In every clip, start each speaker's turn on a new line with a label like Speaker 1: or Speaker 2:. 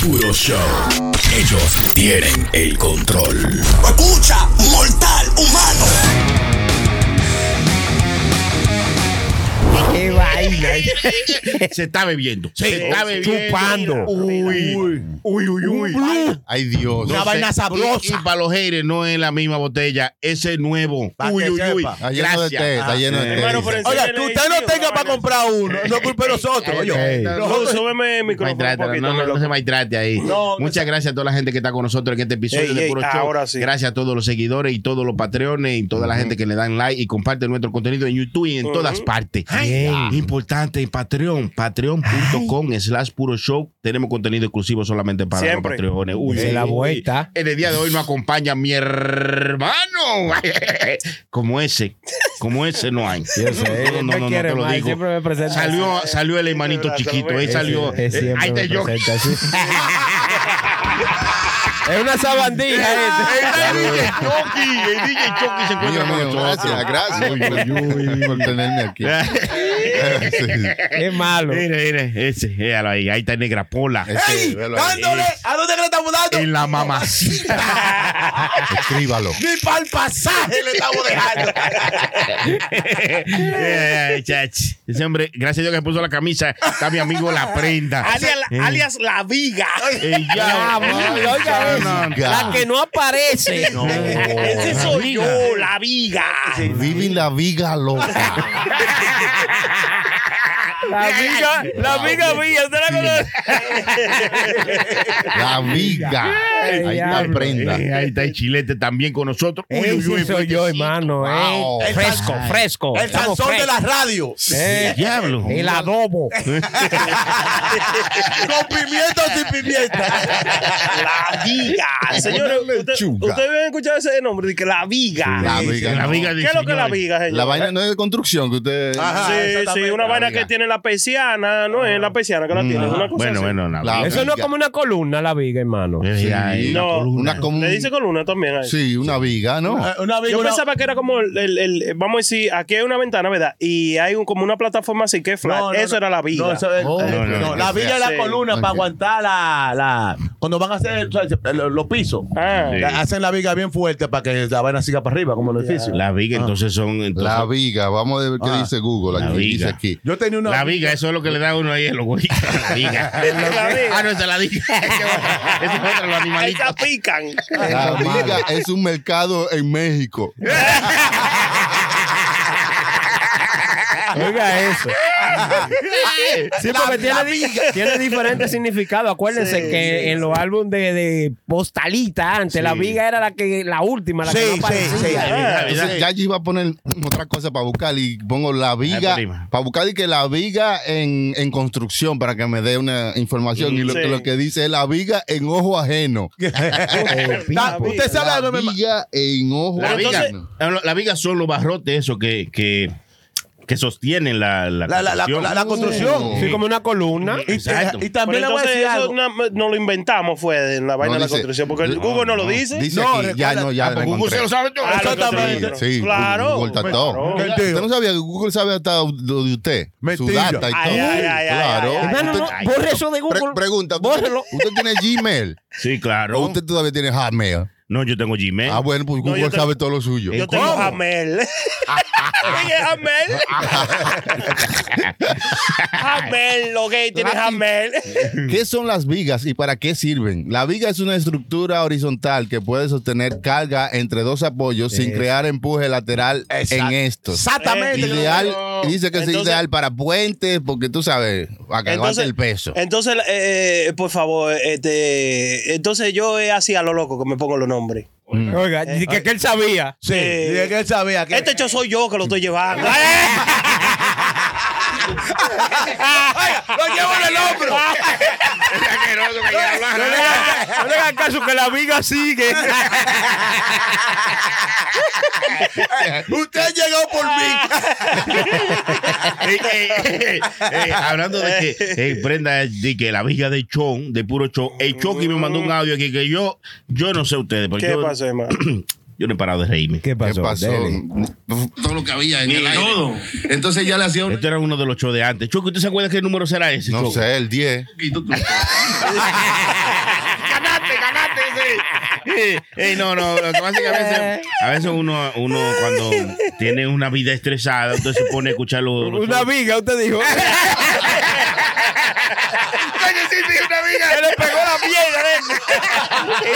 Speaker 1: Puro show. Ellos tienen el control.
Speaker 2: Escucha, mortal, humano.
Speaker 3: Qué vaina.
Speaker 4: Se está bebiendo. Se está bebiendo.
Speaker 3: Chupando.
Speaker 4: Uy, uy, uy, uy.
Speaker 5: Ay, Dios.
Speaker 3: Una vaina sabrosa.
Speaker 4: Y para los haters no es la misma botella, ese es nuevo.
Speaker 3: Pa'
Speaker 4: uy,
Speaker 3: que
Speaker 4: uy, uy. Ah,
Speaker 3: sepa.
Speaker 5: Está lleno de té, está lleno de té.
Speaker 6: Hermano, pero en-
Speaker 3: Oiga, que usted no tenga para comprar uno, no es culpa de nosotros. oye.
Speaker 4: Ey,
Speaker 6: Rojo, súbeme el micrófono un
Speaker 4: Maltrátalo,
Speaker 6: poquito,
Speaker 4: no,
Speaker 6: mi
Speaker 4: no, no
Speaker 6: loco.
Speaker 4: se maltrate ahí.
Speaker 6: No, no
Speaker 4: Muchas gracias a toda la gente que está con nosotros en este episodio
Speaker 6: Ey,
Speaker 4: de
Speaker 6: ey,
Speaker 4: Puro Show.
Speaker 6: ahora sí.
Speaker 4: Gracias a todos los seguidores y todos los patreones y toda la gente que le dan like y comparte nuestro contenido en YouTube y en todas partes. Bien. Importante, en Patreon, patreon.com slash puro show. Tenemos contenido exclusivo solamente para
Speaker 6: Siempre.
Speaker 4: los patreones. Uy,
Speaker 3: De
Speaker 4: uy,
Speaker 3: la
Speaker 4: uy.
Speaker 3: vuelta.
Speaker 4: En el día Eh, de hoy nos acompaña mi hermano. Como ese, como ese no hay.
Speaker 3: Eh,
Speaker 4: No, no, no, no, te lo digo.
Speaker 3: me presenta.
Speaker 4: Salió, salió el hermanito
Speaker 6: Ese
Speaker 4: chiquito.
Speaker 6: brazo,
Speaker 4: Él salió. eh, Ahí te yo.
Speaker 3: Es una sabandija.
Speaker 4: Está el DJ Chucky, el DJ Chucky se encuentra
Speaker 5: Mío,
Speaker 4: con
Speaker 5: mío,
Speaker 4: nosotros.
Speaker 5: gracias, gracias por tenerme aquí. Sí.
Speaker 3: Es malo.
Speaker 4: Mira, mira, ese, míralo ahí, ahí está Negra Pola.
Speaker 5: Ese, velo ahí.
Speaker 3: ¿A dónde que le estamos dando?
Speaker 4: En la mamacita.
Speaker 5: Escríbalo.
Speaker 3: Ni para el
Speaker 7: Ah,
Speaker 3: pasaje le estamos dejando.
Speaker 4: Ay, Eh, chachi. Ese hombre, gracias a Dios que se puso la camisa, está mi amigo La Prenda.
Speaker 6: Alias,
Speaker 4: Eh,
Speaker 6: alias la viga.
Speaker 4: eh, ya,
Speaker 3: Diablo, oiga
Speaker 4: ya,
Speaker 3: eso.
Speaker 4: no,
Speaker 5: Ya.
Speaker 3: no aparece.
Speaker 6: Ese soy yo, la viga.
Speaker 5: Vivi la viga loca.
Speaker 3: La amiga, la amiga mía, ¿usted la conoce?
Speaker 5: La viga. Ahí está
Speaker 3: diablo.
Speaker 5: prenda.
Speaker 4: Eh, ahí está el chilete también con nosotros. Uy, uy, uy,
Speaker 3: Ese soy yo,
Speaker 4: fuertecito.
Speaker 3: hermano.
Speaker 5: Wow.
Speaker 3: eh. Fresco, fresco.
Speaker 7: El
Speaker 3: Estamos
Speaker 7: Sansón de
Speaker 3: frescos.
Speaker 7: la radio.
Speaker 3: Eh,
Speaker 4: Diablo.
Speaker 3: El adobo.
Speaker 7: Con pimienta o sin pimienta.
Speaker 6: La viga. Señores, ustedes
Speaker 5: lechuga.
Speaker 6: usted habían escuchado ese nombre, de que la viga.
Speaker 5: La
Speaker 4: Sí,
Speaker 5: viga,
Speaker 4: la
Speaker 5: no.
Speaker 4: viga
Speaker 6: ¿Qué
Speaker 4: del
Speaker 6: es lo que es la
Speaker 4: señor.
Speaker 6: viga, señor?
Speaker 5: La vaina no es de construcción que usted.
Speaker 7: Ajá.
Speaker 6: Sí, sí,
Speaker 7: exactamente. Mm.
Speaker 6: una vaina
Speaker 5: viga.
Speaker 6: que tiene la persiana, no es la persiana que la tiene, es una cosa
Speaker 4: Mm. Bueno,
Speaker 6: así.
Speaker 4: bueno, la
Speaker 5: La-
Speaker 4: viga.
Speaker 3: Eso no es como una columna, la viga, hermano.
Speaker 4: Eh,
Speaker 5: Sí,
Speaker 4: ya, eh,
Speaker 6: No,
Speaker 5: Una como
Speaker 6: Le
Speaker 5: un-
Speaker 6: dice columna también ahí.
Speaker 5: Mm. Sí, una viga, ¿no?
Speaker 7: Eh, Una vez
Speaker 6: Yo
Speaker 7: una-
Speaker 6: pensaba que era como el, el- el- vamos a decir, aquí hay una ventana, ¿verdad? Y hay un- como una plataforma así que es flat.
Speaker 7: No, no,
Speaker 6: eso
Speaker 7: no.
Speaker 6: era la viga.
Speaker 7: No, eso es-
Speaker 5: Oh,
Speaker 7: eh,
Speaker 4: no, no,
Speaker 7: no,
Speaker 4: no,
Speaker 7: la
Speaker 5: no,
Speaker 7: villa es la
Speaker 6: sí.
Speaker 7: columna
Speaker 5: Ok.
Speaker 7: para aguantar la, la- Cuando van a hacer o sea, los, los pisos,
Speaker 6: Ah,
Speaker 4: Sí.
Speaker 7: la- hacen la viga bien fuerte para que la vaina siga para arriba, como el edificio.
Speaker 4: La viga, entonces son. entonces-
Speaker 5: La viga. Vamos a ver qué
Speaker 7: Ah.
Speaker 5: dice Google.
Speaker 4: La
Speaker 5: Aquí dice
Speaker 4: viga.
Speaker 5: aquí.
Speaker 7: Yo tenía una.
Speaker 4: la viga, eso es lo que le da a uno ahí el güey. La viga.
Speaker 6: La viga.
Speaker 4: Ah, no, esa es la viga. Esa es otra, los animalitos.
Speaker 6: Esas pican.
Speaker 7: Ah,
Speaker 5: La viga es un mercado en México.
Speaker 3: Oiga eso. Sí, porque tiene, di- tiene diferentes significados. Acuérdense que en los álbumes de, de postalita antes, la viga era la que la última, la que
Speaker 7: Sí,
Speaker 3: no
Speaker 7: sí,
Speaker 3: aparecía.
Speaker 7: sí.
Speaker 4: Ah,
Speaker 5: Entonces, ya yo iba a poner otra cosa para buscar y pongo la viga.
Speaker 4: Ahí ponemos.
Speaker 5: Para buscar y que la viga en, en construcción para que me dé una información. y lo,
Speaker 6: sí.
Speaker 5: lo que dice es la viga en ojo ajeno.
Speaker 7: Ta- Eh, Usted sabe
Speaker 5: la
Speaker 7: algo, mi hermano.
Speaker 5: viga en ojo
Speaker 4: La viga,
Speaker 5: ajeno.
Speaker 4: la viga son los barrotes, eso que, que, que sostienen la, la,
Speaker 7: La, la- la-
Speaker 4: construcción.
Speaker 7: la- la construcción.
Speaker 3: Sí, como una columna.
Speaker 7: Y,
Speaker 4: Exacto.
Speaker 7: y también le
Speaker 6: Pero
Speaker 7: voy a
Speaker 6: entonces
Speaker 7: decir
Speaker 6: eso
Speaker 7: algo.
Speaker 6: na- no lo inventamos fue en la vaina
Speaker 5: No
Speaker 6: de la
Speaker 5: dice-
Speaker 6: construcción, porque el Google no, lo dice.
Speaker 5: Dice
Speaker 7: No,
Speaker 5: aquí, ya
Speaker 7: recuerda-
Speaker 5: no, ya
Speaker 4: Ah,
Speaker 5: la
Speaker 4: pues Google
Speaker 5: encontré.
Speaker 4: se lo sabe todo.
Speaker 6: Ah, lo
Speaker 7: Exactamente.
Speaker 6: encontré.
Speaker 5: Sí,
Speaker 6: claro.
Speaker 5: Google está
Speaker 6: Pues,
Speaker 5: todo.
Speaker 6: claro.
Speaker 7: Mentira.
Speaker 5: Usted no sabía que Google sabe hasta lo de usted. Su
Speaker 7: Mentira.
Speaker 5: data y todo.
Speaker 6: Ay, ay, ay, ay,
Speaker 5: claro.
Speaker 6: ay, ay.
Speaker 3: Hermano,
Speaker 5: Usted-
Speaker 3: no, borre eso de
Speaker 5: pre-
Speaker 3: Google.
Speaker 5: pregunta,
Speaker 3: Bórrelo.
Speaker 5: ¿usted tiene Gmail?
Speaker 4: Sí,
Speaker 5: ¿O
Speaker 4: claro.
Speaker 5: usted todavía tiene Hotmail?
Speaker 4: No, yo tengo Gmail.
Speaker 5: Ah, bueno, pues
Speaker 6: No,
Speaker 5: Google
Speaker 6: yo te-
Speaker 5: sabe todo lo suyo.
Speaker 6: Yo tengo
Speaker 4: ¿Cómo?
Speaker 6: Jamel. Oye, Jamel. Jamel, ok, tienes
Speaker 5: La-
Speaker 6: Jamel.
Speaker 5: ¿Qué son las vigas y para qué sirven? La viga es una estructura horizontal que puede sostener carga entre dos apoyos sin crear empuje lateral en estos.
Speaker 7: Exactamente.
Speaker 5: Ideal, Eh, y dice que es
Speaker 6: Entonces-
Speaker 5: ideal para puentes porque tú sabes, para que aguante el peso.
Speaker 6: Entonces, eh, eh, por favor, este, entonces yo es así a lo loco que me pongo los nombres.
Speaker 3: Oiga, dice que, que él sabía.
Speaker 7: Sí,
Speaker 6: Eh,
Speaker 7: dije que él sabía que.
Speaker 6: Este hecho soy yo que lo estoy llevando.
Speaker 7: ¡Lo llevo en el hombro!
Speaker 3: No le hagan- no le hagan caso que la viga sigue.
Speaker 7: Usted ha llegado por
Speaker 6: Ah.
Speaker 7: mí.
Speaker 4: Ey, ey, ey, ey, Eh, hablando de que ey, prenda de que la viga de Chon, de puro Chon, el Chucky me mandó un audio aquí que yo, yo no sé ustedes, pero
Speaker 6: ¿Qué
Speaker 4: yo,
Speaker 6: pasó, hermano?
Speaker 4: Yo no he parado de reírme.
Speaker 8: ¿Qué pasó?
Speaker 5: ¿Qué pasó?
Speaker 8: Dele.
Speaker 4: Todo lo que había en el aire.
Speaker 2: Todo.
Speaker 5: Entonces ya le hacía un.
Speaker 4: Esto era uno de los shows de antes. Choco, ¿usted se acuerda qué número será ese?
Speaker 5: No
Speaker 4: Choco?
Speaker 5: sé, el 10.
Speaker 4: ganaste, ganaste, sí. Eh, eh, no, no, lo que pasa es que a veces, a veces uno, uno cuando tiene una vida estresada, entonces se pone a escuchar los... los-
Speaker 8: Una viga, usted dijo.
Speaker 6: Y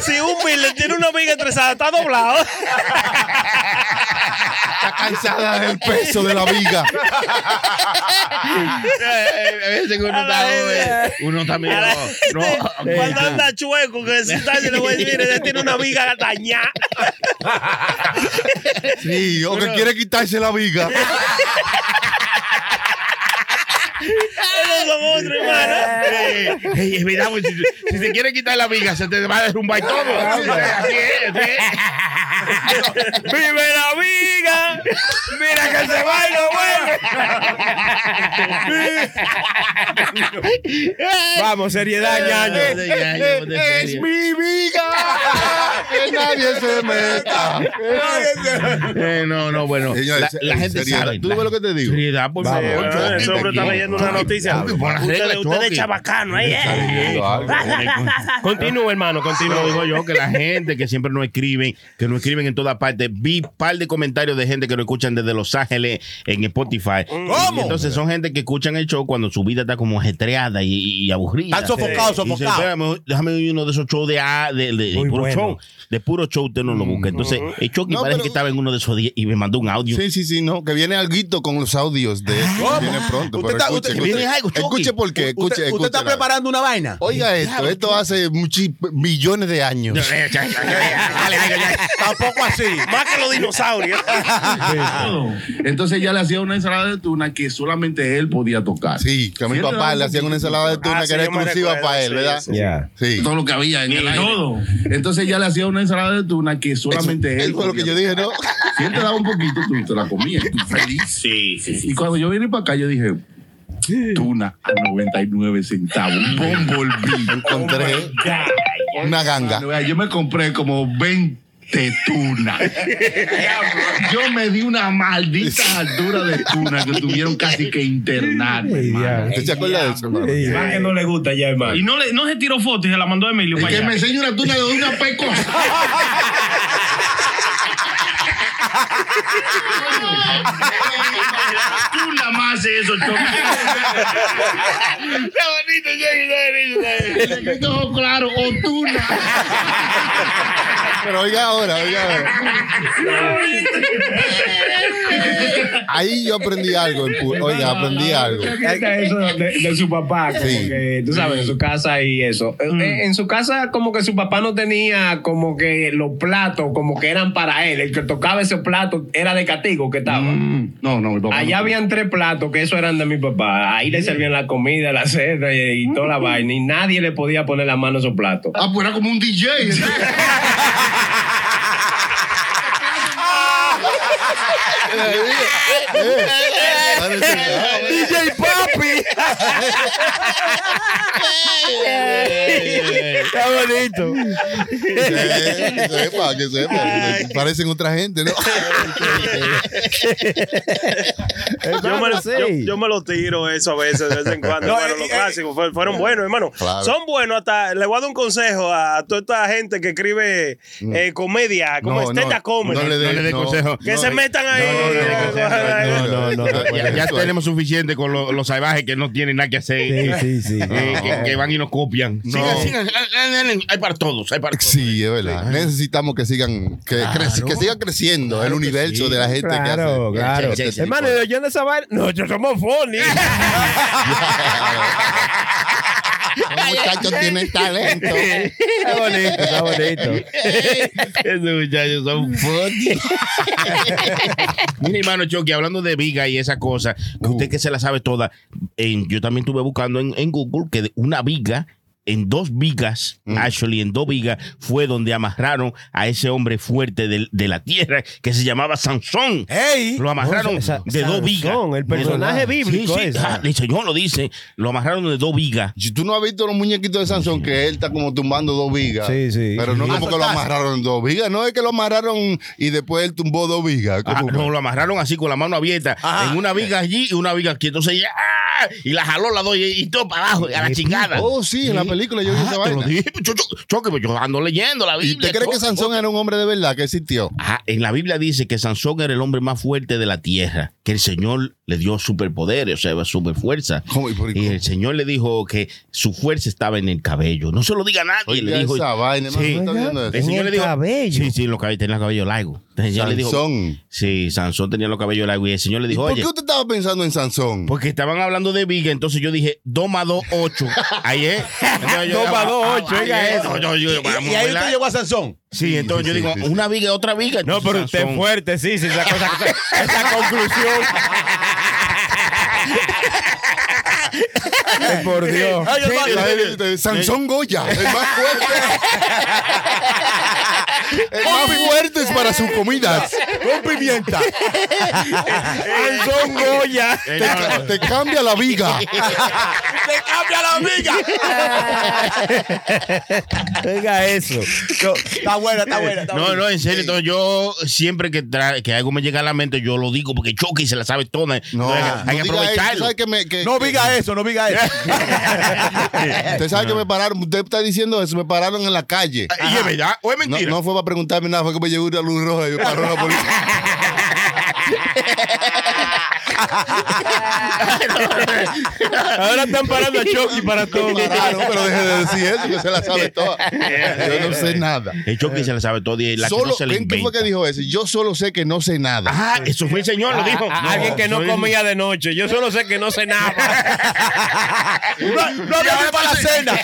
Speaker 6: si, si un Miller tiene una amiga estresada, está doblado.
Speaker 5: Está cansada del peso de la viga.
Speaker 4: a veces que uno
Speaker 6: A la
Speaker 4: está
Speaker 6: vez.
Speaker 4: joven, eh, uno también... No, no,
Speaker 6: Cuando anda chueco, que si está, yo le voy a decir, "Mire, tiene una amiga dañada.
Speaker 5: Sí, o que quiere quitarse la viga.
Speaker 6: Esos son otros, hermano.
Speaker 4: Eh, eh, es verdad, güey, si, si se quiere quitar la viga, se te va a derrumbar todo.
Speaker 3: Ah,
Speaker 4: Así es, así es.
Speaker 3: ¡Vive la viga! ¡Mira que se va y no vuelve! Vamos, seriedad,
Speaker 7: Eh,
Speaker 3: ñaño.
Speaker 4: Eh, Es
Speaker 5: mi viga. Que nadie se meta.
Speaker 4: Eh, no, no, bueno.
Speaker 5: Señores,
Speaker 4: la, la
Speaker 5: en
Speaker 4: gente
Speaker 5: seriedad,
Speaker 4: sabe.
Speaker 5: ¿tú ves lo que te digo?
Speaker 4: Seriedad, por
Speaker 8: Vamos.
Speaker 4: favor.
Speaker 8: Pero
Speaker 6: Ese hombre está leyendo una noticia. Ustedes ustedes chabacano ahí, eh.
Speaker 3: Continúa, hermano,
Speaker 4: Lo
Speaker 3: continúa.
Speaker 4: digo yo, que la gente que siempre no escriben, que no escriben en todas partes. Vi un par de comentarios de gente que lo escuchan desde Los Ángeles en Spotify.
Speaker 3: Mm.
Speaker 4: Y entonces son gente que escuchan el show cuando su vida está como ajetreada y, y aburrida.
Speaker 8: Están sofocados,
Speaker 4: Y dicen,
Speaker 8: sofocados.
Speaker 4: "Espérame, déjame oír uno de esos shows de, ah, de, de- de
Speaker 8: Muy
Speaker 4: puro
Speaker 8: bueno.
Speaker 4: show. De puro show usted no lo busca. Entonces,
Speaker 3: Mm.
Speaker 4: el Chucky
Speaker 5: No,
Speaker 4: parece
Speaker 5: pero-
Speaker 4: que estaba en uno de esos días y me mandó un audio.
Speaker 5: Sí, sí, sí, no, que viene alguito con los audios de
Speaker 8: ¿Cómo?
Speaker 5: Viene pronto,
Speaker 8: Usted
Speaker 5: pero
Speaker 8: está-
Speaker 5: escuche,
Speaker 8: usted-
Speaker 5: escuche.
Speaker 4: viene algo, Chucky.
Speaker 5: Escuche por qué, escuche,
Speaker 8: usted, usted
Speaker 5: escuche
Speaker 8: está
Speaker 5: nada.
Speaker 8: preparando una vaina.
Speaker 5: Oiga esto, esto hace muchos millones de años.
Speaker 8: Tampoco así.
Speaker 6: Más que los dinosaurios.
Speaker 9: Entonces ya le hacía una ensalada de tuna que solamente él podía tocar.
Speaker 5: Sí, que a mi
Speaker 9: Sí,
Speaker 5: papá
Speaker 9: no,
Speaker 5: le hacían una ensalada de tuna
Speaker 6: Ah,
Speaker 5: que era
Speaker 6: sí, yo me
Speaker 5: exclusiva
Speaker 6: recuerdo,
Speaker 5: para él,
Speaker 6: sí,
Speaker 5: ¿verdad?
Speaker 6: sí.
Speaker 8: Ya.
Speaker 5: Sí.
Speaker 9: Todo lo que había en el aire.
Speaker 2: todo.
Speaker 9: Entonces ya le hacía una ensalada de tuna que solamente
Speaker 5: Eso
Speaker 9: él.
Speaker 5: fue lo que
Speaker 9: podía
Speaker 5: yo dije, ¿no?
Speaker 9: tocar. Si él te daba un poquito, tú te la comías. y tú feliz. Y cuando yo vine para acá, yo dije. Tuna a 99 centavos. Un bombolví.
Speaker 5: Encontré una ganga.
Speaker 9: Vea, Yo me compré como 20 tunas. Yo me di una maldita altura de tuna que tuvieron casi que internarme, hermano.
Speaker 5: ¿Usted se acuerda de eso, hermano?
Speaker 2: Más que no le gusta ya, hermano.
Speaker 10: Y no, le, no se tiró foto y se la mandó a Emilio
Speaker 9: El
Speaker 10: para
Speaker 9: que
Speaker 10: allá.
Speaker 9: me enseñe una tuna de una pecosa.
Speaker 10: Tú la más haces eso, Choco.
Speaker 9: No, claro, o tuna.
Speaker 5: Pero oiga ahora, oiga ahora. Ahí yo aprendí algo, en pu- oiga, aprendí algo.
Speaker 2: eso de, de su papá, como
Speaker 5: Sí.
Speaker 2: que, tú sabes, en su casa y eso. Eh, En su casa, como que su papá no tenía como que los platos, como que eran para él. El que tocaba esos platos era de castigo que estaba.
Speaker 9: Mm. No, no, mi papá.
Speaker 2: Allá
Speaker 9: no.
Speaker 2: habían tres platos que eso eran de mi papá. Ahí le servían la comida, la cena y, y toda la vaina. Y nadie le podía poner la mano a esos platos.
Speaker 9: Ah, pues era como un DJ.
Speaker 8: DJ Papi. Está bonito.
Speaker 5: Que sepa, que sepa. Parecen otra gente, ¿no?
Speaker 6: Yo me, lo-
Speaker 8: Sí.
Speaker 6: yo, yo me lo tiro eso a veces, de vez en cuando.
Speaker 8: No,
Speaker 6: hermano,
Speaker 8: eh,
Speaker 6: los
Speaker 8: eh,
Speaker 6: clásicos fue- fueron buenos, hermano.
Speaker 5: Claro.
Speaker 6: Son buenos hasta. Le voy a dar un consejo a toda esta gente que escribe eh, comedia, como
Speaker 5: No, no,
Speaker 6: stand-up comedy.
Speaker 5: no le dé-
Speaker 4: este No le dé
Speaker 5: no.
Speaker 4: consejo.
Speaker 6: que se metan ahí.
Speaker 5: no, no, no, no.
Speaker 4: Ya, ya tenemos suficiente con lo- los salvajes que no tienen nada que hacer.
Speaker 8: Sí, sí, sí.
Speaker 4: Eh, que, que van y nos copian. Sigan, sigan. Hay para todos, hay para todos.
Speaker 5: Sí, es verdad. Necesitamos que sigan, que, crece- que siga creciendo el universo de la gente
Speaker 8: Claro,
Speaker 5: que hace.
Speaker 8: claro.
Speaker 5: que hace este
Speaker 3: Hermano,
Speaker 5: tipo de-
Speaker 3: yo no esa vaina. Nosotros somos funny.
Speaker 5: Los muchachos tienen Este talento.
Speaker 8: Está bonito, está bonito.
Speaker 5: eh.
Speaker 4: Esos muchachos son funny. Mira, hermano Chucky, hablando de viga y esa cosa,
Speaker 5: Uh.
Speaker 4: que usted que se la sabe toda, en- yo también estuve buscando en, en Google que de- una viga. eh, en dos vigas,
Speaker 5: Mm.
Speaker 4: actually en dos vigas, fue donde amarraron a ese hombre fuerte del- de, la tierra que se llamaba Sansón. Lo amarraron
Speaker 3: No, Sa-
Speaker 4: de dos
Speaker 3: Sansón,
Speaker 4: vigas.
Speaker 3: el personaje
Speaker 4: Sí,
Speaker 3: bíblico
Speaker 4: sí,
Speaker 3: es.
Speaker 4: ah, el Señor lo dice, lo amarraron de dos vigas.
Speaker 5: Si tú no has visto los muñequitos de Sansón, que él está como tumbando dos vigas.
Speaker 3: Sí, sí.
Speaker 5: Pero no
Speaker 4: Sí. Ah,
Speaker 5: como que lo
Speaker 4: Azotazo.
Speaker 5: amarraron en dos vigas, no es que lo amarraron y después él tumbó dos vigas.
Speaker 4: Ah,
Speaker 5: ¿Cómo fue?
Speaker 4: no, lo amarraron así con la mano abierta, en una viga allí y una viga aquí. Entonces ella, ¡ah! y la jaló la doy y, y todo para abajo, a la chingada.
Speaker 5: Oh, sí, en la película yo vi esa
Speaker 4: Ah, te lo
Speaker 5: vaina.
Speaker 4: dije, pues, yo, yo- choque, pues, yo ando leyendo la
Speaker 5: ¿Y
Speaker 4: Biblia.
Speaker 5: usted cree que
Speaker 4: todo.
Speaker 5: Sansón era un hombre de verdad que existió?
Speaker 4: Ajá, en la Biblia dice que Sansón era el hombre más fuerte de la tierra, que el Señor le dio superpoderes, o sea, superfuerza.
Speaker 5: ¿Cómo y por qué?
Speaker 4: Y el Señor le dijo que su fuerza estaba en el cabello. No se lo diga a nadie.
Speaker 5: Oiga
Speaker 4: le dijo,
Speaker 5: esa vaina, hermano,
Speaker 4: Sí.
Speaker 5: ¿no está viendo eso?
Speaker 4: El Señor
Speaker 3: En
Speaker 4: le
Speaker 3: el
Speaker 4: dijo,
Speaker 3: cabello.
Speaker 4: Sí, sí, los cabellos, tenía los cabellos largos. Entonces, el Señor le dijo-
Speaker 5: Sansón.
Speaker 4: sí, Sansón tenía los cabellos largos. Y el Señor le dijo,
Speaker 5: ¿Por
Speaker 4: oye,
Speaker 5: qué usted estaba pensando en Sansón?
Speaker 4: porque estaban hablando de Viga, entonces yo dije, 2 más 2, 8. Ahí es. Entonces yo
Speaker 3: Dos más dos,
Speaker 4: ah,
Speaker 3: ocho,
Speaker 4: ahí
Speaker 3: oiga
Speaker 4: es.
Speaker 3: eso.
Speaker 4: No, yo- yo- vamos,
Speaker 7: Y ahí
Speaker 4: ¿verdad?
Speaker 7: usted llegó a Sansón.
Speaker 4: Sí, entonces yo
Speaker 5: sí,
Speaker 4: digo,
Speaker 5: sí,
Speaker 4: una viga, otra viga.
Speaker 3: No, pero
Speaker 4: entonces
Speaker 3: usted
Speaker 4: Sansón-
Speaker 3: fuerte, sí, sí, esa cosa, esa conclusión. Ay, por Dios.
Speaker 7: Ay,
Speaker 5: Sí,
Speaker 7: hermano,
Speaker 5: la gente, Sansón Goya, el más fuerte. El más fuerte es para sus comidas.
Speaker 7: Con pimienta.
Speaker 3: Sansón Goya.
Speaker 5: Te, ca- te cambia la viga.
Speaker 7: ¡Te cambia la amiga!
Speaker 3: Oiga eso.
Speaker 7: No, está buena, está buena. Está
Speaker 4: Eh, No,
Speaker 7: buena.
Speaker 4: no, en serio. Entonces yo siempre que, tra- que algo me llega a la mente, yo lo digo porque choque y se la sabe toda. Entonces,
Speaker 5: No,
Speaker 4: hay, que- hay
Speaker 5: no
Speaker 4: que
Speaker 5: diga eso,
Speaker 4: aprovecharlo.
Speaker 5: ¿sabe que me- que-
Speaker 7: No diga eso, no diga eso.
Speaker 5: Usted sabe que me pararon, usted está diciendo eso, me pararon en la calle.
Speaker 4: Y es verdad, o es
Speaker 5: No,
Speaker 4: mentira.
Speaker 5: no fue para preguntarme nada, fue que me llegó una luz roja y me paró la policía.
Speaker 3: Ahora están parando a Chucky para todo.
Speaker 5: Me pararon, pero deje de decir eso, que se la sabe toda. Yo no sé nada.
Speaker 4: El choque se la sabe toda y la que
Speaker 5: Solo,
Speaker 4: no se le
Speaker 5: ¿quién- ¿Qué fue
Speaker 4: inventa.
Speaker 5: que dijo eso? Yo solo sé que no sé nada.
Speaker 4: Ah, eso fue el señor, lo dijo.
Speaker 3: A- a- ah, alguien que no
Speaker 4: soy-
Speaker 3: comía de noche. Yo solo sé que no cenaba.
Speaker 7: No, no había para la cena.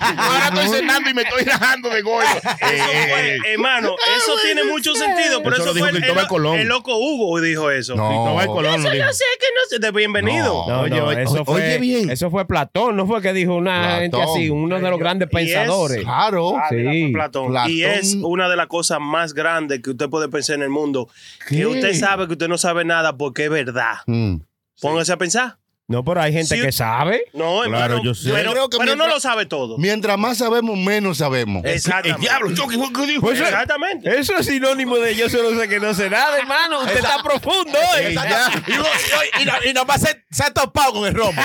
Speaker 4: Ahora estoy cenando y me estoy rajando de goyo. Eh,
Speaker 6: Eso fue,
Speaker 4: eh, eh,
Speaker 6: hermano, eso tiene mucho sentido.
Speaker 4: Eso
Speaker 6: Pero eso,
Speaker 4: lo dijo
Speaker 6: fue el,
Speaker 4: Cristóbal
Speaker 6: el-
Speaker 4: Colón.
Speaker 6: el loco Hugo dijo eso.
Speaker 4: Cristóbal Colón lo
Speaker 6: Eso
Speaker 4: dijo.
Speaker 6: yo sé que no sé. De bienvenido.
Speaker 5: No,
Speaker 3: oye,
Speaker 4: no,
Speaker 3: eso
Speaker 4: oye,
Speaker 3: fue,
Speaker 4: oye bien.
Speaker 3: Eso fue Platón, no fue que dijo una
Speaker 5: Platón.
Speaker 3: gente así, uno de los grandes
Speaker 6: Y es-
Speaker 3: pensadores.
Speaker 5: Claro.
Speaker 6: Ah,
Speaker 3: Sí.
Speaker 6: Platón.
Speaker 5: Platón.
Speaker 6: Y es una de las cosas más grandes que usted puede pensar en el mundo.
Speaker 3: ¿Qué?
Speaker 6: Que usted sabe que usted no sabe nada porque es verdad.
Speaker 5: Mm.
Speaker 6: Póngase a pensar.
Speaker 3: No, pero hay gente
Speaker 6: Sí.
Speaker 3: que sabe.
Speaker 6: No,
Speaker 4: Claro,
Speaker 6: hermano,
Speaker 4: yo sé.
Speaker 6: Pero,
Speaker 5: Yo creo que
Speaker 6: pero no
Speaker 5: mientras-
Speaker 6: lo sabe todo.
Speaker 5: Mientras más sabemos, menos sabemos.
Speaker 4: El
Speaker 6: Exactamente.
Speaker 4: diablo, choque, fue que dijo.
Speaker 3: Pues,
Speaker 6: Exactamente.
Speaker 3: Eso es sinónimo de yo solo sé que no sé nada, hermano. Usted está profundo hoy.
Speaker 7: Y, y- y no- y nomás se, se ha topado con el romo.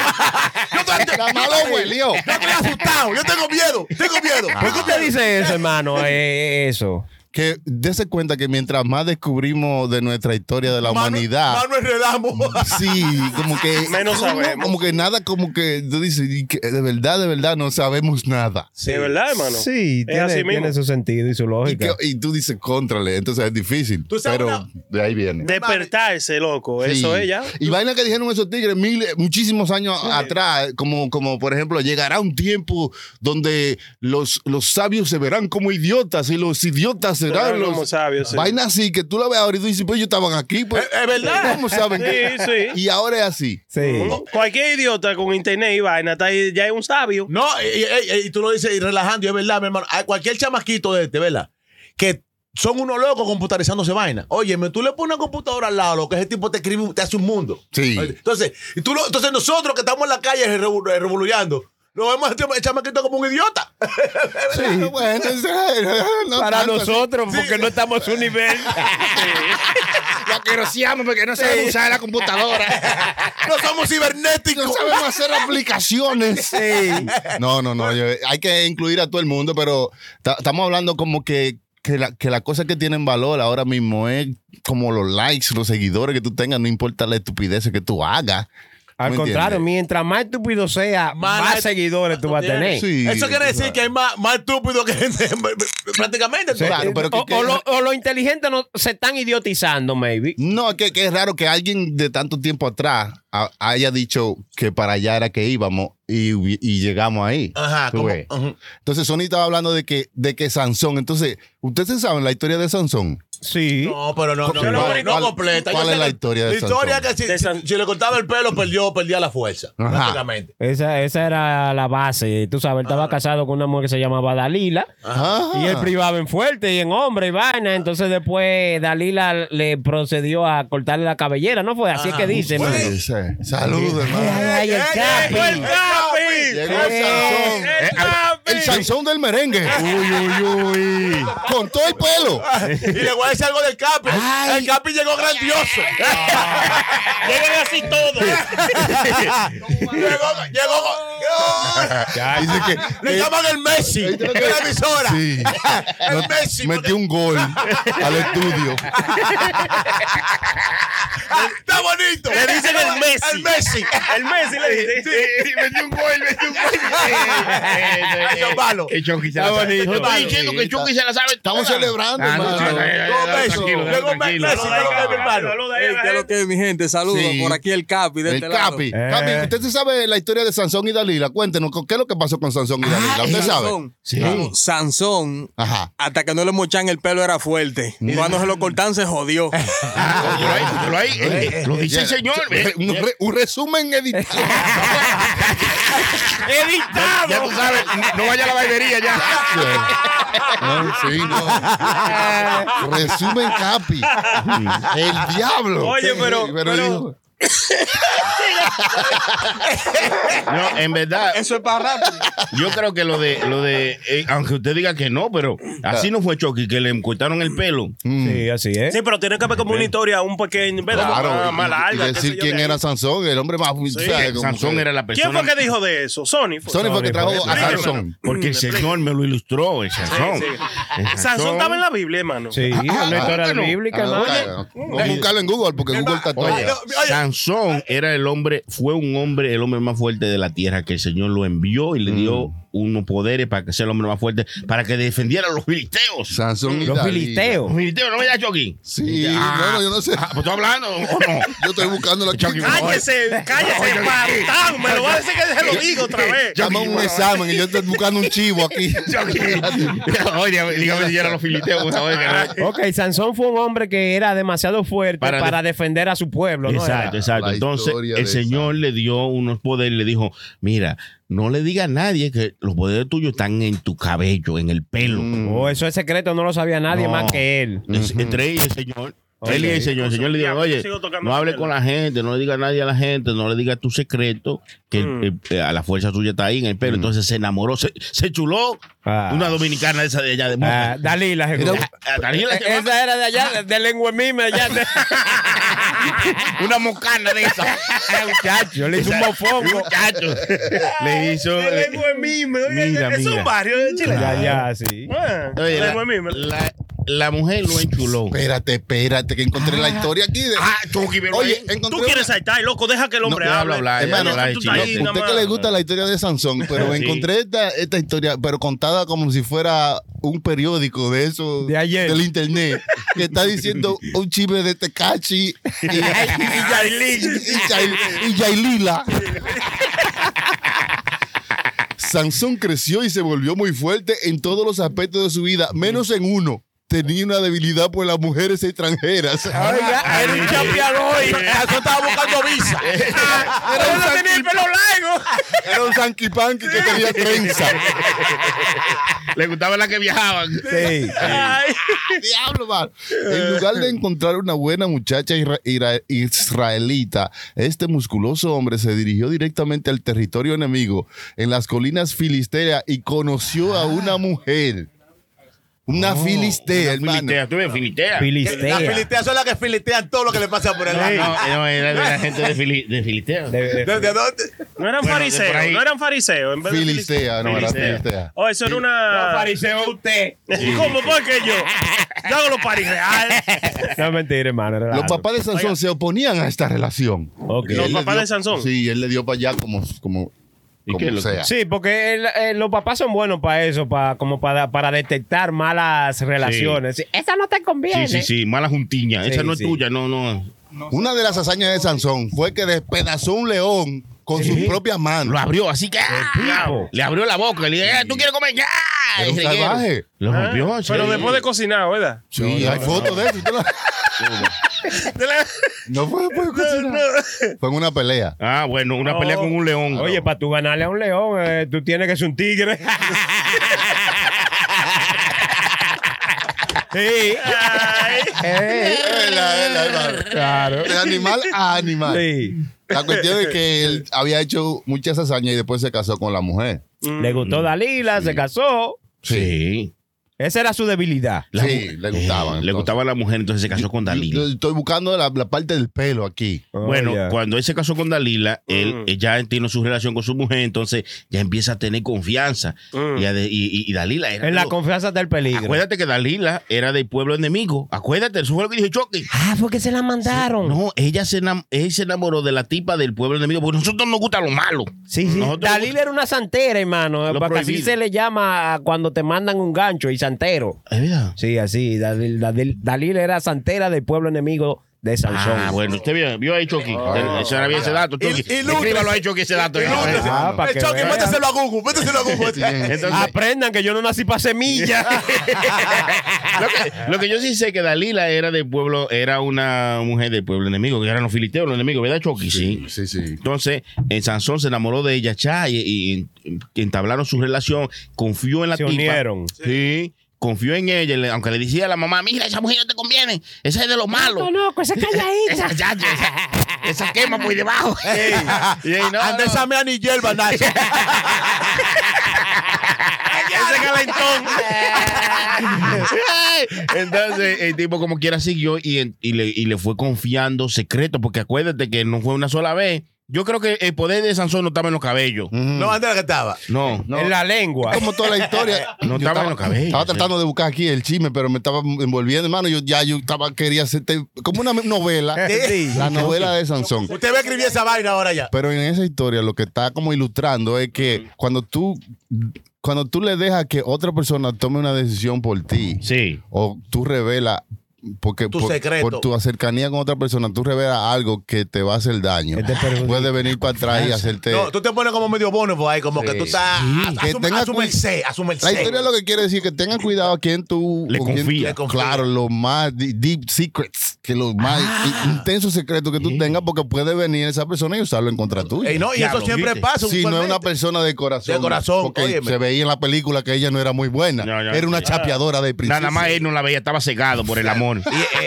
Speaker 7: Yo estoy,
Speaker 5: La malo huelió.
Speaker 7: yo estoy asustado, yo tengo miedo, tengo miedo.
Speaker 5: Ah.
Speaker 3: ¿Por qué usted dice eso, hermano? Eh, eso.
Speaker 5: Que dése cuenta que mientras más descubrimos de nuestra historia de la
Speaker 7: Mano-
Speaker 5: humanidad, Mm.
Speaker 7: Mano enredamos.
Speaker 5: sí, como que
Speaker 6: Menos
Speaker 5: no, no,
Speaker 6: sabemos.
Speaker 5: como que nada, como que tú dices, y que de verdad, de verdad no sabemos nada.
Speaker 4: Eh,
Speaker 6: De verdad, hermano.
Speaker 3: Sí,
Speaker 6: Es
Speaker 3: tiene,
Speaker 6: así mismo.
Speaker 3: tiene su sentido y su
Speaker 5: Y,
Speaker 3: lógica.
Speaker 5: que- y tú dices, contrale, entonces es difícil.
Speaker 7: Tú sabes
Speaker 5: Pero
Speaker 7: una-
Speaker 5: de ahí viene.
Speaker 6: Despertarse, loco. Eso
Speaker 5: Sí.
Speaker 6: es ya.
Speaker 5: Y vaina que dijeron esos tigres mil, muchísimos años atrás, como, como por ejemplo, llegará un tiempo donde los, los sabios se verán como idiotas y los idiotas serán
Speaker 6: Serán
Speaker 5: los
Speaker 6: como sabios, sí.
Speaker 5: Vaina así que tú la ves ahora y tú dices, pues ellos estaban aquí. Pues,
Speaker 7: Es- es verdad.
Speaker 5: ¿Cómo saben? que-
Speaker 6: Sí, sí.
Speaker 5: Y ahora es así.
Speaker 3: Sí.
Speaker 6: Cualquier idiota con internet y vaina está ahí, ya es un sabio.
Speaker 7: No, y, y- y tú lo dices y relajando, y es verdad, mi hermano. Hay cualquier chamaquito de este, ¿verdad? Que son unos locos computarizándose vaina. Óyeme, tú le pones una computadora al lado, lo que ese tipo te escribe, un- te hace un mundo.
Speaker 5: Sí.
Speaker 7: Entonces, y tú lo- entonces nosotros que estamos en la calle revo- revoluleando, lo vemos al chama- al chamaquito como un idiota.
Speaker 5: Pero bueno, es- no
Speaker 3: Para
Speaker 5: tanto así.
Speaker 3: nosotros, porque no estamos a su nivel.
Speaker 4: La querosiamos porque no sabemos usar la computadora.
Speaker 7: no somos cibernéticos.
Speaker 5: No sabemos hacer aplicaciones. No, no, no. yo- hay que incluir a todo el mundo, pero ta- estamos hablando como que, que, la, que las cosas que tienen valor ahora mismo es como los likes, los seguidores que tú tengas, no importa la estupidez que tú hagas.
Speaker 3: Al
Speaker 5: ¿Me
Speaker 3: contrario,
Speaker 5: entiendes?
Speaker 3: mientras más estúpido sea,
Speaker 7: Más-
Speaker 3: más seguidores tú vas a tener.
Speaker 5: Sí,
Speaker 7: Eso quiere
Speaker 5: tú sabes.
Speaker 7: decir que hay más, más estúpido que gente. Prácticamente. tú
Speaker 5: Claro, pero que-
Speaker 3: o,
Speaker 5: que-
Speaker 3: o lo, o lo inteligente no, se están idiotizando, maybe.
Speaker 5: No, es que, que es raro que alguien de tanto tiempo atrás a- haya dicho que para allá era que íbamos y, hubi- y llegamos ahí.
Speaker 7: Ajá,
Speaker 5: Tú
Speaker 7: como-
Speaker 5: ves.
Speaker 7: ujú.
Speaker 5: Entonces, Sony estaba hablando de que, de que Sansón. Entonces, ¿ustedes se saben la historia de Sansón?
Speaker 3: Sí.
Speaker 7: No, pero no, no,
Speaker 5: ¿Cuál-
Speaker 7: no,
Speaker 5: cuál-
Speaker 7: no completa.
Speaker 5: cuál
Speaker 7: Yo
Speaker 5: es
Speaker 7: sé
Speaker 5: la
Speaker 7: que-
Speaker 5: historia de
Speaker 7: La historia
Speaker 5: Sansón?
Speaker 7: que si, si- si le cortaba el pelo, perdió, perdía la fuerza.
Speaker 5: Ajá.
Speaker 7: Prácticamente.
Speaker 3: Esa, esa era la base. Tú sabes, él
Speaker 11: Ah.
Speaker 3: estaba casado con una mujer que se llamaba Dalila.
Speaker 5: Ajá.
Speaker 3: Y él privaba en fuerte y en hombre y vaina. Entonces después Dalila le procedió a cortarle la cabellera. No fue así
Speaker 11: Ah.
Speaker 3: es que dice.
Speaker 5: Bueno,
Speaker 3: mano.
Speaker 5: ese. Salud, hermano.
Speaker 3: Ay, el capi.
Speaker 5: Llegó el Sansón. Eh, ah, El Sansón del merengue. Uy, uy, uy. Con todo el pelo.
Speaker 7: Y le voy a decir algo del Capi. El Capi llegó grandioso.
Speaker 6: Llegan así todos.
Speaker 7: llegó, llegó.
Speaker 5: Ya, dice que.
Speaker 7: Le
Speaker 5: eh,
Speaker 7: llaman el Messi.
Speaker 5: ahí
Speaker 7: En
Speaker 5: tiene que-
Speaker 7: la emisora.
Speaker 5: Sí.
Speaker 7: El Messi.
Speaker 5: Metió un gol al estudio.
Speaker 7: Está bonito.
Speaker 6: Le dicen el Messi.
Speaker 7: El Messi.
Speaker 6: El Messi le dice.
Speaker 4: Metió un gol, metió un
Speaker 7: Eso es malo.
Speaker 4: El Chucky se la sabe.
Speaker 7: bonito.
Speaker 4: No estoy diciendo que Chucky se la sabe.
Speaker 5: Estamos celebrando,
Speaker 4: Ah, no,
Speaker 5: hermano.
Speaker 4: sí, sí,
Speaker 7: Dos besos.
Speaker 4: tranquilo,
Speaker 7: Llegó Messi.
Speaker 4: tranquilo.
Speaker 7: Messi, llegó mi hermano.
Speaker 11: Ey,
Speaker 6: eh.
Speaker 11: ¿qué es lo que es, mi gente? Saludos.
Speaker 5: Sí.
Speaker 11: Por aquí el Capi. De
Speaker 5: El
Speaker 11: este lado.
Speaker 5: Capi.
Speaker 3: Eh.
Speaker 5: Capi, ¿usted sí sabe la historia de Sansón y Dalila? Cuéntenos, ¿qué es lo que pasó con Sansón Ah, y Dalila? ¿Usted sabe?
Speaker 11: Sansón. Claro, Sansón,
Speaker 5: Ajá.
Speaker 11: hasta que no le mochan el pelo, era fuerte. Cuando se lo cortan, se jodió.
Speaker 5: Ah,
Speaker 4: Óyelo ahí, óyelo Ah, ahí. Eh, Lo dice el
Speaker 5: Ya,
Speaker 4: señor.
Speaker 5: re-
Speaker 4: eh.
Speaker 5: Un, re- un resumen editado.
Speaker 4: Ya tú sabes, no vaya a la barbería ya.
Speaker 5: No, sí, no. Resumen Capi. El diablo.
Speaker 6: Oye,
Speaker 5: Sí,
Speaker 6: pero- pero-
Speaker 5: dijo,
Speaker 4: No, en verdad,
Speaker 11: Eso es para rápido.
Speaker 4: yo creo que lo de, lo de, eh, aunque usted diga que no, pero
Speaker 5: Ah.
Speaker 4: así no fue Chucky, que le cortaron el pelo.
Speaker 3: Sí, así es.
Speaker 6: Sí, pero tiene que haber como una historia, un pequeño. ¿verdad?
Speaker 5: Claro,
Speaker 6: Más- más
Speaker 5: y-
Speaker 6: larga,
Speaker 5: y
Speaker 6: qué sé
Speaker 5: decir
Speaker 6: yo,
Speaker 5: quién
Speaker 6: de ahí.
Speaker 5: era Sansón, el hombre más.
Speaker 4: Que Sansón era la
Speaker 6: ¿Quién
Speaker 4: persona.
Speaker 6: fue que dijo de eso? Sony. fue.
Speaker 5: Sony fue que trajo a
Speaker 6: Explíquemelo.
Speaker 5: Sansón.
Speaker 4: Porque el señor me lo ilustró, el Sansón.
Speaker 6: Sí,
Speaker 4: El
Speaker 6: Sansón estaba en la Biblia, hermano.
Speaker 3: Sí, una historia
Speaker 4: ah,
Speaker 3: bíblica,
Speaker 5: Ah,
Speaker 3: hermano.
Speaker 5: claro. Vamos a buscarlo en Google porque Google está todo.
Speaker 4: Oye,
Speaker 7: Oye, oye.
Speaker 4: Sansón era el hombre, fue un hombre, el hombre más fuerte de la tierra, que el Señor lo envió y le dio
Speaker 5: Mm.
Speaker 4: unos poderes para que sea el hombre más fuerte, para que defendiera a los filisteos.
Speaker 5: Sansón y
Speaker 3: Los
Speaker 5: Dalila.
Speaker 3: filisteos.
Speaker 4: Los filisteos, no me da Chucky.
Speaker 5: Sí,
Speaker 4: Ah.
Speaker 5: no, no, yo no sé.
Speaker 4: Ah, pues estoy hablando o no.
Speaker 5: Yo estoy buscando la
Speaker 4: Chucky,
Speaker 6: Cállese, cállese, patán. Me lo va a decir que se lo digo otra vez.
Speaker 5: Llama un examen y yo estoy buscando un chivo aquí.
Speaker 4: Oye, dígame si yo era los filisteos. por favor, que no.
Speaker 3: Ok, Sansón fue un hombre que era demasiado fuerte
Speaker 4: Para
Speaker 3: para,
Speaker 4: de-
Speaker 3: defender a su pueblo. ¿no?
Speaker 4: Exacto, exacto.
Speaker 5: La
Speaker 4: Entonces,
Speaker 5: historia
Speaker 4: el
Speaker 5: de
Speaker 4: Señor le dio unos poderes, le dijo, mira, no le diga a nadie que los poderes tuyos están en tu cabello, en el pelo.
Speaker 3: Era-
Speaker 5: Mm.
Speaker 3: Oh, eso es secreto, no lo sabía nadie
Speaker 4: No.
Speaker 3: más que él.
Speaker 4: Es- Entre ellos el Señor.
Speaker 3: Oye,
Speaker 4: Él y el Señor. El Señor le dijo,
Speaker 6: Yo
Speaker 4: oye,
Speaker 6: sigo tocando
Speaker 4: no hable
Speaker 6: la
Speaker 4: con la gente, no le diga a nadie a la gente, no le diga tu secreto, que
Speaker 3: Mm.
Speaker 4: el- eh, a la fuerza suya está ahí en el pelo. Entonces se enamoró, se, se chuló
Speaker 3: Ah.
Speaker 4: una dominicana esa de allá de
Speaker 3: Ah,
Speaker 4: Moca.
Speaker 3: Dalila, seguro.
Speaker 4: A- a Dalila se
Speaker 3: Eh, Esa era de allá, de- de lengua mime, allá. de-
Speaker 4: Una mocana de esa.
Speaker 3: Muchacho, le hizo un mofongo.
Speaker 4: Muchacho. Le hizo. le- Mira,
Speaker 6: Es un
Speaker 4: mira.
Speaker 6: barrio de Chile.
Speaker 3: Ya, ya, sí.
Speaker 6: Ah,
Speaker 4: Oye, la,
Speaker 6: lengua mime.
Speaker 4: la- la mujer lo enchuló.
Speaker 5: Espérate, espérate, que encontré la historia aquí. De...
Speaker 4: Ah, Chucky, pero
Speaker 5: Oye,
Speaker 4: ahí-
Speaker 5: encontré.
Speaker 6: Tú quieres
Speaker 5: una-
Speaker 6: saltar, loco. Deja que el hombre
Speaker 4: ya
Speaker 6: hable.
Speaker 4: habla, habla, ya
Speaker 6: Hermano,
Speaker 4: ya
Speaker 6: tú
Speaker 5: habla,
Speaker 6: estás
Speaker 4: habla,
Speaker 6: ahí,
Speaker 4: chino.
Speaker 6: nada
Speaker 5: Usted
Speaker 6: más.
Speaker 5: que le gusta la historia de Sansón, pero
Speaker 4: Sí.
Speaker 5: encontré esta, esta historia, pero contada como si fuera un periódico de eso
Speaker 3: De ayer.
Speaker 5: del internet, que está diciendo un chisme de Tecachi y, y, Yail- y Yailila. Sansón creció y se volvió muy fuerte en todos los aspectos de su vida, menos en uno. Tenía una debilidad por las mujeres extranjeras.
Speaker 3: Oiga, era un champion hoy. Eso estaba buscando visa.
Speaker 4: Eh,
Speaker 5: Era un
Speaker 3: Pero no tenía el pelo largo.
Speaker 5: Era un sanky panky que tenía trenza.
Speaker 4: Le gustaba la que viajaban.
Speaker 3: Sí.
Speaker 6: Ay,
Speaker 5: Diablo, man. En lugar de encontrar una buena muchacha isra- ira- israelita, este musculoso hombre se dirigió directamente al territorio enemigo en las colinas filisteas y conoció a una mujer. Una filistea, hermano.
Speaker 4: Filitea, tú ves, filitea.
Speaker 7: Las
Speaker 4: eh,
Speaker 3: Filistea.
Speaker 7: filisteas son las que filistean todo lo que le pasa por el
Speaker 4: No,
Speaker 7: lado.
Speaker 4: no, era de la gente de, Fili- de Filitea.
Speaker 3: De- de-
Speaker 7: ¿De- de dónde?
Speaker 6: No
Speaker 4: Bueno, de
Speaker 6: eran
Speaker 4: por
Speaker 6: fariseos,
Speaker 4: ahí.
Speaker 6: no eran fariseos. En vez de
Speaker 5: Filistea, no, era
Speaker 4: Filistea.
Speaker 5: filistea.
Speaker 6: Oh, eso era una.
Speaker 3: Fariseo usted.
Speaker 6: ¿Cómo? ¿Por qué yo? Yo hago los paris reales.
Speaker 3: No mentira, hermano. relajo.
Speaker 5: Los papás de Sansón se oponían a esta relación.
Speaker 3: Ok.
Speaker 5: Y
Speaker 6: ¿Los
Speaker 5: él le
Speaker 6: papás
Speaker 5: dio-
Speaker 6: de Sansón?
Speaker 5: Sí, él le dio para allá como, como,
Speaker 4: ¿Y
Speaker 5: como
Speaker 4: qué es lo que-
Speaker 5: sea.
Speaker 3: Sí, porque el- eh, los papás son buenos para eso, para, como para, para detectar malas relaciones. Sí, Esa no te conviene.
Speaker 4: Sí, sí, sí, mala juntiña.
Speaker 3: Sí,
Speaker 4: Esa no es
Speaker 3: sí.
Speaker 4: tuya, no, no.
Speaker 5: Una de las hazañas de Sansón fue que despedazó un león con sus propias manos.
Speaker 4: Lo abrió, así que ¡ah! le abrió la boca. Le dije, "Eh, ¿tú quieres comer? ¡Ya!
Speaker 5: Era un
Speaker 4: Y se le-
Speaker 5: salvaje.
Speaker 4: Lo
Speaker 11: Ah,
Speaker 4: rompió.
Speaker 11: Pero
Speaker 4: sí.
Speaker 11: después de cocinar, ¿verdad?
Speaker 5: Sí, hay fotos de eso. ¿Usted la-
Speaker 11: De la-
Speaker 5: No fue después de cocinar. Fue en una pelea.
Speaker 4: Ah, bueno, una
Speaker 3: No.
Speaker 4: pelea con un león.
Speaker 3: Oye, para tú ganarle a un león, eh, tú tienes que ser un tigre. sí. Eh,
Speaker 5: Es verdad, es verdad, es verdad.
Speaker 3: Claro.
Speaker 5: De animal a animal.
Speaker 3: Sí.
Speaker 5: La cuestión es que él había hecho muchas hazañas y después se casó con la mujer.
Speaker 3: Le gustó
Speaker 4: Mm.
Speaker 3: Dalila, se casó.
Speaker 4: Sí.
Speaker 3: Esa era su debilidad.
Speaker 4: La
Speaker 5: sí,
Speaker 4: mu-
Speaker 5: le gustaban.
Speaker 4: Le gustaba la mujer, entonces se casó con Dalila.
Speaker 5: Yo Estoy buscando la, la parte del pelo aquí.
Speaker 4: bueno,
Speaker 3: Oh, ya.
Speaker 4: cuando él se casó con Dalila,
Speaker 5: Mm.
Speaker 4: él, él ya entiende su relación con su mujer, entonces ya empieza a tener confianza.
Speaker 5: Mm.
Speaker 4: Y, a de- y- y- y Dalila era.
Speaker 3: En la
Speaker 4: lo-
Speaker 3: confianza del peligro.
Speaker 4: Acuérdate que Dalila era del pueblo enemigo. Acuérdate, eso fue lo que dijo Chucky.
Speaker 3: Ah, porque se la mandaron.
Speaker 4: No, ella se, enam- él se enamoró de la tipa del pueblo enemigo, porque nosotros nos gusta lo malo.
Speaker 3: Sí, sí.
Speaker 4: Nosotros-
Speaker 3: Dalila era una santera, hermano.
Speaker 4: Lo
Speaker 3: Porque así
Speaker 4: prohibido.
Speaker 3: se le llama a cuando te mandan un gancho y santero.
Speaker 4: ¿Es verdad?
Speaker 3: Sí, así. Dalil, Dalil- Dalila era santera del pueblo enemigo de Sansón.
Speaker 4: Ah, bueno, usted vio, vio ahí Chucky.
Speaker 5: Oh.
Speaker 4: Se había ese dato, Chucky.
Speaker 7: Y- y lunes.
Speaker 4: Escríbalo ahí, Chucky, ese dato.
Speaker 3: Ah, para
Speaker 7: El
Speaker 3: que
Speaker 7: Chucky,
Speaker 3: vean.
Speaker 7: méteselo a Google, méteselo a Google.
Speaker 4: Entonces,
Speaker 3: Aprendan que yo no nací para semillas.
Speaker 4: lo, que, lo que yo sí sé que Dalila era del pueblo, era una mujer del pueblo enemigo, que eran los filisteos, los enemigos, ¿verdad, Chucky? Sí.
Speaker 5: Sí, sí.
Speaker 4: Entonces, eh, Sansón se enamoró de ella, cha, y, y- y entablaron su relación, confió en la
Speaker 3: Se
Speaker 4: tipa.
Speaker 3: unieron.
Speaker 4: Sí. Confió en ella, le- aunque le decía a la mamá, mira, esa mujer no te conviene, esa es de lo malo.
Speaker 3: conozco esa calladita.
Speaker 4: Esa, ya, ya, esa, esa quema por debajo. Y ahí, no,
Speaker 7: Anda
Speaker 4: no.
Speaker 7: esa mea ni hierba, Nacho.
Speaker 4: ese calentón. Entonces, el tipo como quiera siguió y, en- y le, y le fue confiando secreto, porque acuérdate que no fue una sola vez. Yo creo que el poder de Sansón no estaba en los cabellos.
Speaker 7: No, anda la que estaba.
Speaker 4: No.
Speaker 5: No,
Speaker 3: En la lengua.
Speaker 5: Como toda la historia.
Speaker 4: No
Speaker 5: Yo
Speaker 4: estaba en los cabellos,
Speaker 5: Estaba
Speaker 4: sí.
Speaker 5: tratando de buscar aquí el chisme, pero me estaba envolviendo, hermano. Yo ya yo estaba, quería hacerte como una novela.
Speaker 3: Sí.
Speaker 5: La novela de Sansón.
Speaker 7: Usted va a escribir esa vaina ahora ya.
Speaker 5: Pero en esa historia lo que está como ilustrando es que cuando tú cuando tú le dejas que otra persona tome una decisión por ti
Speaker 4: Sí.
Speaker 5: o tú revelas porque
Speaker 7: Tu
Speaker 5: por,
Speaker 7: secreto.
Speaker 5: por tu cercanía con otra persona tú revelas algo que te va a hacer daño.
Speaker 3: Este perjudica.
Speaker 5: Puede venir para atrás y hacerte
Speaker 7: No, tú te pones como medio bono por ahí, como que tú estás a, a
Speaker 5: Que
Speaker 7: su,
Speaker 5: tenga
Speaker 7: a su
Speaker 5: cu-
Speaker 7: merced, a su merced.
Speaker 5: La historia lo que quiere decir que tengan cuidado a quien tú
Speaker 4: Le
Speaker 5: con quién-
Speaker 4: confía.
Speaker 7: Le confía.
Speaker 5: Claro, los más di- deep secrets, que los más
Speaker 7: Ah.
Speaker 5: i- intensos secretos que tú tengas porque puede venir esa persona y usarlo en contra tuya.
Speaker 7: Ey, no, y
Speaker 4: Diablo,
Speaker 7: eso siempre
Speaker 4: ¿viste?
Speaker 7: pasa.
Speaker 5: Si no es una
Speaker 7: usualmente.
Speaker 5: persona de corazón.
Speaker 7: De corazón,
Speaker 5: Porque
Speaker 7: óyeme.
Speaker 5: se veía en la película que ella no era muy buena.
Speaker 4: No, no,
Speaker 5: era una
Speaker 4: no.
Speaker 5: chapeadora de principio.
Speaker 4: Nada más él no la veía, estaba cegado por el amor.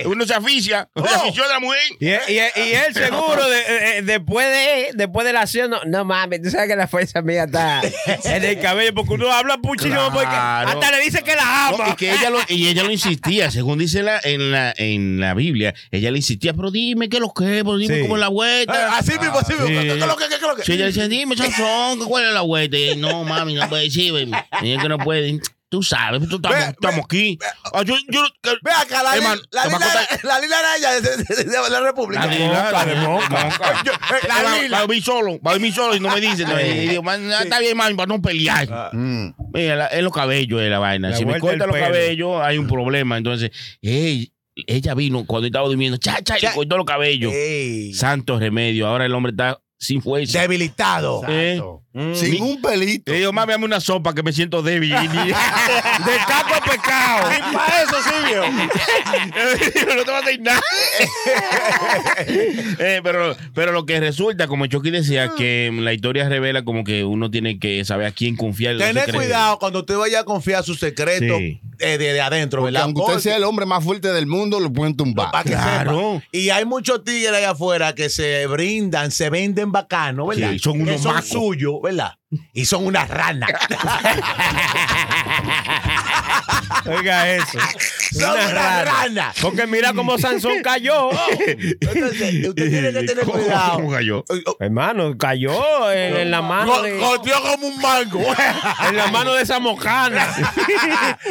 Speaker 4: Uno se aficia, se afició de la mujer.
Speaker 3: Y, y- y él seguro, de- eh, eh, después, de, después de la acción, no, no mames, tú sabes que la fuerza mía está en el cabello, porque uno habla muchísimo,
Speaker 4: Claro.
Speaker 3: porque hasta le dice que la ama.
Speaker 4: No, y que ella lo, y ella lo insistía, según dice la, en, la, en la Biblia, ella le insistía, pero dime qué es lo que es, pero dime
Speaker 3: Sí.
Speaker 4: cómo es la
Speaker 7: Eh,
Speaker 3: Ah,
Speaker 4: vuelta.
Speaker 7: así mismo, así mismo.
Speaker 5: Ah,
Speaker 4: Sí.
Speaker 7: ¿Qué es lo que, qué es lo que?
Speaker 4: Sí, ella dice, dime, Sansón, ¿cuál es la vuelta? Y él, no, mami, no puede decir, baby. Y es que no puede. Tú sabes, tú estamos,
Speaker 7: Ve,
Speaker 4: estamos aquí. Ah, yo, yo, que-
Speaker 7: Ve acá, la,
Speaker 4: Hermano,
Speaker 7: Lil- la,
Speaker 4: te va a
Speaker 7: Lila-
Speaker 4: contar-
Speaker 7: la Lila era ella de, de- de la República.
Speaker 4: La Lila, la de
Speaker 7: Yo- eh, la
Speaker 4: eh, va-
Speaker 7: Lila.
Speaker 4: va a dormir solo, va a dormir solo y no me dice. No, y digo, man, ah, está bien, mami, para no pelear.
Speaker 5: Mm.
Speaker 4: Mira, la- es los cabellos de la vaina.
Speaker 3: La
Speaker 4: si me corta
Speaker 3: vuelta del
Speaker 4: los
Speaker 3: pelo.
Speaker 4: cabellos, hay un problema. Entonces, ey, ella vino cuando estaba durmiendo, cha, cha, y le
Speaker 7: Cha.
Speaker 4: cortó los cabellos.
Speaker 7: Ey,
Speaker 4: Santo remedio. Ahora el hombre está sin fuerza.
Speaker 7: debilitado.
Speaker 4: Eh,
Speaker 5: Sin
Speaker 4: Mi-
Speaker 5: un pelito.
Speaker 4: Le digo, mami, dame una sopa que me siento débil. De caco a pecado.
Speaker 11: Y para eso, Silvio.
Speaker 4: no te va a hacer nada. Eh, pero, pero lo que resulta, como Chucky decía, que la historia revela como que uno tiene que saber a quién confiar. en los
Speaker 7: Tener
Speaker 4: secretos.
Speaker 7: cuidado cuando usted vaya a confiar sus secretos
Speaker 4: Sí.
Speaker 7: eh, de, de adentro,
Speaker 5: Porque
Speaker 7: ¿verdad?
Speaker 5: aunque usted sea el hombre más fuerte del mundo, lo pueden tumbar.
Speaker 7: Para que
Speaker 4: Claro.
Speaker 7: sepa. Y hay muchos tigres allá afuera que se brindan, se venden bacano, ¿verdad?
Speaker 4: Sí, son unos
Speaker 7: que son
Speaker 4: macos.
Speaker 7: suyos, ¿verdad? Y son unas ranas.
Speaker 3: Oiga eso.
Speaker 7: son
Speaker 3: Una
Speaker 7: unas
Speaker 3: rana.
Speaker 7: ranas.
Speaker 3: Porque mira cómo Sansón cayó.
Speaker 7: Entonces, usted tiene que tener
Speaker 4: ¿Cómo-
Speaker 7: cuidado.
Speaker 4: cómo cayó?
Speaker 3: Hermano, cayó en, en la mano
Speaker 7: Co-
Speaker 3: de,
Speaker 7: Corteó como un mango.
Speaker 3: en la mano de esa mojana.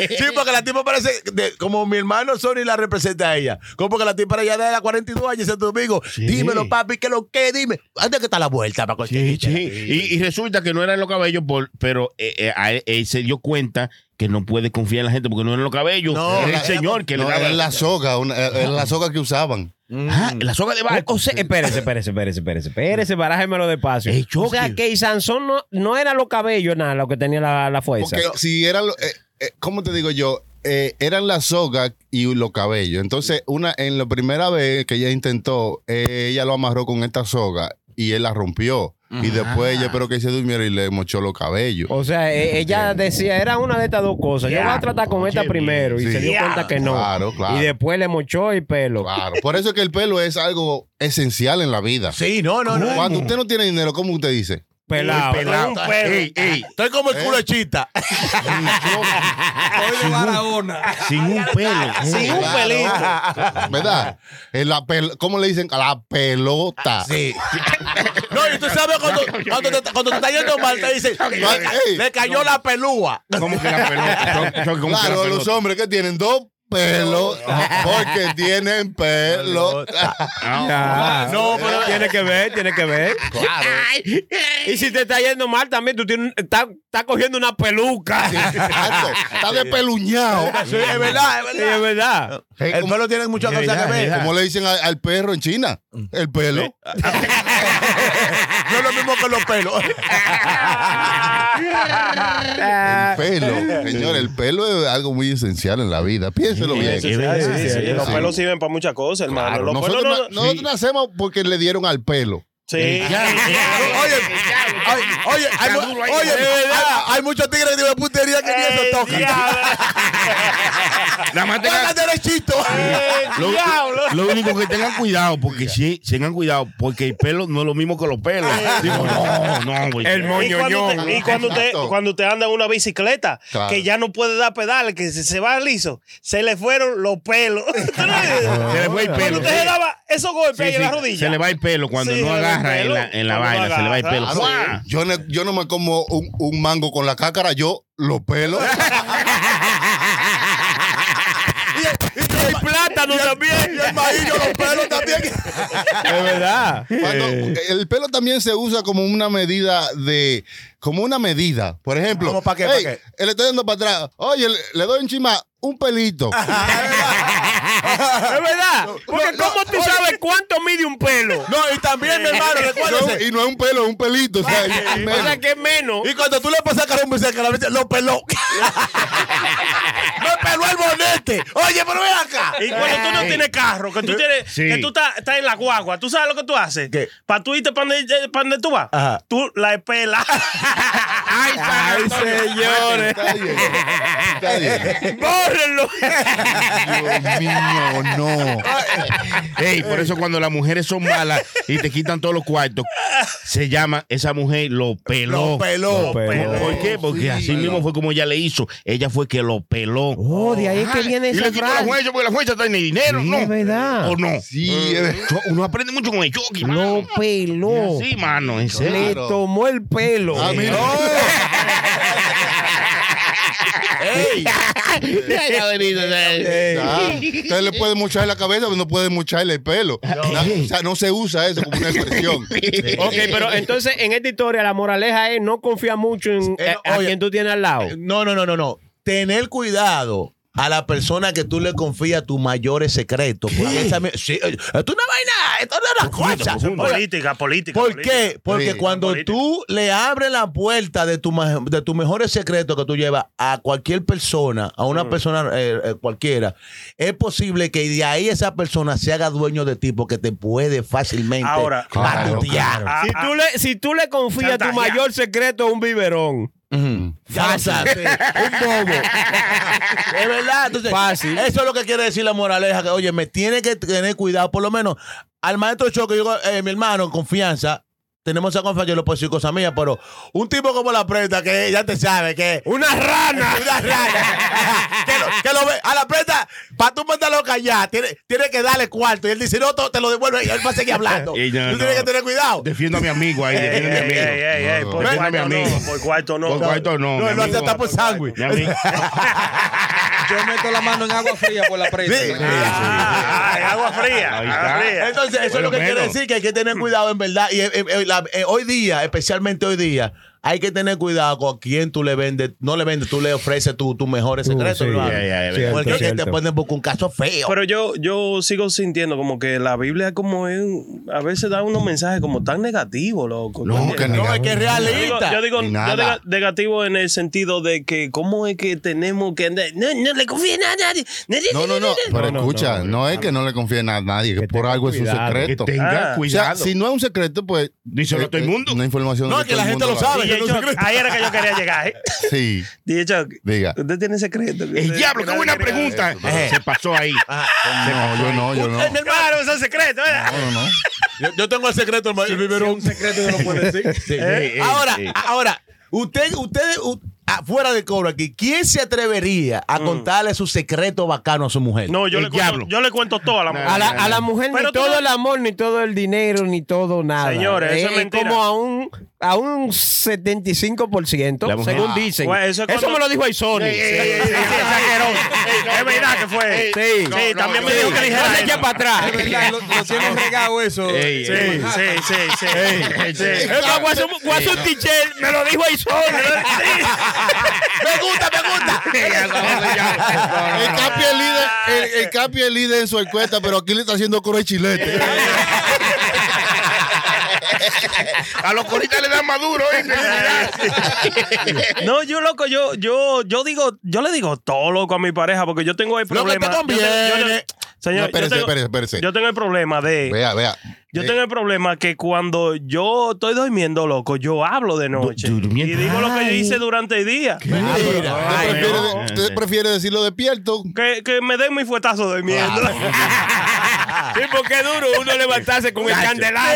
Speaker 7: sí, porque la tipa parece de- como mi hermano Sony la representa a ella. Como porque la tipa era ya de la 42 años en Santo Domingo. Dímelo, papi, ¿qué lo que? Dime. Antes que está la vuelta para
Speaker 4: Sí, sí. Y, y resulta que no eran los cabellos, por- pero eh, eh, a él, él se dio cuenta que no puede confiar en la gente porque no es en los cabellos.
Speaker 5: No,
Speaker 4: es el
Speaker 5: la-
Speaker 4: señor que
Speaker 5: no,
Speaker 4: le daba
Speaker 5: es la soga, una- eh, es la soga que usaban.
Speaker 4: Ah, la
Speaker 6: Mm.
Speaker 4: soga de barco.
Speaker 3: O sea, espérese, espérese, espérese, espérese, espérese, barájemelo despacio. o sea, que y Sansón no, no era los cabellos nada lo que tenía la, la fuerza.
Speaker 5: Porque si eran, lo- eh, eh, ¿cómo te digo yo? Eh, eran la soga y los cabellos. Entonces, una en la primera vez que ella intentó, eh, ella lo amarró con esta soga y él la rompió. Y después ella espero que se durmiera y le mochó los cabellos.
Speaker 3: O sea, e- ella decía, era una de estas dos cosas. Yo voy a tratar con esta primero. Y
Speaker 5: Sí.
Speaker 3: se dio cuenta que no.
Speaker 5: Claro, claro.
Speaker 3: Y después le mochó el pelo.
Speaker 5: Claro. Por eso es que el pelo es algo esencial en la vida.
Speaker 7: Sí, no, no, no.
Speaker 5: Cuando usted no tiene dinero, ¿cómo usted dice?
Speaker 3: Pelado. Ah,
Speaker 5: Muy pelado.
Speaker 3: Un pelo.
Speaker 5: Ey, ey.
Speaker 7: Estoy como el culo de chita.
Speaker 11: Soy de Barahona.
Speaker 4: Sin un pelo.
Speaker 7: Sin un
Speaker 5: Claro. ¿Verdad? En la pel- ¿Cómo le dicen? A la pelota.
Speaker 7: Sí. No, y tú sabes cuando, cuando, te, cuando te está yendo mal, te dicen,
Speaker 5: Ey.
Speaker 7: le cayó la pelúa.
Speaker 4: Como que la pelota. Choc- choc, como que la
Speaker 5: Claro,
Speaker 4: pelota.
Speaker 5: los hombres que tienen dos pelos porque tienen pelo.
Speaker 3: Ah,
Speaker 7: No, pero-
Speaker 3: Tiene que ver, tiene que ver. Ay, Y si te está yendo mal también, tú tienes, estás estás cogiendo una
Speaker 5: Ah.
Speaker 3: peluca. Sí,
Speaker 5: Exacto, Está despeluñado.
Speaker 7: Sí, es verdad, es
Speaker 3: es
Speaker 7: verdad.
Speaker 3: verdad.
Speaker 7: El pelo tiene muchas cosas que ver.
Speaker 5: ¿Cómo le dicen a- al perro en China? El pelo.
Speaker 7: No es lo mismo que los pelos.
Speaker 5: El pelo. Señor, el pelo es algo muy esencial en la vida. Piénselo bien.
Speaker 6: Sí, sí, sí, sí. Los
Speaker 5: Sí.
Speaker 6: pelos sirven para muchas cosas, hermano.
Speaker 5: Claro,
Speaker 6: Los
Speaker 5: nosotros,
Speaker 6: pelos
Speaker 5: na-
Speaker 6: no-
Speaker 5: nosotros nacemos porque le dieron al pelo.
Speaker 6: Sí.
Speaker 7: Oye, oye, oye, hay, mu- oye, hay, hay muchos tigres que tienen putería que ni eso
Speaker 6: Eh,
Speaker 7: tocan.
Speaker 4: Nada más tengan-
Speaker 7: Tócate derechito. Eh,
Speaker 4: Lo, lo único que tengan cuidado, porque si tengan cuidado, porque el pelo no es lo mismo que los pelos.
Speaker 6: Ah.
Speaker 4: Digo, no, no, güey.
Speaker 3: El
Speaker 6: Y cuando,
Speaker 3: moñoñón.
Speaker 6: usted, y cuando usted-
Speaker 5: Exacto.
Speaker 6: cuando usted anda en una bicicleta
Speaker 5: Claro.
Speaker 6: que ya no puede dar pedales, que se, se va liso, se le fueron los pelos.
Speaker 4: Se le fue el
Speaker 6: Ah. Cuando
Speaker 4: pelo.
Speaker 6: usted se daba esos golpes
Speaker 4: Sí,
Speaker 6: ahí en la
Speaker 4: sí,
Speaker 6: rodilla.
Speaker 4: Se le va el pelo cuando
Speaker 6: Sí,
Speaker 4: no
Speaker 6: se le va el
Speaker 4: agarra en
Speaker 6: pelo.
Speaker 4: la, en la
Speaker 6: Cuando no
Speaker 4: vaina, se le va el
Speaker 6: agarra. Ah,
Speaker 4: pelo.
Speaker 5: Claro,
Speaker 4: ¡Fua!
Speaker 5: yo, no, yo no me como un, un mango con la cácara, yo los pelos.
Speaker 4: Ah.
Speaker 3: Y el plátano también.
Speaker 7: El maíz, yo los pelos también.
Speaker 3: Es verdad.
Speaker 5: Cuando-
Speaker 6: Eh.
Speaker 5: el pelo también se usa como una medida de. Como una medida. Por ejemplo,
Speaker 7: ¿Cómo pa' qué, pa'
Speaker 5: "Ey, le estoy dando para atrás. Oye, le, le doy encima un pelito.
Speaker 3: Es verdad. Porque ¿cómo tú sabes cuánto mide un pelo?
Speaker 7: No, y también, mi hermano,
Speaker 5: No,
Speaker 7: recuérdese.
Speaker 5: y no es un pelo, es un pelito. o sea, es
Speaker 3: O sea
Speaker 5: menos.
Speaker 3: que es menos.
Speaker 7: Y cuando tú le pasas a un biseca, la veces lo peló. Me peló el bonete. Oye, pero ven acá.
Speaker 6: Y cuando tú no tienes carro, que tú tienes,
Speaker 4: Sí.
Speaker 6: que tú estás, estás en la guagua, ¿tú sabes lo que tú haces?
Speaker 7: ¿Qué?
Speaker 6: Para tú irte para donde, pa' donde tú vas,
Speaker 7: Ajá.
Speaker 6: tú la pelas.
Speaker 3: Ay, Ay señores.
Speaker 5: Está bien. Está bien.
Speaker 3: Bórrenlo.
Speaker 5: Dios mío, no.
Speaker 4: Ey, por eso cuando las mujeres son malas y te quitan todos los cuartos, se llama esa mujer lo peló.
Speaker 7: Lo peló.
Speaker 4: ¿Por por qué? Porque así mismo fue como ella le hizo. Ella fue que lo peló.
Speaker 3: Oh, de ahí es que viene
Speaker 4: y
Speaker 3: esa
Speaker 4: le quitó la
Speaker 3: frase.
Speaker 4: fuerza porque la fuerza tiene dinero,
Speaker 3: Sí,
Speaker 4: ¿no?
Speaker 3: es verdad.
Speaker 4: ¿O no?
Speaker 5: Sí, es verdad.
Speaker 4: Yo- Uno aprende mucho con el Chucky,
Speaker 3: Lo
Speaker 4: mano.
Speaker 3: peló.
Speaker 4: Sí, mano, en
Speaker 3: Le
Speaker 4: serio.
Speaker 5: Claro.
Speaker 3: tomó el pelo.
Speaker 5: Ah, mira.
Speaker 7: Ey,
Speaker 5: Ah, Usted le puede mochar la cabeza, pero no puede mocharle el pelo. Na- o sea, no se usa eso como una expresión.
Speaker 3: Ok, pero entonces en esta historia la moraleja es no confía mucho en
Speaker 7: Eh,
Speaker 3: a, a
Speaker 7: oye.
Speaker 3: quien tú tienes al lado.
Speaker 6: Oh.
Speaker 7: No, no, no, no, no. Tener cuidado a la persona que tú le confías tus mayores secretos. Porque esa mi- sí, eh, esto es una vaina, esto es una cosa. Oye,
Speaker 6: política, política.
Speaker 7: ¿Por
Speaker 6: política.
Speaker 7: qué? Porque
Speaker 5: Sí.
Speaker 7: cuando
Speaker 6: Política.
Speaker 7: tú le abres la puerta de, tu, ma- de tus mejores secretos que tú llevas a cualquier persona, a
Speaker 6: Mm.
Speaker 7: una persona eh, eh, cualquiera, es posible que de ahí esa persona se haga dueño de ti porque te puede fácilmente
Speaker 6: Ahora,
Speaker 5: Claro,
Speaker 7: patutear.
Speaker 6: Ah,
Speaker 3: Si
Speaker 6: ah,
Speaker 3: tú, le, si tú le confías tu
Speaker 6: Chantajear.
Speaker 3: mayor secreto a un biberón,
Speaker 7: Ya lo sabes. Un bobo. Es verdad. Entonces,
Speaker 3: Fácil.
Speaker 7: Eso es lo que quiere decir la moraleja. Que, oye, me tiene que tener cuidado. Por lo menos, al maestro Choque, yo, digo, eh, mi hermano, confianza. Tenemos esa confianza, yo le puedo decir cosas mías, pero un tipo como la preta, que ya te sabe que.
Speaker 3: ¡una rana!
Speaker 7: Una rana. que, lo, que lo ve. A la preta, para tú mandarlo callar, tiene, tiene que darle cuarto. Y él dice, no, to- te lo devuelve y él va a seguir hablando.
Speaker 4: Y
Speaker 7: tú
Speaker 4: no, no.
Speaker 7: tienes que tener cuidado.
Speaker 4: Defiendo a mi amigo ahí,
Speaker 6: Ey, ey,
Speaker 4: defiendo a mi amigo.
Speaker 6: ey, ey, ey, por
Speaker 4: No, no,
Speaker 6: cuarto
Speaker 4: mi amigo.
Speaker 6: no, por cuarto no.
Speaker 4: Por cuarto no.
Speaker 7: No,
Speaker 4: mi
Speaker 7: él lo hace
Speaker 4: amigo.
Speaker 7: hasta por sándwich.
Speaker 4: Mi amigo.
Speaker 11: Yo meto la mano en agua fría por la presa.
Speaker 7: Sí.
Speaker 6: Ah, ah, agua fría.
Speaker 4: Ahí
Speaker 6: Agua
Speaker 4: está.
Speaker 6: fría.
Speaker 7: Entonces, eso
Speaker 4: Por
Speaker 7: es lo
Speaker 4: lo
Speaker 7: que quiere
Speaker 4: menos.
Speaker 7: decir que hay que tener cuidado, en verdad. Y eh, eh, eh, la- eh, hoy día, especialmente hoy día, hay que tener cuidado con quién tú le vendes, no le vendes, tú le ofreces tus tu mejores
Speaker 6: Uh,
Speaker 7: secretos.
Speaker 6: sí,
Speaker 7: hermano.
Speaker 6: ya, ya, es verdad.
Speaker 7: Porque es que
Speaker 6: Cierto,
Speaker 7: te ponen por un caso feo.
Speaker 6: Pero yo, yo sigo sintiendo como que la Biblia como es, a veces da unos mensajes como tan negativos, loco. No,
Speaker 7: no, eh. es que es realista.
Speaker 6: Yo digo, yo
Speaker 7: Ni
Speaker 6: digo
Speaker 7: nada.
Speaker 6: nega- negativo en el sentido de que cómo es que tenemos que andar, no, no le confíe nada a nadie.
Speaker 5: No, no, no, pero escucha, no, es que no le confíen a nadie, que, por algo es un
Speaker 4: cuidado,
Speaker 5: secreto.
Speaker 4: que tenga
Speaker 5: O sea,
Speaker 4: cuidado.
Speaker 5: si no es un secreto, pues. Díselo
Speaker 4: a todo el mundo.
Speaker 5: Una información.
Speaker 6: No,
Speaker 5: de
Speaker 6: que
Speaker 5: todo
Speaker 6: la
Speaker 5: el
Speaker 6: gente
Speaker 5: mundo
Speaker 6: lo sabe,
Speaker 5: vale.
Speaker 6: que no es un secreto. Ahí era que yo quería llegar, ¿eh?
Speaker 5: Sí.
Speaker 6: DJ Chuck,
Speaker 5: Diga.
Speaker 6: usted tiene secreto.
Speaker 4: El diablo, qué buena pregunta. Se pasó ahí.
Speaker 5: No, yo no, yo no.
Speaker 6: Mi hermano, eso es secreto, ¿verdad?
Speaker 5: No, no, no.
Speaker 7: Yo, yo tengo el secreto, hermano. un secreto que no puede decir.
Speaker 6: Eh, eh,
Speaker 7: ahora,
Speaker 6: eh.
Speaker 7: ahora, usted, usted, u- afuera de cobro aquí, ¿quién se atrevería a contarle su secreto bacano a su mujer?
Speaker 6: No, yo, le cuento, yo le cuento todo a la mujer.
Speaker 3: A la, a la mujer
Speaker 6: Pero
Speaker 3: ni
Speaker 6: tú
Speaker 3: todo
Speaker 6: no-
Speaker 3: el amor, ni todo el dinero, ni todo nada.
Speaker 6: Señores, eso es mentira.
Speaker 3: como a un, a un 75%,
Speaker 6: mujer-
Speaker 3: según
Speaker 6: Ah.
Speaker 3: dicen.
Speaker 6: Bueno, eso
Speaker 3: eso
Speaker 6: es
Speaker 3: me
Speaker 6: cuando-
Speaker 3: lo dijo Aizoni.
Speaker 6: Es verdad que fue.
Speaker 3: Sí.
Speaker 6: Sí, también me dijo que le dijera eso.
Speaker 3: para atrás.
Speaker 11: lo, lo tienen regado eso.
Speaker 6: Sí, sí, sí, sí.
Speaker 11: ey.
Speaker 3: Guaso, Guaso Tichel me lo dijo Aizoni.
Speaker 7: Me gusta, me gusta.
Speaker 5: El Capi es líder, el, el Capi es líder en su encuesta, pero aquí le está haciendo coro de chilete.
Speaker 4: A los coritas le dan maduro, ¿eh?
Speaker 6: No, yo loco, yo, yo, yo digo, yo le digo todo loco a mi pareja porque yo tengo el
Speaker 5: Lo que
Speaker 6: problema.
Speaker 5: te
Speaker 6: yo te- yo
Speaker 5: conviene.
Speaker 6: te- señor,
Speaker 5: No, espérese,
Speaker 6: yo, tengo,
Speaker 5: espérese, espérese.
Speaker 6: yo tengo el problema de.
Speaker 5: Vea, vea.
Speaker 6: Yo tengo el problema que cuando yo estoy durmiendo, loco, yo hablo de noche. y digo lo que yo hice durante el día.
Speaker 4: Ah,
Speaker 5: Mentira. Eh, Usted prefiere,
Speaker 4: eh,
Speaker 5: usted prefiere decirlo despierto.
Speaker 6: Que, que me den mi fuetazo durmiendo.
Speaker 3: Sí, porque es duro uno levantarse con el candelazo.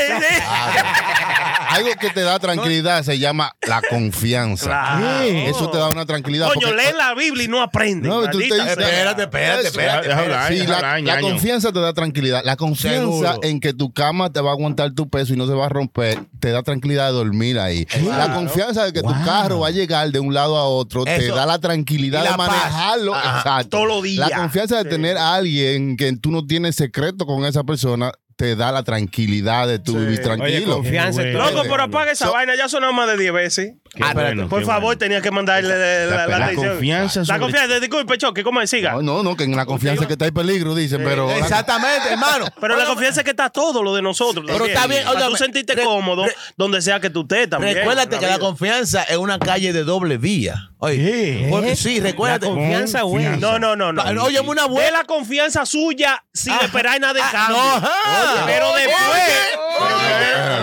Speaker 5: Ah, Algo que te da tranquilidad se llama la confianza.
Speaker 6: Claro.
Speaker 5: Eso te da una tranquilidad.
Speaker 6: Coño,
Speaker 5: porque-
Speaker 6: lee la Biblia y no aprende.
Speaker 5: No, tú
Speaker 6: maldita
Speaker 5: te-
Speaker 6: sea.
Speaker 7: Espérate, espérate,
Speaker 5: Eso,
Speaker 7: espérate.
Speaker 4: deja hablar,
Speaker 5: Sí,
Speaker 4: deja
Speaker 5: la,
Speaker 4: hablar,
Speaker 5: la
Speaker 4: ñaño.
Speaker 5: confianza te da tranquilidad. La confianza
Speaker 7: Seguro.
Speaker 5: en que tu cama te va a aguantar tu peso y no se va a romper, te da tranquilidad de dormir ahí. La confianza de que tu carro va a llegar de un lado a otro, te
Speaker 7: Eso.
Speaker 5: da la tranquilidad
Speaker 7: Y la
Speaker 5: de
Speaker 7: paz.
Speaker 5: manejarlo.
Speaker 7: Ajá.
Speaker 5: Exacto.
Speaker 6: Todos los días.
Speaker 5: La confianza de tener a alguien que tú no tienes secreto con esa persona, te da la tranquilidad de tu vivir tranquilo.
Speaker 3: confianza es
Speaker 6: Loco, pero apaga esa vaina, ya sonó más de 10 veces.
Speaker 4: Qué Ah, bueno,
Speaker 6: Por
Speaker 4: qué
Speaker 6: favor,
Speaker 4: bueno.
Speaker 6: tenía que mandarle la, la,
Speaker 4: la
Speaker 6: atención.
Speaker 4: confianza
Speaker 6: La
Speaker 4: sobre-
Speaker 6: confianza, disculpe, Choque, ¿cómo me siga?
Speaker 5: No, no, no, que en la confianza que está en peligro, dicen,
Speaker 7: Eh,
Speaker 5: pero.
Speaker 7: Exactamente, hermano.
Speaker 6: Pero la confianza es que está todo lo de nosotros.
Speaker 7: Pero
Speaker 6: también.
Speaker 7: está bien,
Speaker 6: O sea, tú
Speaker 7: óigame,
Speaker 6: sentiste
Speaker 7: re-
Speaker 6: cómodo
Speaker 7: re-
Speaker 6: donde sea que tú estés también.
Speaker 7: Recuérdate
Speaker 6: en
Speaker 7: que la
Speaker 6: vida.
Speaker 7: confianza es una calle de doble vía. Oye,
Speaker 6: ¿Eh?
Speaker 7: porque- sí, recuérdate.
Speaker 3: La confianza, güey.
Speaker 6: No, no, no,
Speaker 7: Pa-
Speaker 6: no.
Speaker 7: Ah, Óyeme una
Speaker 6: Ve
Speaker 7: buena.
Speaker 6: la confianza suya sin
Speaker 7: Ajá.
Speaker 6: esperar nada de
Speaker 7: Ah,
Speaker 6: cambio.
Speaker 7: no, ajá.
Speaker 6: Pero
Speaker 7: Oye,
Speaker 6: después.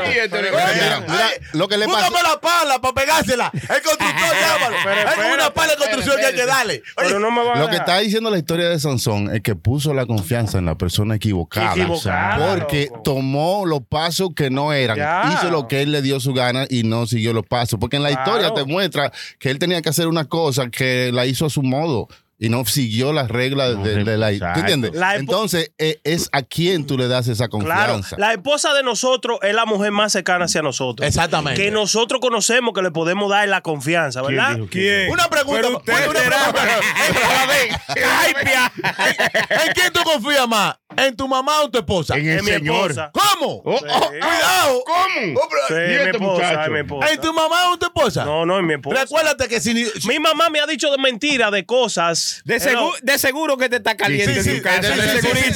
Speaker 5: Mira, mira, lo que le pasa.
Speaker 7: Búscame la pala para pegársela. El constructor, llámalo. Hay una pala de construcción que hay que darle. Oye,
Speaker 6: Pero no me va a
Speaker 5: Lo que
Speaker 6: dejar.
Speaker 5: está diciendo la historia de Sansón es que puso la confianza en la persona equivocada.
Speaker 6: Equivocada,
Speaker 5: Porque
Speaker 6: loco.
Speaker 5: tomó los pasos que no eran.
Speaker 6: Ya.
Speaker 5: Hizo lo que él le dio su gana y no siguió los pasos. Porque en la
Speaker 6: Claro.
Speaker 5: historia te muestra que él tenía que hacer una cosa que la hizo a su modo. Y no siguió las reglas de, de la... ¿Tú
Speaker 4: exacto.
Speaker 5: entiendes?
Speaker 6: La epo-
Speaker 5: Entonces, eh, es a quien tú le das esa
Speaker 6: Claro,
Speaker 5: confianza.
Speaker 6: la esposa de nosotros es la mujer más cercana hacia nosotros.
Speaker 7: Exactamente.
Speaker 6: Que nosotros conocemos que le podemos dar la confianza, ¿verdad?
Speaker 11: ¿Quién?
Speaker 7: Una pregunta.
Speaker 11: Pero usted
Speaker 7: una
Speaker 11: será-
Speaker 7: pregunta. ¿En quién tú confías más? ¿En tu mamá o tu esposa?
Speaker 4: En el
Speaker 6: Es mi
Speaker 4: señor.
Speaker 6: esposa.
Speaker 7: ¿Cómo?
Speaker 4: Oh, oh,
Speaker 7: Cuidado.
Speaker 4: ¿Cómo? ¿Y
Speaker 6: Sí, es mi
Speaker 4: este
Speaker 6: esposa, es
Speaker 4: muchacho?
Speaker 6: mi esposa.
Speaker 7: ¿En tu mamá o tu esposa?
Speaker 6: No, no, es mi esposa.
Speaker 7: Recuérdate que si ni-
Speaker 6: Mi mamá me ha dicho de mentiras, de cosas.
Speaker 3: De, segu- de seguro que te está
Speaker 4: Sí,
Speaker 3: caliente
Speaker 4: sí,
Speaker 3: en
Speaker 4: sí,
Speaker 3: tu casa.
Speaker 4: sí, sí, sí, sí,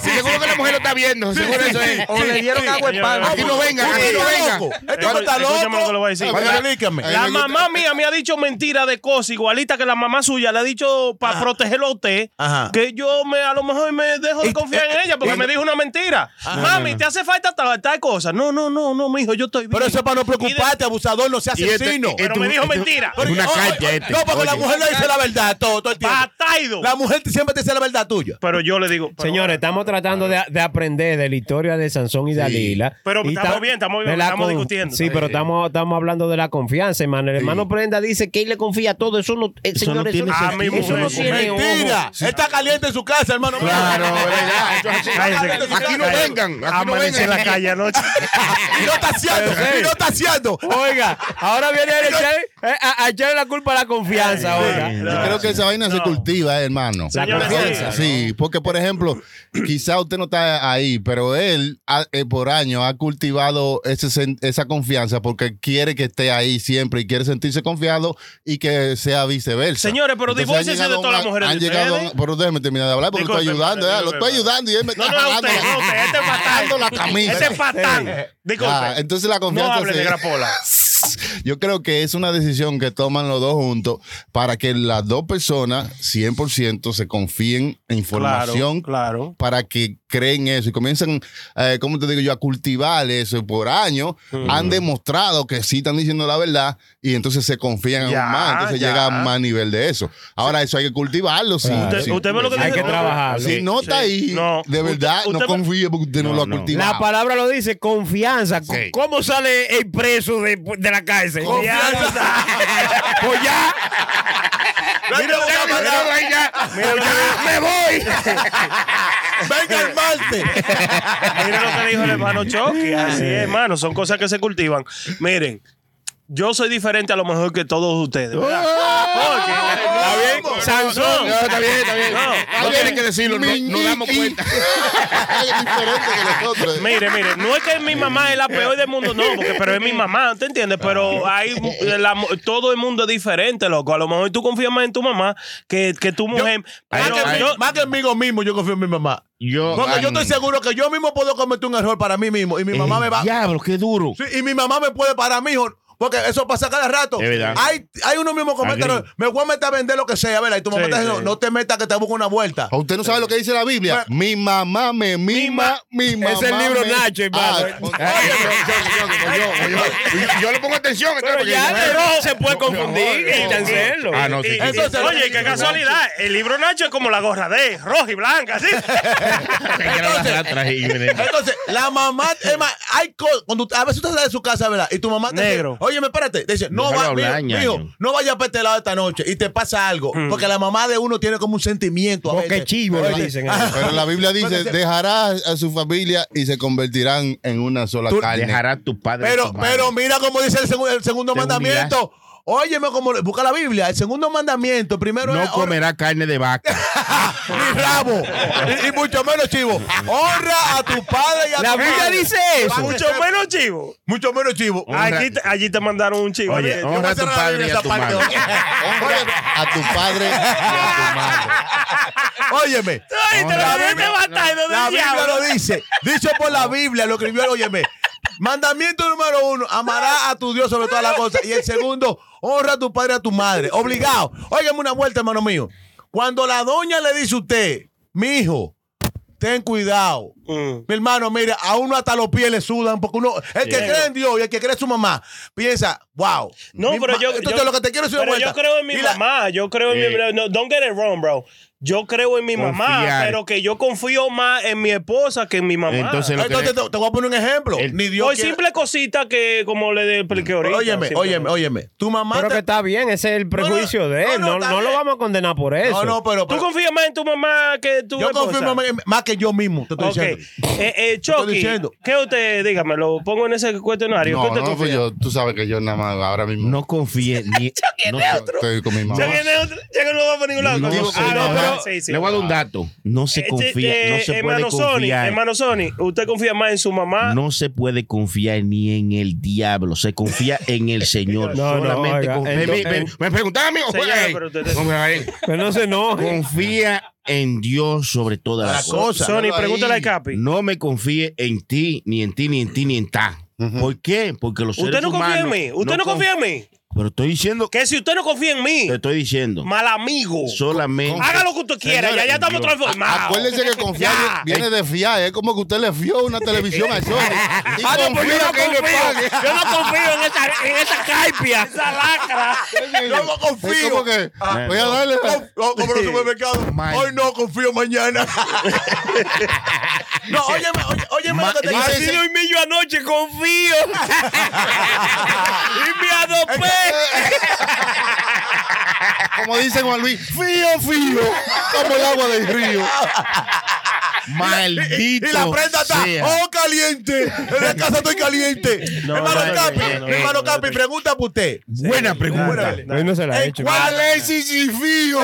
Speaker 4: sí, Seguro que la mujer lo está viendo. Seguro eso es.
Speaker 11: O le dieron agua en
Speaker 6: Señor.
Speaker 11: pan.
Speaker 4: Aquí no venga, aquí no venga.
Speaker 7: loco. Esto no está
Speaker 6: Escúchame lo que le voy a
Speaker 7: loco.
Speaker 6: decir.
Speaker 7: Evangelícame.
Speaker 5: Ay,
Speaker 6: La
Speaker 5: me gusta-
Speaker 6: mamá mía me ha dicho mentiras de cosas, igualita que la mamá suya le ha dicho para
Speaker 7: Ajá.
Speaker 6: protegerlo a usted,
Speaker 7: Ajá. Eh,
Speaker 6: que yo me a lo mejor me dejo de confiar en ella porque me dijo una mentira. Mami, ¿te hace falta tal, tal cosa? No, no, no, no, mijo, yo estoy bien.
Speaker 7: Pero eso es para no preocuparte, abusador, no sea
Speaker 4: Y este-
Speaker 7: asesino.
Speaker 4: este-
Speaker 6: Pero me dijo mentira.
Speaker 4: Es una
Speaker 7: Oye, oye,
Speaker 4: cancha este.
Speaker 7: No, porque la
Speaker 4: Oye.
Speaker 7: mujer le dice la verdad todo, todo el tiempo.
Speaker 6: Bataido.
Speaker 7: La mujer siempre te dice la verdad tuya.
Speaker 6: Pero yo le digo, pero-
Speaker 3: Señores, estamos tratando de, de aprender de la historia de Sansón y Dalila.
Speaker 6: Pero
Speaker 3: Y
Speaker 6: estamos
Speaker 3: ta-
Speaker 6: bien, estamos bien,
Speaker 3: de la
Speaker 6: estamos
Speaker 3: con-
Speaker 6: discutiendo.
Speaker 3: Sí, pero estamos, estamos hablando de la confianza, hermano. El hermano Prenda dice que él le confía todo. Eso no, eh, señores, eso
Speaker 4: tiene
Speaker 3: no-
Speaker 6: sentido. Ah,
Speaker 3: eso no
Speaker 6: Sí,
Speaker 3: tiene ojo.
Speaker 7: Mentira. Está caliente en su casa, hermano.
Speaker 4: Claro, ¿verdad? Eso es así.
Speaker 7: Cállese.
Speaker 4: Aquí no
Speaker 7: Cállese.
Speaker 4: vengan. Aquí no
Speaker 6: Amanecí en
Speaker 4: vengan.
Speaker 6: la calle anoche.
Speaker 7: Y no está haciendo, y no está haciendo.
Speaker 3: Oiga, ahora viene el, a, a echarle la culpa a la confianza ahora.
Speaker 5: Yo creo que esa vaina se cultiva, eh, hermano.
Speaker 3: La Señores,
Speaker 5: confianza. Sí, porque por ejemplo, quizá usted no está ahí, pero él ha- eh, por años ha cultivado ese sen- esa confianza porque quiere que esté ahí siempre y quiere sentirse confiado y que sea viceversa.
Speaker 6: Señores, pero
Speaker 5: Entonces,
Speaker 6: divórciense
Speaker 5: han llegado
Speaker 6: de todas
Speaker 5: a
Speaker 6: las
Speaker 5: una-
Speaker 6: mujeres
Speaker 5: Han
Speaker 6: de
Speaker 5: llegado, a
Speaker 6: ustedes.
Speaker 5: una- pero déjeme terminar de hablar porque lo estoy
Speaker 6: Disculpe,
Speaker 5: ayudando,
Speaker 6: padre,
Speaker 5: eh, lo estoy
Speaker 6: disculpe,
Speaker 5: ayudando y él me
Speaker 6: No,
Speaker 5: está
Speaker 6: no, es
Speaker 5: jalando
Speaker 6: usted,
Speaker 5: la-
Speaker 6: no, usted, este es patán.
Speaker 5: jalando la camisa.
Speaker 6: Este es patán. Disculpe.
Speaker 5: Ah, entonces la confianza
Speaker 6: No hable
Speaker 5: se-
Speaker 6: de Grapola.
Speaker 5: Yo creo que es una decisión que toman los dos juntos para que las dos personas 100% se confíen en información para que creen eso y comiencen, eh, ¿cómo te digo yo?, a cultivar eso por años.
Speaker 6: Mm.
Speaker 5: Han demostrado que sí están diciendo la verdad y entonces se confían
Speaker 6: Ya,
Speaker 5: aún más. Entonces
Speaker 6: ya.
Speaker 5: llega a más nivel de eso. Ahora, eso hay que cultivarlo. Sí,
Speaker 6: Usted-
Speaker 5: sí.
Speaker 6: usted ve lo que
Speaker 5: Hay
Speaker 6: dice-
Speaker 5: que trabajarlo. Si no está ahí, de verdad,
Speaker 3: usted-
Speaker 5: no confíe porque usted no, lo ha cultivado.
Speaker 3: La palabra lo dice, confianza. ¿Cómo sale el preso de, de la cárcel? Confianza. pues ya.
Speaker 8: Mira, mira, mira,
Speaker 3: mira, mira, mira, me voy.
Speaker 8: Venga el
Speaker 6: Miren lo que dijo el hermano Chucky. Así es, hermano. Son cosas que se cultivan. Miren, yo soy diferente a lo mejor que todos ustedes. ¿verdad? Porque-
Speaker 8: ¿Está bien? Sansón.
Speaker 6: No, ¡Oh! está bien, está bien.
Speaker 8: No,
Speaker 6: No
Speaker 8: tiene
Speaker 6: tiene
Speaker 8: que decirlo, no, damos cuenta.
Speaker 6: Mire, mire, no es que mi mamá es la peor del mundo, no, porque, pero es mi mamá, ¿te entiendes? Pero hay la- todo el mundo es diferente, loco. A lo mejor tú confías más en tu mamá que, que tu mujer.
Speaker 7: Más
Speaker 6: pero
Speaker 7: Ah, que, en
Speaker 6: yo-
Speaker 7: mí- más que en mí mismo, yo confío en mi mamá.
Speaker 4: Yo,
Speaker 7: Porque yo estoy
Speaker 4: mm.
Speaker 7: seguro que yo mismo puedo cometer un error para mí mismo. Y mi mamá
Speaker 4: Eh,
Speaker 7: me va.
Speaker 4: Diablo, qué duro.
Speaker 7: Sí, y mi mamá me puede parar, mijo. Porque eso pasa cada rato.
Speaker 4: Es verdad.
Speaker 7: Hay, hay uno mismo que comete
Speaker 4: Agree.
Speaker 7: errores. Me voy a meter a vender lo que sea, ¿verdad? Y tu mamá
Speaker 5: Sí,
Speaker 7: te dice,
Speaker 5: sí.
Speaker 7: no, no te metas que te busco una vuelta.
Speaker 5: ¿A usted no sabe lo que dice la Biblia? Mi mamá me mima, mi mamá.
Speaker 7: Es el libro
Speaker 5: me-
Speaker 7: Nacho, hermano.
Speaker 5: Ah,
Speaker 7: Oye,
Speaker 4: yo- yo le pongo atención.
Speaker 8: Pero
Speaker 6: ya, pero
Speaker 3: se puede
Speaker 6: confundir y
Speaker 8: chancelo.
Speaker 6: Ah, no, sí, sí.
Speaker 8: Entonces,
Speaker 6: Oye, qué casualidad. El libro Nacho es como la gorra de él, roja y blanca, ¿sí?
Speaker 7: Entonces, la mamá, es más, hay cosas. Cuando a veces usted sale de su casa, ¿verdad? Y tu mamá te
Speaker 6: Negro.
Speaker 7: dice, oye, me espérate. Te dice, no
Speaker 6: Déjalo
Speaker 7: va,
Speaker 6: hablar,
Speaker 7: mijo,
Speaker 6: ñaño.
Speaker 7: mijo, no vayas para este lado esta noche. Y te pasa algo.
Speaker 5: Mm.
Speaker 7: Porque la mamá de uno tiene como un sentimiento. a veces. Oye,
Speaker 6: ¿eh?
Speaker 7: ajá.
Speaker 5: Pero la Biblia dice,
Speaker 7: Entonces,
Speaker 5: dejará a su familia y se convertirán en una sola
Speaker 7: Tú-
Speaker 5: carne.
Speaker 7: Dejará
Speaker 4: a tu padre.
Speaker 7: Pero, pero mira cómo dice el, segu- el segundo
Speaker 5: Te
Speaker 7: mandamiento. Óyeme, como le- busca la Biblia. El segundo mandamiento, primero
Speaker 4: No
Speaker 7: es
Speaker 4: comerá carne de vaca.
Speaker 7: ni rabo, y, y mucho menos chivo. Honra a tu padre y a
Speaker 6: La
Speaker 7: tu
Speaker 6: Biblia
Speaker 7: madre.
Speaker 6: dice eso. Mucho menos chivo.
Speaker 7: Mucho menos chivo.
Speaker 6: Allí, te- allí te mandaron un chivo.
Speaker 7: Oye, oh,
Speaker 6: Yo
Speaker 7: honra
Speaker 6: voy
Speaker 7: a tu
Speaker 6: cerrar la
Speaker 7: padre
Speaker 6: Biblia
Speaker 7: y a
Speaker 6: esa
Speaker 7: tu
Speaker 6: parte.
Speaker 7: madre.
Speaker 5: a tu padre y a
Speaker 7: tu madre. Óyeme.
Speaker 6: Ay, te lo
Speaker 7: La
Speaker 6: dije,
Speaker 7: Biblia-
Speaker 6: batalla, ¿dónde
Speaker 7: La Biblia
Speaker 6: diablo? Mm.
Speaker 7: lo dice. Dicho por la Biblia, lo escribió, óyeme. Mandamiento número uno, amará a tu Dios sobre todas las cosas. Y el segundo, honra a tu padre y a tu madre. Obligado. Óigame una vuelta, hermano mío. Cuando la doña le dice a usted, mi hijo, ten cuidado. Mi hermano, mira, a uno hasta los pies le sudan, porque uno, el que
Speaker 6: Sí.
Speaker 7: cree en Dios y el que cree en su mamá, piensa, wow.
Speaker 6: No,
Speaker 7: mi
Speaker 6: pero
Speaker 7: ma-
Speaker 6: yo.
Speaker 7: Entonces
Speaker 6: yo-
Speaker 7: lo que te quiero es una
Speaker 6: pero
Speaker 7: vuelta.
Speaker 6: yo creo en mi
Speaker 7: Y la-
Speaker 6: mamá. Yo creo en
Speaker 7: Sí.
Speaker 6: mi. No, don't get it wrong, bro. Yo creo en mi mamá,
Speaker 7: Confiar.
Speaker 6: pero que yo confío más en mi esposa que en mi mamá.
Speaker 7: Entonces, lo que- Entonces, te- te voy a poner un ejemplo. Ni Dios
Speaker 6: Hoy
Speaker 7: quiere-
Speaker 6: simple cosita que como le expliqué ahorita.
Speaker 7: Óyeme,
Speaker 6: simple
Speaker 7: óyeme, óyeme. Tu mamá
Speaker 3: Pero
Speaker 7: te-
Speaker 3: que está bien, ese es el prejuicio de él. No, no lo vamos a condenar por eso.
Speaker 7: no, pero-
Speaker 6: ¿Tú confías más en tu mamá que tu
Speaker 7: Yo
Speaker 6: esposa?
Speaker 7: confío más- más que yo mismo, te estoy
Speaker 6: Ok.
Speaker 7: diciendo.
Speaker 6: Eh, eh, Chucky,
Speaker 7: diciendo.
Speaker 6: ¿qué usted, dígame, lo pongo en ese cuestionario? ¿Qué
Speaker 5: No,
Speaker 6: usted
Speaker 5: no, pues
Speaker 6: confía?
Speaker 5: yo, tú sabes que yo nada más ahora mismo.
Speaker 4: No confíe ni.
Speaker 5: no estoy con mi mamá.
Speaker 6: Chucky, no, Chucky no va a ningún lado.
Speaker 4: No
Speaker 6: contigo.
Speaker 4: sé,
Speaker 6: Ah, no,
Speaker 4: mamá.
Speaker 6: pero- sí, sí.
Speaker 4: Le voy a dar un dato. No se
Speaker 6: Este,
Speaker 4: confía, no
Speaker 6: eh,
Speaker 4: se puede
Speaker 6: hermano Sony,
Speaker 4: confiar.
Speaker 6: hermano Sony, ¿usted confía más en su mamá?
Speaker 4: No se puede confiar ni en el diablo, se confía en el Señor.
Speaker 3: No, no,
Speaker 4: Solamente
Speaker 3: oiga,
Speaker 4: con- Me-
Speaker 3: entonces-
Speaker 4: me, me preguntaban, amigo,
Speaker 6: Señora,
Speaker 4: juega ahí.
Speaker 6: pero usted-
Speaker 4: Vamos a ver. Confía en Dios sobre todas
Speaker 6: La
Speaker 4: las
Speaker 6: cosa,
Speaker 4: cosas.
Speaker 6: Sony, pregúntale a Capi.
Speaker 4: No me confíe en ti, ni en ti, ni en ti, ni en ta. ¿Por qué? Porque los
Speaker 6: ¿Usted
Speaker 4: seres
Speaker 6: no confía en
Speaker 4: humanos
Speaker 6: mí? ¿Usted no
Speaker 4: conf-
Speaker 6: confía en mí?
Speaker 4: Pero estoy diciendo.
Speaker 6: Que si usted no confía en mí.
Speaker 4: Te estoy diciendo.
Speaker 6: Mal amigo.
Speaker 4: Solamente.
Speaker 6: Haga lo que usted quiera,
Speaker 5: Señores,
Speaker 6: ya, ya estamos
Speaker 5: Dios.
Speaker 6: transformados.
Speaker 5: Acuérdense Pues que confiar
Speaker 6: Ya.
Speaker 5: viene de fiar. Es como que usted le fió una televisión a Sony. Y
Speaker 8: Ah, no, pues yo
Speaker 5: confía
Speaker 8: no
Speaker 5: que él le
Speaker 8: confío.
Speaker 5: pague.
Speaker 8: Yo no confío en esa, en esa caipia.
Speaker 6: Esa lacra.
Speaker 7: Yo no
Speaker 5: Es
Speaker 7: confío.
Speaker 5: como que
Speaker 7: Ah,
Speaker 5: voy a darle la-
Speaker 7: no, no, como en el supermercado. Hoy no confío mañana. no, óyeme, oye- óyeme lo que te
Speaker 8: Así
Speaker 7: dice.
Speaker 8: lo
Speaker 3: y yo anoche, confío.
Speaker 8: y me
Speaker 6: pues.
Speaker 8: adopé.
Speaker 5: eh. Como dice Juan Luis, fío, fío, como el agua del río.
Speaker 4: Maldito.
Speaker 7: Y la prenda está,
Speaker 4: sea.
Speaker 7: oh, caliente. En la casa estoy caliente.
Speaker 4: No,
Speaker 7: hermano
Speaker 4: no, no,
Speaker 7: Capi,
Speaker 4: no, no, no,
Speaker 7: hermano
Speaker 4: no,
Speaker 7: Capi, pregunta para usted.
Speaker 4: Buena pregunta.
Speaker 3: Hoy no se la he hecho.
Speaker 7: ¿Cuál es Sisifío?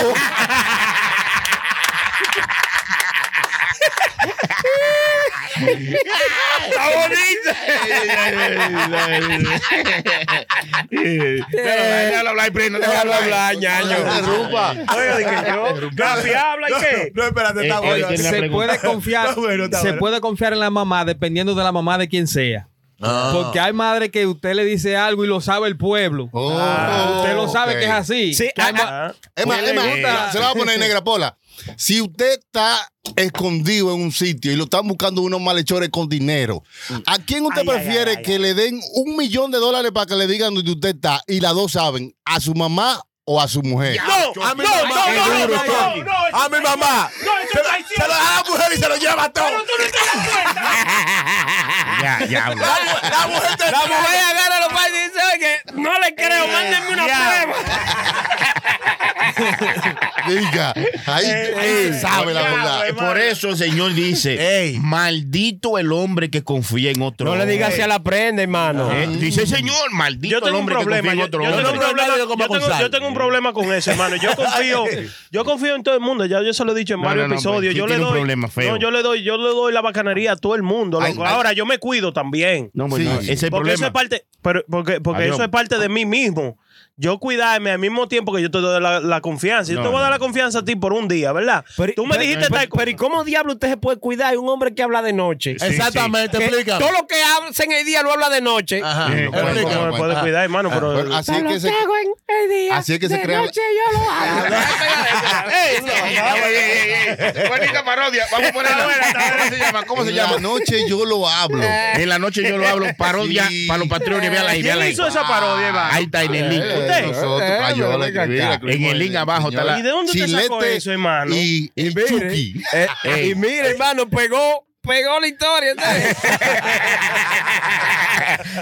Speaker 7: Eh,
Speaker 4: Déjalo hablar, prenda. Déjalo hablar, ñaño.
Speaker 6: Oiga, de que yo. Capi, habla y qué.
Speaker 7: No, espérate,
Speaker 6: Eh,
Speaker 7: está bueno.
Speaker 12: se puede confiar
Speaker 7: Está bueno, está
Speaker 12: se
Speaker 7: bueno.
Speaker 12: puede confiar en la mamá dependiendo de la mamá de quien sea
Speaker 7: Ah.
Speaker 12: Porque hay madre que usted le dice algo y lo sabe el pueblo. Ah, usted lo sabe
Speaker 5: ok.
Speaker 12: que es así.
Speaker 3: Oh, Sí,
Speaker 12: Que hay
Speaker 3: ah,
Speaker 12: ma-
Speaker 5: Emma,
Speaker 12: Pues le
Speaker 5: Emma,
Speaker 12: gusta.
Speaker 5: se la va a poner negra pola. Si usted está escondido en un sitio y lo están buscando unos malhechores con dinero, ¿a quién usted
Speaker 6: Ay, ay,
Speaker 5: prefiere
Speaker 6: ay, ay,
Speaker 5: que le den un millón de dólares para que le digan dónde usted está? Y las dos saben, a su mamá o a su mujer.
Speaker 7: No, a mi mamá.
Speaker 6: no, no, no,
Speaker 7: Duro,
Speaker 6: no,
Speaker 7: Tony.
Speaker 6: no, eso
Speaker 7: A mi mamá.
Speaker 6: No, eso
Speaker 7: Se
Speaker 6: está
Speaker 7: se lo deja a la mujer y se lo lleva todo.
Speaker 6: tú no te das cuenta.
Speaker 4: Ya, ya.
Speaker 7: La, mu- la mujer te
Speaker 3: La mujer agarra los padres y dice, oye, no le creo, mándenme una prueba.
Speaker 5: Diga, ahí,
Speaker 4: Eh,
Speaker 5: ahí se sabe la verdad.
Speaker 4: Por eso el Señor dice,
Speaker 7: Ey.
Speaker 4: maldito el hombre que confía en otro
Speaker 3: No le
Speaker 4: hombre.
Speaker 3: digas si a la prenda, hermano.
Speaker 4: Eh, Dice, Señor, maldito
Speaker 6: Yo
Speaker 4: el
Speaker 6: tengo un
Speaker 4: hombre que confía
Speaker 6: problema.
Speaker 4: en
Speaker 6: Yo,
Speaker 4: otro
Speaker 6: yo tengo
Speaker 4: hombre.
Speaker 6: un
Speaker 7: No, no,
Speaker 6: problema.
Speaker 7: no, no, como
Speaker 6: Yo tengo,
Speaker 7: acusar.
Speaker 6: yo tengo un problema con eso, hermano. Yo confío, yo confío en todo el mundo. Ya yo se lo he dicho en
Speaker 4: No,
Speaker 6: varios
Speaker 4: no, no,
Speaker 6: episodios.
Speaker 4: pero
Speaker 6: Yo
Speaker 4: sí
Speaker 6: le
Speaker 4: tiene un
Speaker 6: doy,
Speaker 4: problema feo.
Speaker 6: no, yo le doy, yo le doy la bacanería a todo el mundo.
Speaker 5: Ay,
Speaker 6: loco.
Speaker 5: ay.
Speaker 6: Ahora yo me cuido también.
Speaker 4: No, pues,
Speaker 5: Sí.
Speaker 4: no, ese es el
Speaker 6: porque
Speaker 4: problema.
Speaker 6: eso es parte, pero- porque, porque
Speaker 4: Adiós.
Speaker 6: eso es parte de mí mismo. Yo cuidarme al mismo tiempo que yo te doy la, la confianza. Yo
Speaker 4: No,
Speaker 6: te voy a
Speaker 4: no.
Speaker 6: dar la confianza a ti por un día, ¿verdad? Tú me dijiste
Speaker 3: pero,
Speaker 6: tal cosa.
Speaker 3: pero ¿y cómo diablo usted se puede cuidar de un hombre que habla de noche?
Speaker 4: Sí,
Speaker 7: Exactamente,
Speaker 3: Que
Speaker 7: explica.
Speaker 3: todo lo que hace en el día lo habla de noche.
Speaker 7: Ajá.
Speaker 4: Sí,
Speaker 6: Bueno,
Speaker 7: explica.
Speaker 6: ¿cómo me puedes cuidar, hermano?
Speaker 4: Ah,
Speaker 6: Pero,
Speaker 5: Bueno, así es que se,
Speaker 3: en el día.
Speaker 5: así es que se crea.
Speaker 3: yo lo hago.
Speaker 4: ah. Bonita parodia. Vamos a ponerla. ¿Cómo se llama? ¿Cómo se
Speaker 5: En la
Speaker 4: llama? Eh.
Speaker 5: noche yo lo hablo.
Speaker 4: En la noche yo lo hablo. Parodia
Speaker 5: Sí.
Speaker 4: para los patrones. Véala ahí,
Speaker 6: ¿Quién
Speaker 4: véala ahí.
Speaker 6: hizo esa parodia, Iván?
Speaker 4: Ahí está en el link.
Speaker 5: Eh,
Speaker 6: Usted.
Speaker 5: nosotros, Crayola,
Speaker 3: venga acá.
Speaker 5: mira,
Speaker 4: En el link abajo está la-
Speaker 6: ¿Y de dónde usted sacó
Speaker 5: Chilete
Speaker 6: eso, hermano?
Speaker 5: Y, y
Speaker 3: mire.
Speaker 5: Chucky.
Speaker 3: Eh, Y mire, hermano, pegó, pegó la historia. ¿sabes?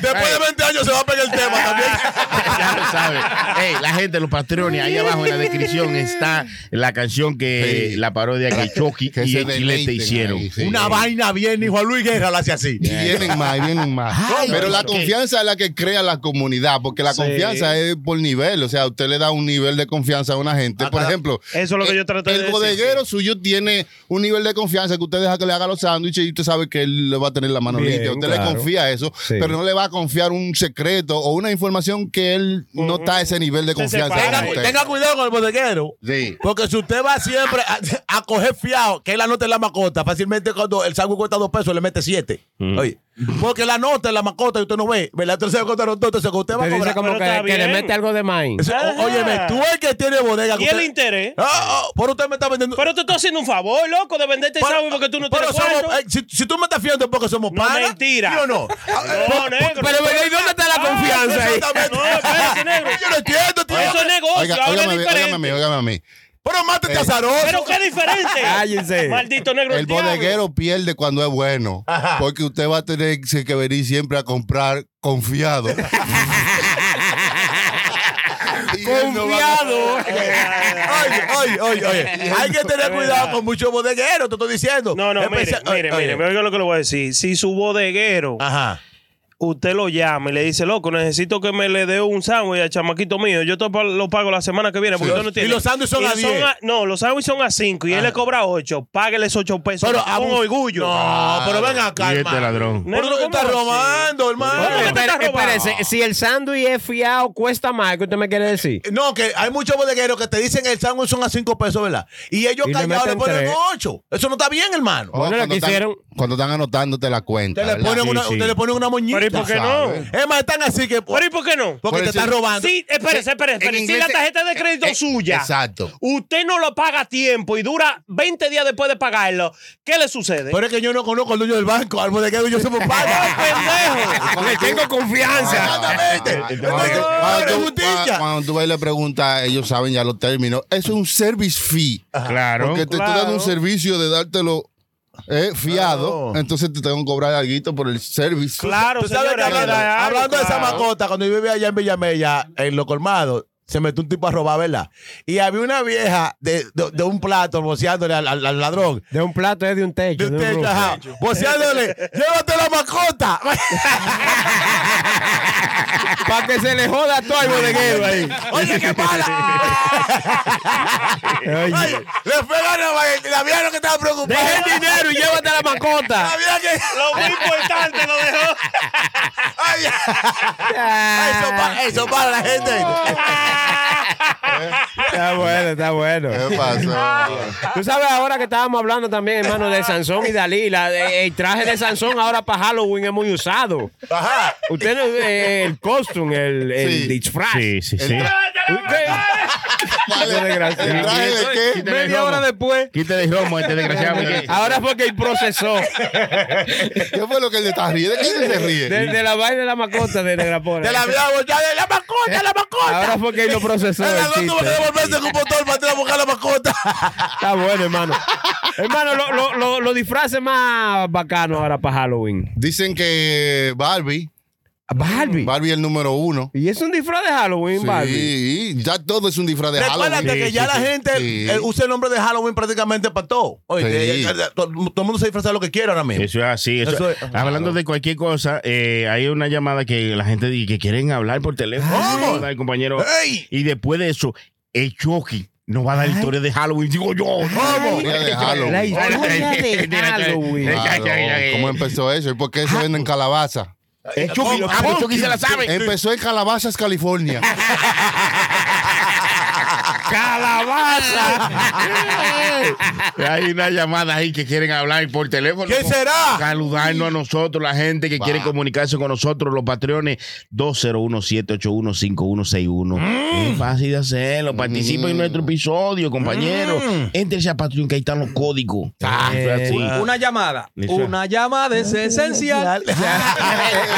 Speaker 7: Después de 20 años se va a pegar el tema también.
Speaker 4: ya lo sabe. Ey, la gente, los patrones, ahí abajo en la descripción está la canción que,
Speaker 5: Sí.
Speaker 4: la parodia que Chucky
Speaker 5: Que
Speaker 4: y
Speaker 5: se
Speaker 4: el Chilete
Speaker 5: deleiten
Speaker 4: hicieron.
Speaker 5: ahí, sí.
Speaker 7: Una vaina bien, hijo. A Luis Guerra la hace así.
Speaker 5: Y vienen más, y vienen más.
Speaker 4: Ay,
Speaker 5: Pero la
Speaker 4: ¿por qué?
Speaker 5: confianza es la que crea la comunidad, porque la confianza es por nivel. O sea, usted le da un nivel de confianza a una gente. Por ejemplo,
Speaker 6: Eso es lo que
Speaker 5: el-
Speaker 6: yo traté de
Speaker 5: El
Speaker 6: decir,
Speaker 5: bodeguero suyo tiene un nivel de confianza que usted deja que le haga los sándwiches y usted sabe que él le va a tener la mano
Speaker 3: Bien,
Speaker 5: limpia. Usted
Speaker 3: claro.
Speaker 5: le confía eso, pero no le va a confiar un secreto o una información que él no está a ese nivel de
Speaker 6: Se
Speaker 5: confianza.
Speaker 6: separa,
Speaker 5: con
Speaker 7: Tenga,
Speaker 6: eh.
Speaker 5: usted.
Speaker 7: tenga cuidado con el bodeguero.
Speaker 5: Sí.
Speaker 7: Porque si usted va siempre a, a coger fiado, que él anota en la macota, fácilmente cuando el sándwich cuesta dos pesos, le mete siete. Oye, porque la nota en la macota y usted no ve, ¿verdad? Entonces se cuesta los dos, entonces cuando usted va
Speaker 3: Te
Speaker 7: a
Speaker 3: dice
Speaker 7: cobrar.
Speaker 3: como
Speaker 6: pero
Speaker 3: que,
Speaker 6: está
Speaker 3: que le
Speaker 6: bien.
Speaker 3: mete algo de maíz.
Speaker 7: Ese- o- Óyeme, tú el que tiene bodega. que
Speaker 6: ¿Y el
Speaker 7: usted-
Speaker 6: interés?
Speaker 7: Ah, ah, por usted me está vendiendo.
Speaker 6: Pero te estoy haciendo un favor, loco, de venderte el
Speaker 7: Pero-
Speaker 6: sándwich porque tú no
Speaker 7: pero
Speaker 6: tienes
Speaker 7: somos-
Speaker 6: cuarto.
Speaker 7: eh, si, si tú me estás fiando es porque somos
Speaker 6: No,
Speaker 7: panas.
Speaker 6: mentira.
Speaker 7: ¿Sí o no? Ah, eh,
Speaker 6: No, negro.
Speaker 3: Pero, pero, ¿y dónde está la
Speaker 6: Ah,
Speaker 3: confianza ahí?
Speaker 7: exactamente.
Speaker 6: No, espérate, negro.
Speaker 7: Yo no entiendo, tío.
Speaker 6: Eso es negocio,
Speaker 5: Oiga,
Speaker 6: ahora
Speaker 5: óigame,
Speaker 6: es
Speaker 5: a mí,
Speaker 6: diferente.
Speaker 5: óigame a mí, óigame a mí.
Speaker 7: Pero mátate a
Speaker 6: Pero qué diferente.
Speaker 3: Cállense.
Speaker 6: Maldito negro.
Speaker 5: El
Speaker 6: diablo.
Speaker 5: bodeguero pierde cuando es bueno,
Speaker 7: Ajá.
Speaker 5: porque usted va a tener que venir siempre a comprar confiado. Y él no va a-
Speaker 3: Confiado.
Speaker 7: Oye, oye, oye, oye. Hay que tener cuidado con muchos bodegueros, te estoy diciendo.
Speaker 6: No, no, mire,
Speaker 7: Especial-
Speaker 6: mire,
Speaker 7: oye,
Speaker 6: mire,
Speaker 7: oye.
Speaker 6: mire, oiga lo que le voy a decir. Si su bodeguero,
Speaker 7: Ajá.
Speaker 6: usted lo llama y le dice, loco, necesito que me le dé un sándwich al chamaquito mío. Yo te pa- lo pago la semana que viene. Porque
Speaker 7: Sí.
Speaker 6: usted no
Speaker 7: Y
Speaker 6: tiene.
Speaker 7: los sándwiches son a 10.
Speaker 6: No, los sándwiches son a 5 y él le cobra 8. Páguele esos 8 pesos.
Speaker 7: Pero ah,
Speaker 6: con
Speaker 7: abu-
Speaker 6: orgullo.
Speaker 7: No, pero ven acá,
Speaker 4: Y este
Speaker 7: hermano.
Speaker 4: ladrón.
Speaker 7: Pero tú estás
Speaker 6: ¿Cómo así?
Speaker 7: robando,
Speaker 6: ¿Cómo que
Speaker 7: hermano.
Speaker 6: te estás
Speaker 3: Espere-
Speaker 6: robando?
Speaker 3: espérese, si el sándwich es fiado, cuesta más. ¿Qué usted me quiere decir?
Speaker 7: No, que hay muchos bodegueros que te dicen el sándwich son a cinco pesos, ¿verdad? Y ellos
Speaker 3: Y le
Speaker 7: callados le
Speaker 3: meten
Speaker 7: ponen
Speaker 3: tres.
Speaker 7: ocho. Eso no está bien, hermano.
Speaker 5: Oh,
Speaker 3: Bueno, lo
Speaker 5: cuando
Speaker 3: que
Speaker 5: están-
Speaker 3: hicieron-
Speaker 5: Cuando están anotándote la cuenta.
Speaker 7: Usted le
Speaker 5: ¿verdad?
Speaker 7: ponen una,
Speaker 4: sí.
Speaker 7: usted le pone una moñita.
Speaker 6: Pero ¿y por qué
Speaker 5: sabe.
Speaker 6: no?
Speaker 7: Es más, están así que.
Speaker 6: Pero ¿y por qué no?
Speaker 7: Porque
Speaker 5: Por
Speaker 7: te
Speaker 5: eso-
Speaker 7: están robando.
Speaker 6: Sí, espérese, espérese,
Speaker 5: En
Speaker 6: espérese. Si
Speaker 5: inglés
Speaker 6: la
Speaker 5: se-
Speaker 6: tarjeta de crédito
Speaker 5: Eh, eh,
Speaker 6: suya,
Speaker 5: Exacto.
Speaker 6: usted no lo paga a tiempo y dura 20 días después de pagarlo, ¿qué le sucede?
Speaker 7: Pero es que yo no conozco al dueño del banco, al bodeguero yo somos
Speaker 6: ¡Ay,
Speaker 7: padres.
Speaker 6: pendejo!
Speaker 3: Le tengo confianza.
Speaker 7: Exactamente.
Speaker 5: Cuando tú-
Speaker 7: Entonces,
Speaker 5: cuando tú-
Speaker 7: justicia.
Speaker 5: Cuando tú vas y le preguntas, ellos saben ya los términos. Eso es un service fee.
Speaker 4: Claro.
Speaker 5: Porque te
Speaker 6: Claro.
Speaker 5: estoy dando un servicio de dártelo eh, fiado.
Speaker 7: Claro.
Speaker 5: Entonces te tengo que cobrar algo por el service.
Speaker 6: Claro,
Speaker 7: Tú sabes
Speaker 6: señores,
Speaker 7: que hablando,
Speaker 6: hay que dar algo,
Speaker 7: hablando de esa
Speaker 6: claro.
Speaker 7: macota, cuando yo vivía allá en Villamella, en Lo Colmado, se metió un tipo a robar, ¿verdad? Y había una vieja de, de- de un plato boceándole al, al- al ladrón.
Speaker 3: De un plato es de un techo.
Speaker 7: De un
Speaker 3: de un
Speaker 7: techo,
Speaker 3: roof.
Speaker 7: ajá. Boceándole, llévate la mascota.
Speaker 12: Para que se le joda todo el bodeguero ahí.
Speaker 7: Oye, qué mala.
Speaker 3: Oye,
Speaker 7: le pegaron a la vieja que estaba preocupada.
Speaker 8: Deja el dinero y llévate
Speaker 3: la mascota.
Speaker 7: La vieja que... Lo muy importante lo dejó. Ay, eso, para, eso para la gente.
Speaker 3: Está bueno, está bueno.
Speaker 5: ¿Qué pasó?
Speaker 3: Tú sabes ahora que estábamos hablando también, hermano, de Sansón y Dalí. la- eh, el traje de Sansón ahora para Halloween es muy usado.
Speaker 7: Ajá.
Speaker 3: Usted no- eh, el costume, el, el
Speaker 4: Sí.
Speaker 3: disfraz.
Speaker 4: Sí, sí, sí.
Speaker 3: Usted- Qué desgraciado.
Speaker 12: Media hora después.
Speaker 4: Quítale el romo a este desgraciado. porque-
Speaker 3: Ahora fue que él procesó.
Speaker 5: ¿Qué fue lo que él está riendo? ¿De qué él se ríe?
Speaker 3: De, de la vaina de la macota de Negra Pola.
Speaker 7: De la vieja bochada, de la mascota, la mascota.
Speaker 3: Ahora fue que él lo procesó.
Speaker 7: El
Speaker 3: el
Speaker 7: ladrón tuvo que
Speaker 3: chiste.
Speaker 7: devolverse con un motor para atrás a buscar la mascota.
Speaker 3: Está bueno, hermano. hermano, lo, lo, lo, lo disfraces más bacano ahora para Halloween.
Speaker 5: Dicen que Barbie.
Speaker 3: Barbie.
Speaker 5: Barbie es el número uno.
Speaker 3: Y es un disfraz de Halloween, Barbie.
Speaker 5: Sí, ya todo es un disfraz de
Speaker 7: Recuérdate
Speaker 5: Halloween.
Speaker 7: que ya la gente
Speaker 5: Sí.
Speaker 7: eh, usa el nombre de Halloween prácticamente para todo. Oye,
Speaker 4: Sí.
Speaker 7: eh, eh, todo, todo el mundo se disfraza de lo que quiera ahora mismo.
Speaker 4: Eso es así. eso-
Speaker 7: Eso es-
Speaker 4: Hablando de cualquier cosa, eh, hay una llamada que la gente dice que quieren hablar por teléfono.
Speaker 5: Ah,
Speaker 4: ¿Verdad, el compañero. Y después de eso, el Chucky nos va a dar historia de Halloween. Digo yo.
Speaker 5: Ay. La historia de Halloween. La historia
Speaker 3: de Halloween.
Speaker 5: Claro, ¿Cómo empezó eso? ¿Y por qué se
Speaker 4: Ah.
Speaker 5: venden calabaza?
Speaker 4: El Chucky, lo- ah, el Chucky se la sabe.
Speaker 5: Empezó en Calabazas, California.
Speaker 4: Hay una llamada ahí que quieren hablar por teléfono.
Speaker 7: ¿Quién será?
Speaker 4: Saludarnos a nosotros, la gente que quiere comunicarse con nosotros, los patrones. 201-781-5161. Es fácil de hacerlo. Participa en nuestro episodio, compañero. Éntrese a Patreon, que ahí están los códigos. Eso es así.
Speaker 12: Una llamada.
Speaker 4: Eso es.
Speaker 12: Una llamada es esencial.
Speaker 4: La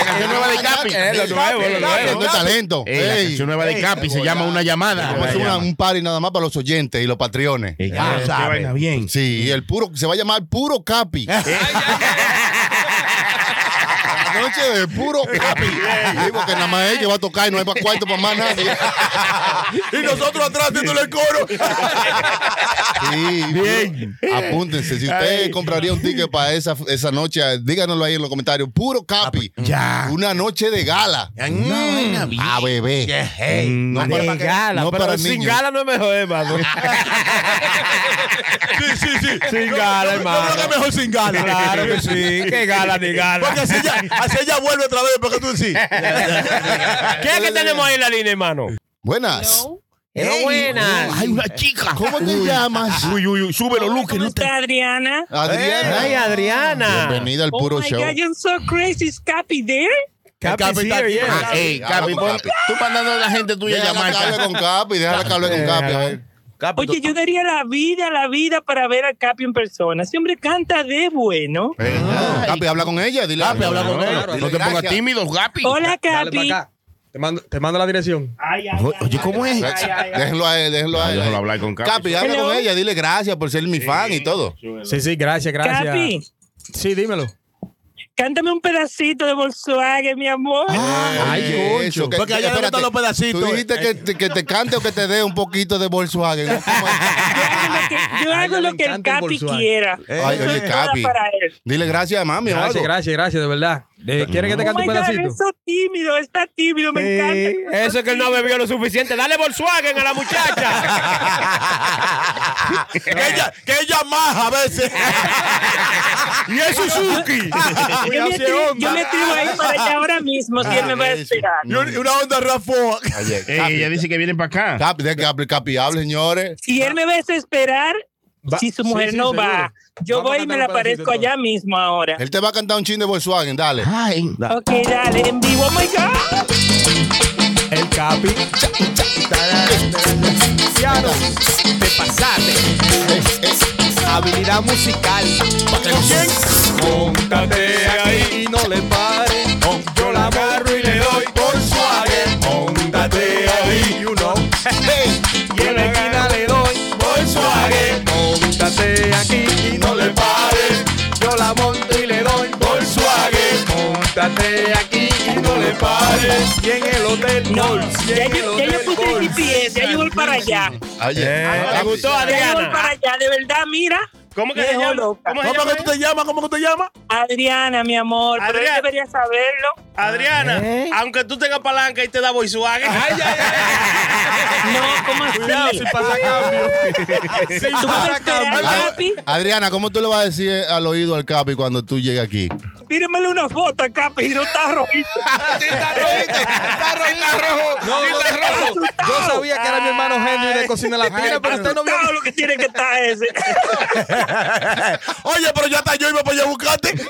Speaker 4: canción nueva de Capi.
Speaker 3: Es lo nuevo, lo nuevo.
Speaker 5: Haciendo este talento.
Speaker 4: Eh, la
Speaker 5: Ey.
Speaker 4: canción nueva de Capi se llama Una llamada.
Speaker 5: Vamos a hacer una- un party nada más para los oyentes y los patriones.
Speaker 4: Eh,
Speaker 5: Ah,
Speaker 4: que
Speaker 5: sabe.
Speaker 4: vaina bien.
Speaker 5: Sí, el puro, se va a llamar Puro Capi. La noche de Puro Capi. Sí, porque nada más ella va a tocar y no hay para cuarto para más nadie.
Speaker 7: Y nosotros atrás haciéndole el coro.
Speaker 5: Sí,
Speaker 4: Bien.
Speaker 5: puro- apúntense. Si usted
Speaker 4: Ay.
Speaker 5: compraría un ticket para esa, esa noche, díganoslo ahí en los comentarios. Puro Capi.
Speaker 4: Ya.
Speaker 5: Una noche de gala. Mm. A bebé.
Speaker 4: Mm,
Speaker 5: No
Speaker 4: de-
Speaker 5: para,
Speaker 3: De gala,
Speaker 5: no eh,
Speaker 3: pero
Speaker 5: para
Speaker 3: sin
Speaker 5: niños.
Speaker 3: gala no es mejor, hermano.
Speaker 7: Sí, sí, sí.
Speaker 3: Sin
Speaker 7: Yo- yo-
Speaker 3: gala, hermano.
Speaker 7: Yo creo que mejor sin gala.
Speaker 3: Claro que sí, que gala ni gala.
Speaker 7: Porque así ella, así ella vuelve otra vez, porque tú decís.
Speaker 3: ¿Qué es que tenemos ahí en la línea, hermano?
Speaker 5: Buenas.
Speaker 3: Pero buenas.
Speaker 12: ¡Oh,
Speaker 4: Hay una chica.
Speaker 5: ¿Cómo te llamas?
Speaker 4: Uy, uy, uy, súbelo, Luke.
Speaker 13: ¿Cómo
Speaker 4: No te...
Speaker 13: está Adriana?
Speaker 5: Adriana.
Speaker 3: Ay, Adriana.
Speaker 5: Bienvenida al
Speaker 13: Oh
Speaker 5: puro
Speaker 13: my
Speaker 5: show.
Speaker 13: God, you're so crazy. Is Capi there?
Speaker 3: Capi's
Speaker 7: Capi está
Speaker 3: here,
Speaker 7: aquí.
Speaker 3: yeah.
Speaker 4: Ah,
Speaker 12: eh.
Speaker 4: ey, Capi,
Speaker 5: Habla con
Speaker 4: pon-
Speaker 5: Capi.
Speaker 4: tú mandando a la gente tuya a
Speaker 5: Déjala
Speaker 4: llamar.
Speaker 5: que hable con Capi, déjala que hable con Capi. a ver.
Speaker 12: pues,
Speaker 7: Capi,
Speaker 13: Oye,
Speaker 7: tú-
Speaker 13: yo daría la vida, la vida para ver a Capi en persona. Siempre canta de bueno.
Speaker 5: Ah, Capi, habla con ella. Dile,
Speaker 7: Capi, habla con
Speaker 4: No,
Speaker 7: él.
Speaker 4: no te pongas
Speaker 5: gracias.
Speaker 4: tímido, Capi.
Speaker 13: Hola,
Speaker 12: Dale
Speaker 13: Capi.
Speaker 12: para acá. Te mando, te mando la dirección.
Speaker 13: Ay, ay,
Speaker 4: O-
Speaker 13: ay,
Speaker 4: Oye,
Speaker 13: ay,
Speaker 4: ¿cómo es?
Speaker 13: ay, ay, ay.
Speaker 5: Déjenlo a él, déjenlo a él.
Speaker 4: Déjalo hablar con Capi.
Speaker 5: Capi, habla
Speaker 13: Hello.
Speaker 5: con ella, dile gracias por ser mi fan y todo.
Speaker 12: Sí, sí, gracias, gracias.
Speaker 13: Capi,
Speaker 12: Sí, dímelo.
Speaker 13: cántame un pedacito de Volkswagen, mi amor.
Speaker 12: Ah,
Speaker 5: Ay, eso, que-
Speaker 7: Porque allá le
Speaker 5: espérate,
Speaker 7: gustan los pedacitos.
Speaker 4: eh.
Speaker 5: Tú dijiste que, te- que te cante o que te dé un poquito de Volkswagen. ¿no?
Speaker 13: Yo hago lo que, yo
Speaker 12: a ella
Speaker 13: hago
Speaker 12: le
Speaker 13: lo que
Speaker 12: encanta
Speaker 13: el
Speaker 12: el Eh,
Speaker 13: Capi
Speaker 12: Volkswagen.
Speaker 13: quiera.
Speaker 5: Ay,
Speaker 13: Yo
Speaker 5: oye,
Speaker 13: soy toda
Speaker 5: Capi.
Speaker 13: Para él.
Speaker 5: Dile gracias a mami o
Speaker 12: Gracias,
Speaker 5: algo.
Speaker 12: gracias, gracias, de verdad. Eh, ¿Quieres que te
Speaker 13: Oh
Speaker 12: cante
Speaker 13: my
Speaker 12: un
Speaker 13: God,
Speaker 12: pedacito?
Speaker 13: es so tímido, está tímido, me
Speaker 14: Eh,
Speaker 3: Sí,
Speaker 13: encanta.
Speaker 3: eso es que él no bebió lo suficiente. Dale Volkswagen a la muchacha.
Speaker 7: que ella, que ella maja a veces.
Speaker 3: y es Suzuki.
Speaker 13: Yo me, atrevo, yo me atrevo a ir para allá ahora mismo, si él me va a
Speaker 5: Ah, eso.
Speaker 13: esperar.
Speaker 7: Y un- y una onda Rafa.
Speaker 5: Oye,
Speaker 4: Ey,
Speaker 5: Capi,
Speaker 4: ella dice que vienen para acá.
Speaker 5: Capi, deja que hable Capi, hable, señores.
Speaker 13: Si él me va a desesperar,
Speaker 12: Va-
Speaker 13: si su
Speaker 12: sí,
Speaker 13: mujer
Speaker 12: sí,
Speaker 13: no
Speaker 12: seguro.
Speaker 13: va, yo
Speaker 12: Vamos a
Speaker 13: voy y me la
Speaker 12: cantar un pedacito
Speaker 13: aparezco allá mismo ahora.
Speaker 5: Él te va a cantar un chin de Volkswagen, dale.
Speaker 4: Ay,
Speaker 13: Ok, dale, en vivo, oh my God.
Speaker 12: El Capi. Piano, te pasaste. Habilidad musical. Montate ahí y no le pares. Yo la agarro y le doy por suave. Montate ahí, you know. Y en la esquina le doy por suave. Montate aquí y no le pares. Yo la monto y le doy por suave. Montate aquí y no le el party y en el hotel.
Speaker 13: No,
Speaker 12: Gold, y
Speaker 13: ya
Speaker 12: en el
Speaker 13: yo, ya yo
Speaker 12: hotel
Speaker 13: puse el
Speaker 12: Gold.
Speaker 13: GPS, ya yo voy para allá.
Speaker 6: Eh,
Speaker 12: ¿Te gustó,
Speaker 13: Ya yo voy
Speaker 12: Adriana?
Speaker 13: para allá, de verdad, mira.
Speaker 6: ¿Cómo
Speaker 12: que se llama? ¿Cómo se ¿Cómo llama que tú
Speaker 13: te llamas? ¿Cómo que te llamas? Adriana, mi amor. Pero él
Speaker 6: Adriana.
Speaker 13: debería saberlo.
Speaker 6: Adriana, aunque tú tengas palanca y te da Volkswagen.
Speaker 13: No, ¿cómo así?
Speaker 6: Cuidado, sin pasacambio.
Speaker 13: Sin pasacambio.
Speaker 5: Ad- Adriana, ¿cómo tú le vas a decir al oído al Capi cuando tú llegues aquí?
Speaker 13: Tíremele una foto acá, pero está rojito.
Speaker 12: No, no, de rojo. Yo sabía que era mi hermano Henry de Cocina Latina, pero usted no vio.
Speaker 13: lo que tiene que estar ese.
Speaker 12: Oye, pero ya está yo iba para allá a buscarte.
Speaker 13: Eh,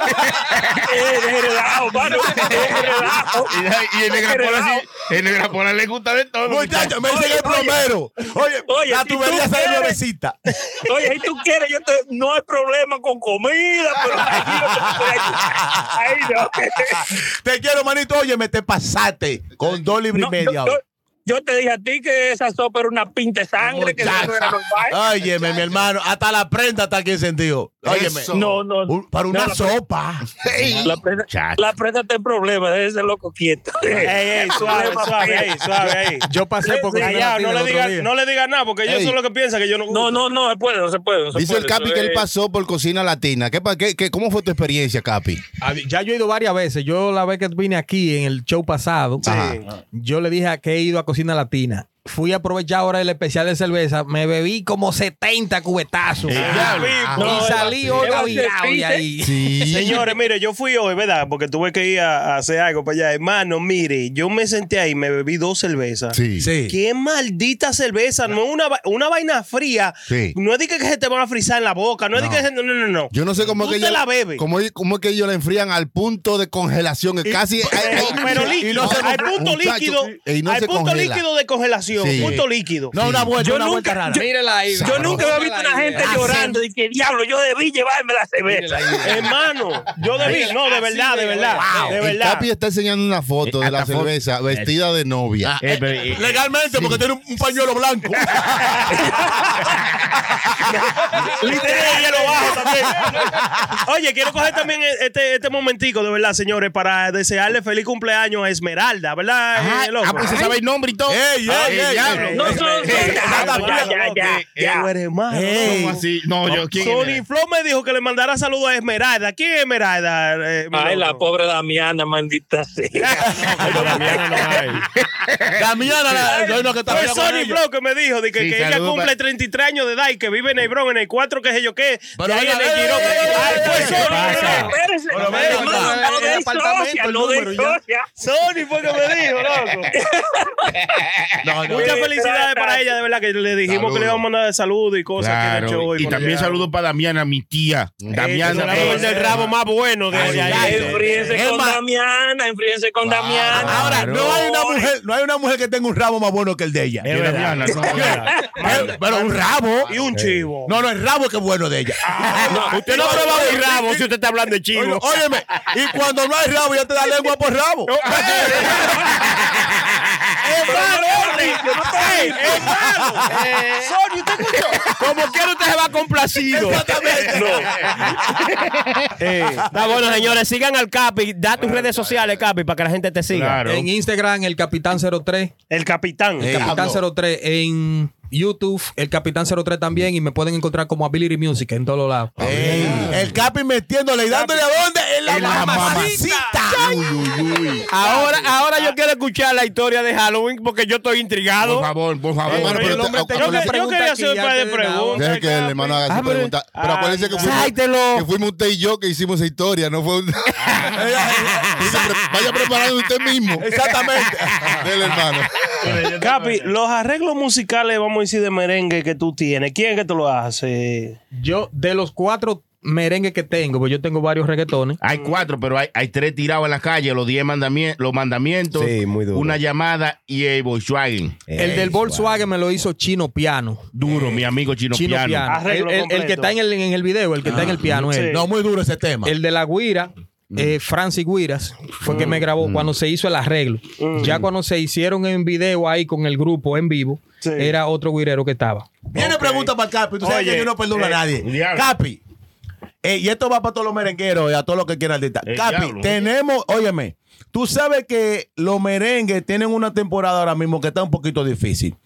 Speaker 4: Y, y el negrapola sí, el negrapola le gusta de todo.
Speaker 12: Muchacho, me dicen el plomero. Oye, la
Speaker 13: si tú
Speaker 12: tubería sale
Speaker 13: quieres-
Speaker 12: nuevecita.
Speaker 13: Oye, si tú quieres, yo te- no hay problema con comida, pero tranquilo, que te puedes- Ay, no.
Speaker 12: Te quiero, manito. Oye, me te pasaste con dos libras
Speaker 13: No,
Speaker 12: y media.
Speaker 13: yo, yo- yo te dije a ti que esa sopa era una pinta de sangre, que eso no era normal.
Speaker 12: Óyeme, mi hermano, hasta la prenda está aquí encendido. Óyeme.
Speaker 13: Eso. No, no.
Speaker 12: Un- para una
Speaker 13: No, la prenda-
Speaker 12: sopa.
Speaker 13: La prenda, la prenda está en problema, déjese loco quieto.
Speaker 6: Ey, ey, suave, suave, ey, suave, ey.
Speaker 12: Yo pasé por Cocina
Speaker 6: Callao,
Speaker 12: Latina
Speaker 6: no
Speaker 12: el
Speaker 6: le
Speaker 12: otro
Speaker 6: digas
Speaker 12: día.
Speaker 6: no le digas nada, porque ellos
Speaker 5: Ey.
Speaker 6: son los que piensan que yo no.
Speaker 13: No, no, no se puede, no se puede. no se
Speaker 5: Dice el
Speaker 13: puede,
Speaker 5: Capi
Speaker 13: eso
Speaker 5: que él
Speaker 13: es-
Speaker 5: pasó por cocina latina. ¿Qué, pa- qué- qué- ¿Cómo fue tu experiencia, Capi?
Speaker 12: A- Ya yo he ido varias veces. Yo la vez que vine aquí en el show pasado,
Speaker 6: Ah,
Speaker 12: Ajá. yo le dije a que he ido a Cocina Latina. Fui a aprovechar ahora el especial de cerveza. Me bebí como 70 cubetazos.
Speaker 6: Ah,
Speaker 12: y
Speaker 6: no,
Speaker 12: salí
Speaker 6: es-
Speaker 12: Olga
Speaker 6: es-
Speaker 12: virado de ahí.
Speaker 6: Señores, mire, yo fui hoy, ¿verdad? Porque tuve que ir a, a hacer algo para allá. Hermano, mire, yo me senté ahí, me bebí dos cervezas.
Speaker 5: Sí.
Speaker 12: Sí.
Speaker 6: Qué maldita cerveza. No es una, va- una vaina fría.
Speaker 5: Sí.
Speaker 6: No es de que se te van a frizar en la boca. No es de que se- no, no, no, no.
Speaker 5: Yo no sé cómo
Speaker 6: Tú
Speaker 5: que
Speaker 6: te
Speaker 5: ellos
Speaker 6: la bebes.
Speaker 5: Cómo, cómo es que ellos la enfrían al punto de congelación, que casi
Speaker 6: Pero, pero líquido, hay punto líquido, hay punto líquido de congelación,
Speaker 5: Sí.
Speaker 6: punto líquido.
Speaker 5: No, una vuelta,
Speaker 6: Yo
Speaker 5: una
Speaker 6: nunca-
Speaker 5: vuelta rara.
Speaker 6: yo-
Speaker 5: Mírela ahí,
Speaker 6: yo
Speaker 5: sabroso.
Speaker 6: nunca había visto
Speaker 13: Una gente llorando de que diablo, yo debí llevarme la cerveza.
Speaker 6: Hermano, yo debí, no, de verdad, de verdad, de
Speaker 5: El
Speaker 6: verdad.
Speaker 5: Capi está enseñando una foto de la
Speaker 4: Eh, hasta foto.
Speaker 5: cerveza vestida de novia.
Speaker 4: Eh, pero, eh,
Speaker 12: Legalmente, porque tiene un, un pañuelo blanco.
Speaker 6: Y tenía hielo bajo también. Oye, quiero coger también este, este momentico, de verdad, señores, para desearle feliz cumpleaños a Esmeralda, ¿verdad? eh, loco?
Speaker 4: ah, pues se sabe el nombre y todo.
Speaker 14: Eh,
Speaker 12: Ey, ey,
Speaker 4: Ah,
Speaker 12: ey,
Speaker 4: diablo.
Speaker 12: ey.
Speaker 13: No, no, no, ya, ya, ya, ya.
Speaker 6: Tú eres malo.
Speaker 12: Ey.
Speaker 4: ¿Cómo así? No, yo, ¿quién
Speaker 6: Sony
Speaker 4: era?
Speaker 6: Flow me dijo que le mandara saludos a Esmeralda. ¿Quién es Esmeralda? eh, mi
Speaker 13: Ay,
Speaker 6: loco?
Speaker 13: la pobre Damiana, maldita sea.
Speaker 12: Damiana, la, yo no que estaba
Speaker 6: Fue
Speaker 12: con
Speaker 6: Sony
Speaker 12: ella.
Speaker 6: Flow que me dijo de que,
Speaker 4: Sí,
Speaker 6: que ella
Speaker 4: saludos
Speaker 6: cumple
Speaker 4: para-
Speaker 6: 33 años de edad y que vive en Hebrón, en el 4, que sé yo qué.
Speaker 12: Pero
Speaker 6: de ahí
Speaker 12: venga,
Speaker 6: en el
Speaker 12: ey,
Speaker 6: Girón.
Speaker 12: ey, ey,
Speaker 6: Ay,
Speaker 12: ey,
Speaker 6: fue
Speaker 12: ey,
Speaker 6: Sony,
Speaker 12: ey,
Speaker 6: ¿verdad?
Speaker 12: ey,
Speaker 13: Espérese,
Speaker 12: Pero
Speaker 13: hermano,
Speaker 12: venga,
Speaker 13: no, no
Speaker 12: el
Speaker 13: deis
Speaker 12: apartamento,
Speaker 13: socia,
Speaker 12: el
Speaker 13: no deis
Speaker 12: número y ya.
Speaker 13: socia.
Speaker 6: Sony fue que me dijo, loco.
Speaker 4: No, no.
Speaker 6: Muchas
Speaker 13: Oye,
Speaker 6: felicidades
Speaker 13: espera,
Speaker 6: para
Speaker 13: espera.
Speaker 6: ella, de verdad, que le dijimos
Speaker 4: Saludos.
Speaker 6: que le íbamos a mandar saludos y cosas que ha hecho
Speaker 4: Claro.
Speaker 6: hoy. este,
Speaker 4: Y también saludo para Damiana, mi tía. Damiana. eh,
Speaker 6: Damiana, el del rabo más bueno de
Speaker 4: Ay,
Speaker 6: de
Speaker 4: ay,
Speaker 6: ahí.
Speaker 13: Enfríense con Damiana, enfríense con Damiana.
Speaker 12: Ahora, no hay una mujer, no hay una mujer que tenga un rabo más bueno que el de ella.
Speaker 4: De Damiana, no, no.
Speaker 12: Pero- Pero un rabo.
Speaker 6: Y un chivo.
Speaker 12: No, no, el rabo es que es bueno de ella.
Speaker 13: Ah,
Speaker 4: Usted no ha probado mi rabo si usted está hablando de chivo.
Speaker 12: Óyeme, y cuando no hay rabo, ya te da lengua por rabo.
Speaker 6: ¡Es malo, hombre! Ey, ¡Es malo! Sony, ¿usted escuchó?
Speaker 4: Como quiera usted se va complacido.
Speaker 12: Exactamente.
Speaker 3: Eh, Está bueno, señores. Sigan al Capi. Da tus redes sociales, Capi, para que la gente te siga.
Speaker 4: Claro.
Speaker 14: En Instagram, el Capitán 03.
Speaker 6: El capitán.
Speaker 14: El Capitán 03. En YouTube, el Capitán 03 también. Y me pueden encontrar como Ability Music en todos lados.
Speaker 12: Ey, El Capi metiéndole y dándole a dónde? En
Speaker 14: Ah,
Speaker 12: la,
Speaker 4: En la
Speaker 12: mamacita.
Speaker 3: Ahora, ahora
Speaker 6: Ah.
Speaker 3: yo quiero escuchar la historia de Halloween porque yo estoy intrigado.
Speaker 4: Por favor, por
Speaker 6: Eh,
Speaker 4: favor.
Speaker 5: Hermano, pero te-
Speaker 6: Yo,
Speaker 5: acu-
Speaker 6: que- yo quería hacer un par de
Speaker 5: Deja
Speaker 6: preguntas.
Speaker 5: que el hermano haga
Speaker 3: Ah,
Speaker 5: su
Speaker 3: pero-
Speaker 5: pregunta. Pero acuérdense
Speaker 6: ah,
Speaker 5: que fuimos,
Speaker 3: Sáitelo.
Speaker 5: que fuimos usted y yo que hicimos esa historia, no fue un... Dice, "Pre- Vaya preparando usted mismo.
Speaker 12: Exactamente.
Speaker 5: Dele, hermano.
Speaker 6: Capi, los arreglos musicales, vamos a decir, de merengue que tú tienes, ¿quién es que te lo hace?
Speaker 14: Yo, de los cuatro merengues que tengo, pues yo tengo varios reggaetones.
Speaker 4: Hay cuatro, pero hay, hay tres tirados en la calle, los diez mandamien- los mandamientos,
Speaker 3: Sí, muy duro.
Speaker 4: una llamada y el Volkswagen.
Speaker 14: el del Volkswagen me lo hizo Chino Piano.
Speaker 4: Duro, mi amigo chino,
Speaker 14: Chino
Speaker 4: piano.
Speaker 14: Piano.
Speaker 6: Arreglo
Speaker 14: El, el- el
Speaker 6: completo.
Speaker 14: que está en el, en el video, el que está en el piano. él.
Speaker 6: sí.
Speaker 12: No, muy duro ese tema.
Speaker 14: El de la guira, eh, Francis Guiras, fue que me grabó cuando se hizo el arreglo. Ya cuando se hicieron en video ahí con el grupo en vivo,
Speaker 6: Sí.
Speaker 14: era otro guirero que estaba.
Speaker 12: Viene pregunta para el Capi. Tú sabes
Speaker 6: Oye,
Speaker 12: que yo no perdono a
Speaker 6: eh,
Speaker 12: nadie.
Speaker 4: diablo.
Speaker 12: Capi,
Speaker 7: Eh, y esto va para todos los merengueros y a todos los que quieran artistas. Capi,
Speaker 12: diablo.
Speaker 7: tenemos, óyeme, tú sabes que los merengues tienen una temporada ahora mismo que está un poquito difícil.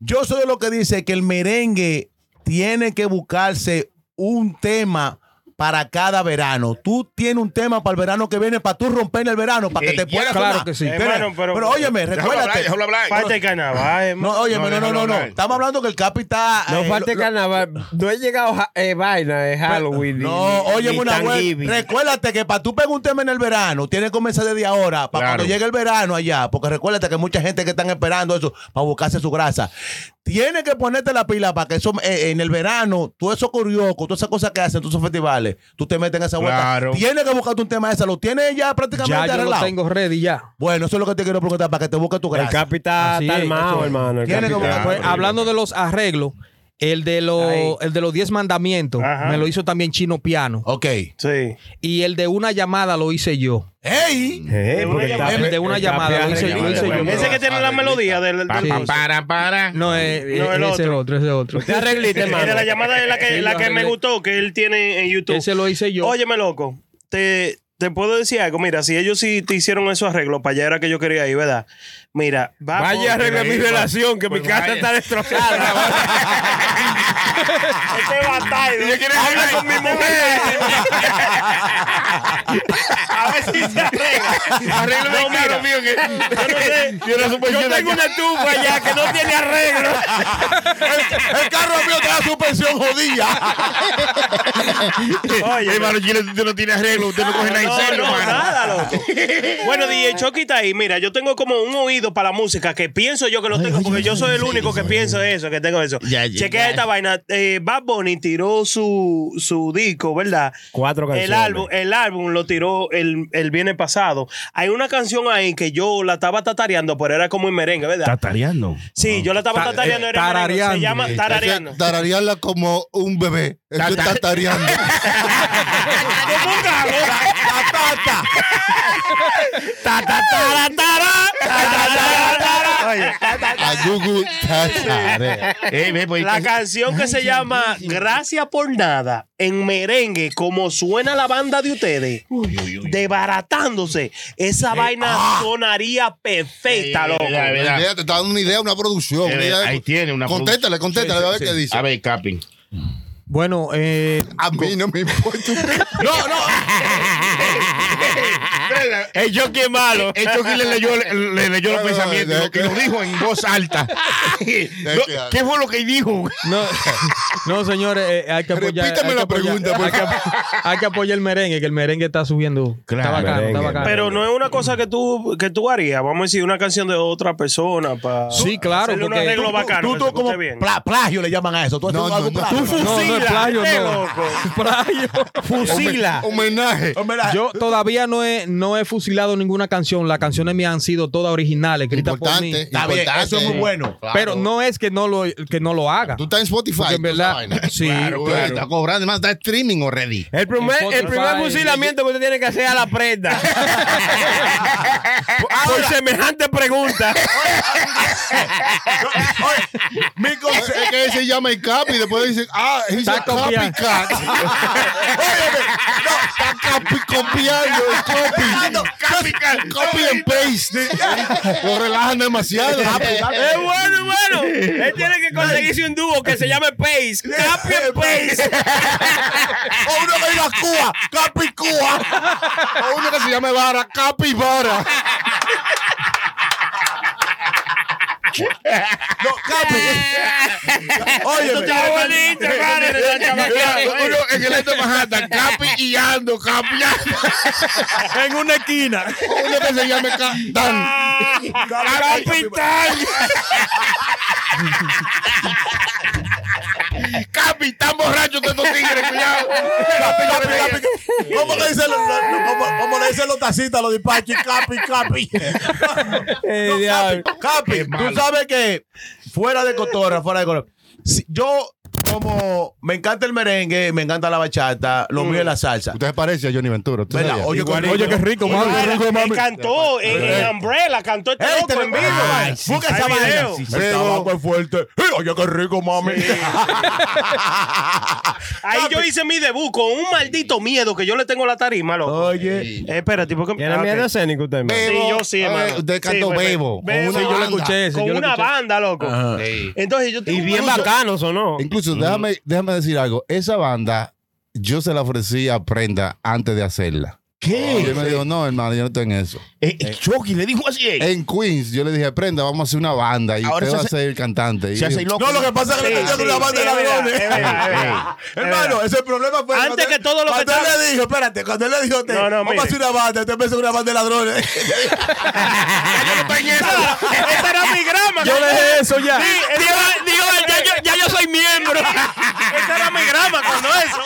Speaker 7: Yo soy de lo que dice que el merengue tiene que buscarse un tema para cada verano. Tú tienes un tema para el verano que viene, para tú romper el verano, para que
Speaker 6: Eh,
Speaker 7: te
Speaker 6: ya,
Speaker 7: puedas.
Speaker 6: claro que sí. Hermano, pero-
Speaker 7: pero, óyeme,
Speaker 6: Déjalo
Speaker 7: recuérdate.
Speaker 6: hablar, déjalo hablar. Falta el carnaval, hermano.
Speaker 7: No, óyeme,
Speaker 6: No,
Speaker 7: no, no,
Speaker 6: déjalo
Speaker 7: no, no.
Speaker 6: hablar.
Speaker 7: Estamos hablando que el Capi está.
Speaker 3: No
Speaker 7: eh,
Speaker 3: falta
Speaker 7: lo-
Speaker 3: carnaval. No he llegado ja- eh, vaina de Halloween. ni-
Speaker 7: no,
Speaker 3: ni-
Speaker 7: oye,
Speaker 3: ni
Speaker 7: una vez.
Speaker 3: Thanksgiving.
Speaker 7: Recuérdate que para tú pegar un tema en el verano, tienes que comenzar desde ahora, para
Speaker 3: Claro.
Speaker 7: cuando llegue el verano allá, porque recuérdate que hay mucha gente que están esperando eso para buscarse su grasa. Tienes que ponerte la pila para que eso eh, en el verano, tú eso curioco, todas esas cosas que hacen, todos esos festivales, tú te metes en esa vuelta.
Speaker 14: Claro.
Speaker 7: Tienes que buscarte un tema de esa, lo tienes ya
Speaker 14: Ya
Speaker 7: prácticamente
Speaker 14: yo lo
Speaker 7: arreglado.
Speaker 14: tengo ready ya.
Speaker 7: Bueno, eso es lo que te quiero preguntar para que te busques tu grasa.
Speaker 3: Ah,
Speaker 14: Capi está-
Speaker 7: Así
Speaker 14: está
Speaker 7: es,
Speaker 14: armado,
Speaker 7: eso es.
Speaker 14: hermano,
Speaker 6: oh,
Speaker 14: el
Speaker 7: Tienes que
Speaker 14: Capi está
Speaker 7: buscar-
Speaker 14: armado. Pues, Hablando de los arreglos, el de los, el de los 10 mandamientos me lo hizo también Chino Piano.
Speaker 7: Ok.
Speaker 14: Sí. Y el de una llamada lo hice yo.
Speaker 7: ¡Ey!
Speaker 14: el de una llamada lo hice, lo hice yo.
Speaker 6: Ese que tiene la melodía del.
Speaker 14: Pa, pa,
Speaker 4: para, para.
Speaker 14: No, es,
Speaker 6: No, el
Speaker 14: ese
Speaker 6: otro.
Speaker 14: otro, ese otro.
Speaker 6: Te Mira, la llamada es la que,
Speaker 14: Sí,
Speaker 6: la
Speaker 14: yo
Speaker 6: que me
Speaker 14: arreglé.
Speaker 6: gustó, que él tiene en YouTube.
Speaker 14: Ese lo hice yo.
Speaker 6: Óyeme, loco, te, te puedo decir algo. Mira, si ellos sí te hicieron esos arreglos, para allá era que yo quería ir, ¿verdad? Mira, vamos.
Speaker 8: Vaya, arregla mi relación, que mi casa está
Speaker 6: destrozada. este batallo. Yo quiero hablar con mi mujer. A ver si se arregla.
Speaker 8: Arréglame el carro mío que- Yo no supe yo tengo una tufa allá que no tiene arreglo.
Speaker 7: El carro mío trae suspensión jodida.
Speaker 6: Oye, Ah,
Speaker 4: hermano, Chile, usted no tiene arreglo, usted no coge nada en
Speaker 6: No,
Speaker 4: serio,
Speaker 6: no,
Speaker 4: hermano.
Speaker 6: nada, loco. Bueno, DJ Chucky está ahí. Mira, yo tengo como un oído para la música que pienso yo que lo tengo, porque yo soy el único que pienso eso, que tengo eso.
Speaker 4: ya,
Speaker 6: Chequea
Speaker 4: ya.
Speaker 6: esta vaina. Eh, Bad Bunny tiró su, su disco, ¿verdad?
Speaker 3: Cuatro canciones.
Speaker 6: El álbum, el álbum lo tiró el, el viernes pasado. Hay una canción ahí que yo la estaba tatareando, pero era como en merengue, ¿verdad?
Speaker 4: Tatareando.
Speaker 6: Sí, yo la estaba
Speaker 7: Ta-
Speaker 6: tatareando. era en merengue. Se llama tarareando.
Speaker 5: Entonces, Tararearla como un bebé. Eso es tatareando.
Speaker 6: Como un gago.
Speaker 5: A Gugu tatarea.
Speaker 6: La canción que se llama Gracias por nada en merengue, como suena la banda de ustedes, debaratándose. Esa vaina sonaría perfecta, loco.
Speaker 5: Una idea, Te está dando una idea, una producción.
Speaker 4: Eh,
Speaker 5: una idea.
Speaker 4: ahí tiene una
Speaker 5: Contéstale,
Speaker 4: producción.
Speaker 5: contéstale,
Speaker 4: Sí, sí,
Speaker 5: a ver
Speaker 4: sí.
Speaker 5: qué dice.
Speaker 4: A ver, Capi.
Speaker 14: Bueno, eh,
Speaker 5: A mí no me importa.
Speaker 4: No, no. El Chucky es malo. El Chucky le leyó, le leyó los pensamientos y lo- y lo dijo en voz alta. No, ¿Qué fue lo que dijo?
Speaker 14: No, no señores, eh, hay que apoyar.
Speaker 4: Repítame
Speaker 14: hay que
Speaker 4: la
Speaker 14: apoyar-
Speaker 4: pregunta, por
Speaker 14: Hay que, hay que apoyar el merengue, que el merengue está subiendo. está bacano, está bacano.
Speaker 6: Pero no es una cosa que tú, que tú harías. Vamos a decir, una canción de otra persona para.
Speaker 14: Sí, claro,
Speaker 6: Hacerle un
Speaker 14: porque-
Speaker 6: arreglo
Speaker 14: Tú- tú-
Speaker 6: bacano.
Speaker 7: tú-
Speaker 6: que
Speaker 7: tú
Speaker 6: se
Speaker 7: como
Speaker 6: escuche bien.
Speaker 7: pla- plagio le llaman a eso. Tú haces
Speaker 5: No,
Speaker 7: algo
Speaker 5: no, no.
Speaker 7: plagio.
Speaker 5: Tú
Speaker 14: No, no es plagio,
Speaker 6: qué
Speaker 14: no.
Speaker 6: loco.
Speaker 14: Plagio.
Speaker 5: Fusila. Homenaje.
Speaker 7: Oh,
Speaker 14: Yo todavía no he, no he fusilado ninguna canción. Las canciones mías han sido todas originales, escritas por mí.
Speaker 5: Importante,
Speaker 7: Está bien,
Speaker 5: importante.
Speaker 7: eso es muy bueno.
Speaker 5: Claro.
Speaker 14: Pero no es que no lo, que no lo haga.
Speaker 5: Tú estás en Spotify.
Speaker 14: Porque
Speaker 5: tú
Speaker 14: en verdad-
Speaker 5: sabes, ¿no?
Speaker 14: sí,
Speaker 5: Claro,
Speaker 14: claro.
Speaker 5: Está cobrando. Además, está streaming already.
Speaker 3: El primer, el
Speaker 14: Spotify.
Speaker 3: primer fusilamiento que usted tiene que hacer a la prenda. Por- Por semejante pregunta.
Speaker 7: Mi conse-
Speaker 5: Es que se llama el capi y después dicen, ah, he's
Speaker 14: Está
Speaker 5: a
Speaker 14: copiando.
Speaker 5: copycat. Óyeme, no, está capi copiando el copy. Copy and paste. Lo relajan demasiado.
Speaker 3: Es bueno, bueno. Él tiene que conseguirse un dúo que se llame Pace. Copy and Pace.
Speaker 5: O uno que diga Cuba, capi Cuba. O uno que se llame Vara, capi Vara.
Speaker 7: No, Capi. Oye,
Speaker 8: bonito,
Speaker 4: Uno en el este Manhattan, Capi y ando, Capi y ando.
Speaker 14: En una esquina.
Speaker 5: O uno que se llame Ca- Dan.
Speaker 8: Capitán.
Speaker 4: Capi, tan borracho que estos tigres, cuidado.
Speaker 7: Capi, Capi, Capi. ¿Cómo le dicen los, los- los- cómo- cómo le dicen los tacitas, los dipachis? Capi, Capi. No, Capi, Capi, tú sabes que fuera de cotorra, fuera de cotorra. si- yo como me encanta el merengue, me encanta la bachata, lo mío es la salsa.
Speaker 5: Usted se parece a Johnny Ventura. usted
Speaker 7: ¿Verdad?
Speaker 5: sabía.
Speaker 7: Oye,
Speaker 5: Igualito.
Speaker 7: oye, qué rico,
Speaker 5: Oye,
Speaker 7: mami,
Speaker 5: qué rico,
Speaker 6: Me
Speaker 5: mami.
Speaker 6: cantó en, en Umbrella, cantó este loco en vivo.
Speaker 7: Ay, sí, Busca
Speaker 6: Hay
Speaker 7: esa vaina.
Speaker 6: video.
Speaker 7: El tabaco es fuerte. Eh, Oye, qué rico, mami.
Speaker 6: Ahí yo hice mi debut con un maldito miedo que yo le tengo a la tarima, loco.
Speaker 7: Oye.
Speaker 6: espérate, ¿por qué?
Speaker 3: ¿Tiene
Speaker 6: Ah, ok.
Speaker 3: miedo escénico usted, hermano?
Speaker 6: Sí, yo sí,
Speaker 3: Ah,
Speaker 6: hermano.
Speaker 3: usted
Speaker 6: Sí,
Speaker 3: cantó
Speaker 6: fue-
Speaker 3: Bebo, con
Speaker 6: Bebo.
Speaker 3: una
Speaker 6: Con
Speaker 3: banda.
Speaker 5: sí,
Speaker 6: Con
Speaker 5: yo lo
Speaker 6: una
Speaker 5: escuché.
Speaker 6: banda, loco.
Speaker 5: Ajá.
Speaker 6: Entonces yo tengo
Speaker 3: Y bien bacanos, ¿o no?
Speaker 5: Incluso, déjame, déjame decir algo. Esa banda, yo se la ofrecí a Prenda antes de hacerla.
Speaker 4: ¿Qué?
Speaker 5: Y
Speaker 7: Eh,
Speaker 5: él me dijo, no, hermano, yo no estoy en eso.
Speaker 4: Chucky le dijo así. eh.
Speaker 5: En Queens, yo le dije, Prenda, vamos a hacer una banda y
Speaker 4: Ahora
Speaker 5: usted
Speaker 4: se
Speaker 5: va a
Speaker 4: hace-
Speaker 5: ser el cantante. Y
Speaker 4: se hace
Speaker 5: yo-
Speaker 4: loco.
Speaker 7: No, lo que pasa es que le
Speaker 5: Sí,
Speaker 7: metieron
Speaker 5: sí,
Speaker 7: una banda
Speaker 5: sí,
Speaker 7: de
Speaker 5: es verdad,
Speaker 7: ladrones.
Speaker 5: es verdad, es verdad.
Speaker 7: Hermano, ese es el problema fue.
Speaker 6: Antes
Speaker 7: cuando-
Speaker 6: que todo lo que
Speaker 7: Cuando él
Speaker 6: estaba-
Speaker 7: le dijo, espérate, cuando él le dijo, te,
Speaker 6: No, no,
Speaker 7: vamos a
Speaker 6: mire.
Speaker 7: hacer una banda, usted empezó con una banda de ladrones.
Speaker 6: Esa era mi grama.
Speaker 12: Yo dejé eso ya.
Speaker 6: Sí, esa era-
Speaker 12: Digo, ya, yo- ya yo soy miembro.
Speaker 6: Esa era mi grama cuando eso.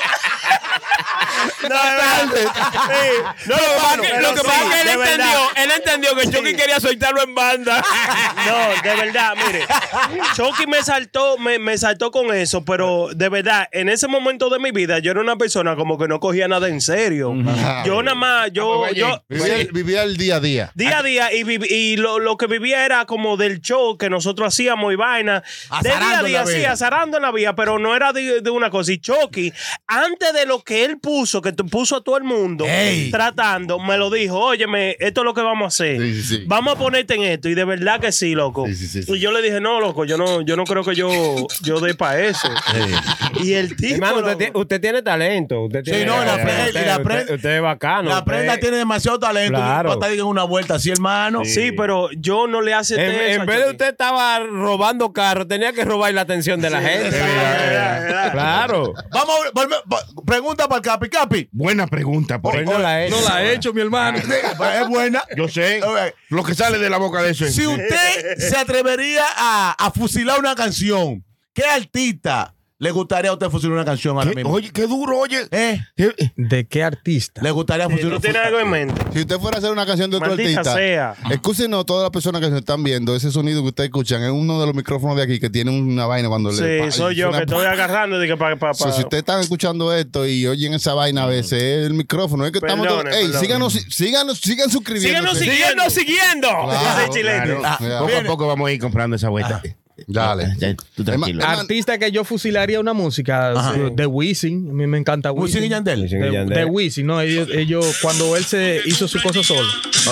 Speaker 6: No,
Speaker 12: No, lo que pasa es que-
Speaker 6: Pero
Speaker 12: lo que
Speaker 6: sí,
Speaker 12: pasa es que él
Speaker 6: de verdad.
Speaker 12: entendió, él entendió que Chucky quería soltarlo en banda.
Speaker 6: No, de verdad, mire. Chucky me saltó, me, me saltó con eso, pero de verdad, en ese momento de mi vida, yo era una persona como que no cogía nada en serio. Yo nada más, yo, yo
Speaker 5: vivía, el, vivía el día a día.
Speaker 6: día a día y, vivi- y lo, lo que vivía era como del show que nosotros hacíamos y vaina. De día a
Speaker 7: Azarando en
Speaker 6: día,
Speaker 7: la
Speaker 6: sí,
Speaker 7: vida.
Speaker 6: azarando en la vía, pero no era de, de una cosa. Y Chucky, antes de lo que él puso, que t- puso a todo el mundo tratando, me lo dijo, óyeme, esto es lo que vamos a hacer. Vamos a ponerte en esto. Y de verdad que sí, loco. Y yo le dije, no, loco, yo no, yo no creo que yo, yo dé para eso. Y el tipo...
Speaker 3: Hermano, usted,
Speaker 6: loco,
Speaker 3: tiene- usted tiene talento. Usted
Speaker 7: Sí,
Speaker 3: tiene,
Speaker 7: no, la
Speaker 3: usted-
Speaker 7: pre-
Speaker 3: usted,
Speaker 7: la pre-
Speaker 3: usted- usted es bacano.
Speaker 7: La
Speaker 3: usted-
Speaker 7: prenda tiene demasiado talento
Speaker 3: Claro.
Speaker 7: para estar en una vuelta así, hermano.
Speaker 6: Sí, pero yo no le hace
Speaker 3: En,
Speaker 6: eso
Speaker 3: en
Speaker 6: a
Speaker 3: vez
Speaker 6: Chucky.
Speaker 3: de usted estaba robando carro, tenía que robar la atención de la gente. Claro.
Speaker 7: Vamos, a ver, volve- va- pregunta para el Capi. Capi.
Speaker 4: Buena pregunta. Por
Speaker 3: Pues,
Speaker 7: no la
Speaker 3: eh.
Speaker 7: he
Speaker 4: hecho.
Speaker 14: hecho, mi hermano.
Speaker 7: Es buena. Eh,
Speaker 4: Yo sé. Lo que sale de la boca de eso es-
Speaker 7: Si usted se atrevería a, a fusilar una canción, ¿qué artista le gustaría a usted fusilar una canción ahora
Speaker 4: ¿Qué?
Speaker 7: mismo?
Speaker 4: Oye, qué duro, oye.
Speaker 7: ¿Eh?
Speaker 14: ¿De qué artista?
Speaker 7: ¿Le gustaría
Speaker 6: ¿Tú
Speaker 7: fusilar
Speaker 6: tienes algo en mente?
Speaker 5: Si usted fuera a hacer una canción de otro
Speaker 6: Maldita
Speaker 5: artista,
Speaker 6: sea.
Speaker 5: escúchenos todas las personas que nos están viendo, ese sonido que ustedes escuchan es uno de los micrófonos de aquí que tiene una vaina cuando le
Speaker 6: Sí,
Speaker 5: pa-
Speaker 6: soy yo
Speaker 5: suena
Speaker 6: que estoy
Speaker 5: pa-
Speaker 6: agarrando. Dije, pa, pa, pa.
Speaker 5: So, si ustedes están escuchando esto y oyen esa vaina a veces, es el micrófono. Es que estamos.
Speaker 6: Perdone,
Speaker 5: todos- Ey,
Speaker 6: perdone.
Speaker 5: síganos, síganos, sigan suscribiéndose. Ah,
Speaker 6: Síganos Ah, siguiendo.
Speaker 12: Síguenos siguiendo.
Speaker 5: Claro,
Speaker 4: Claro.
Speaker 5: claro.
Speaker 4: Poco a poco vamos a ir comprando esa vuelta.
Speaker 5: Dale.
Speaker 4: Ya, tú tranquilo.
Speaker 14: Artista que yo fusilaría una música eh, de Wisin, a mí me encanta Wisin.
Speaker 7: Wisin y Yandel.
Speaker 14: De, de Wisin, no, ellos, ellos- cuando él se hizo su cosa solo.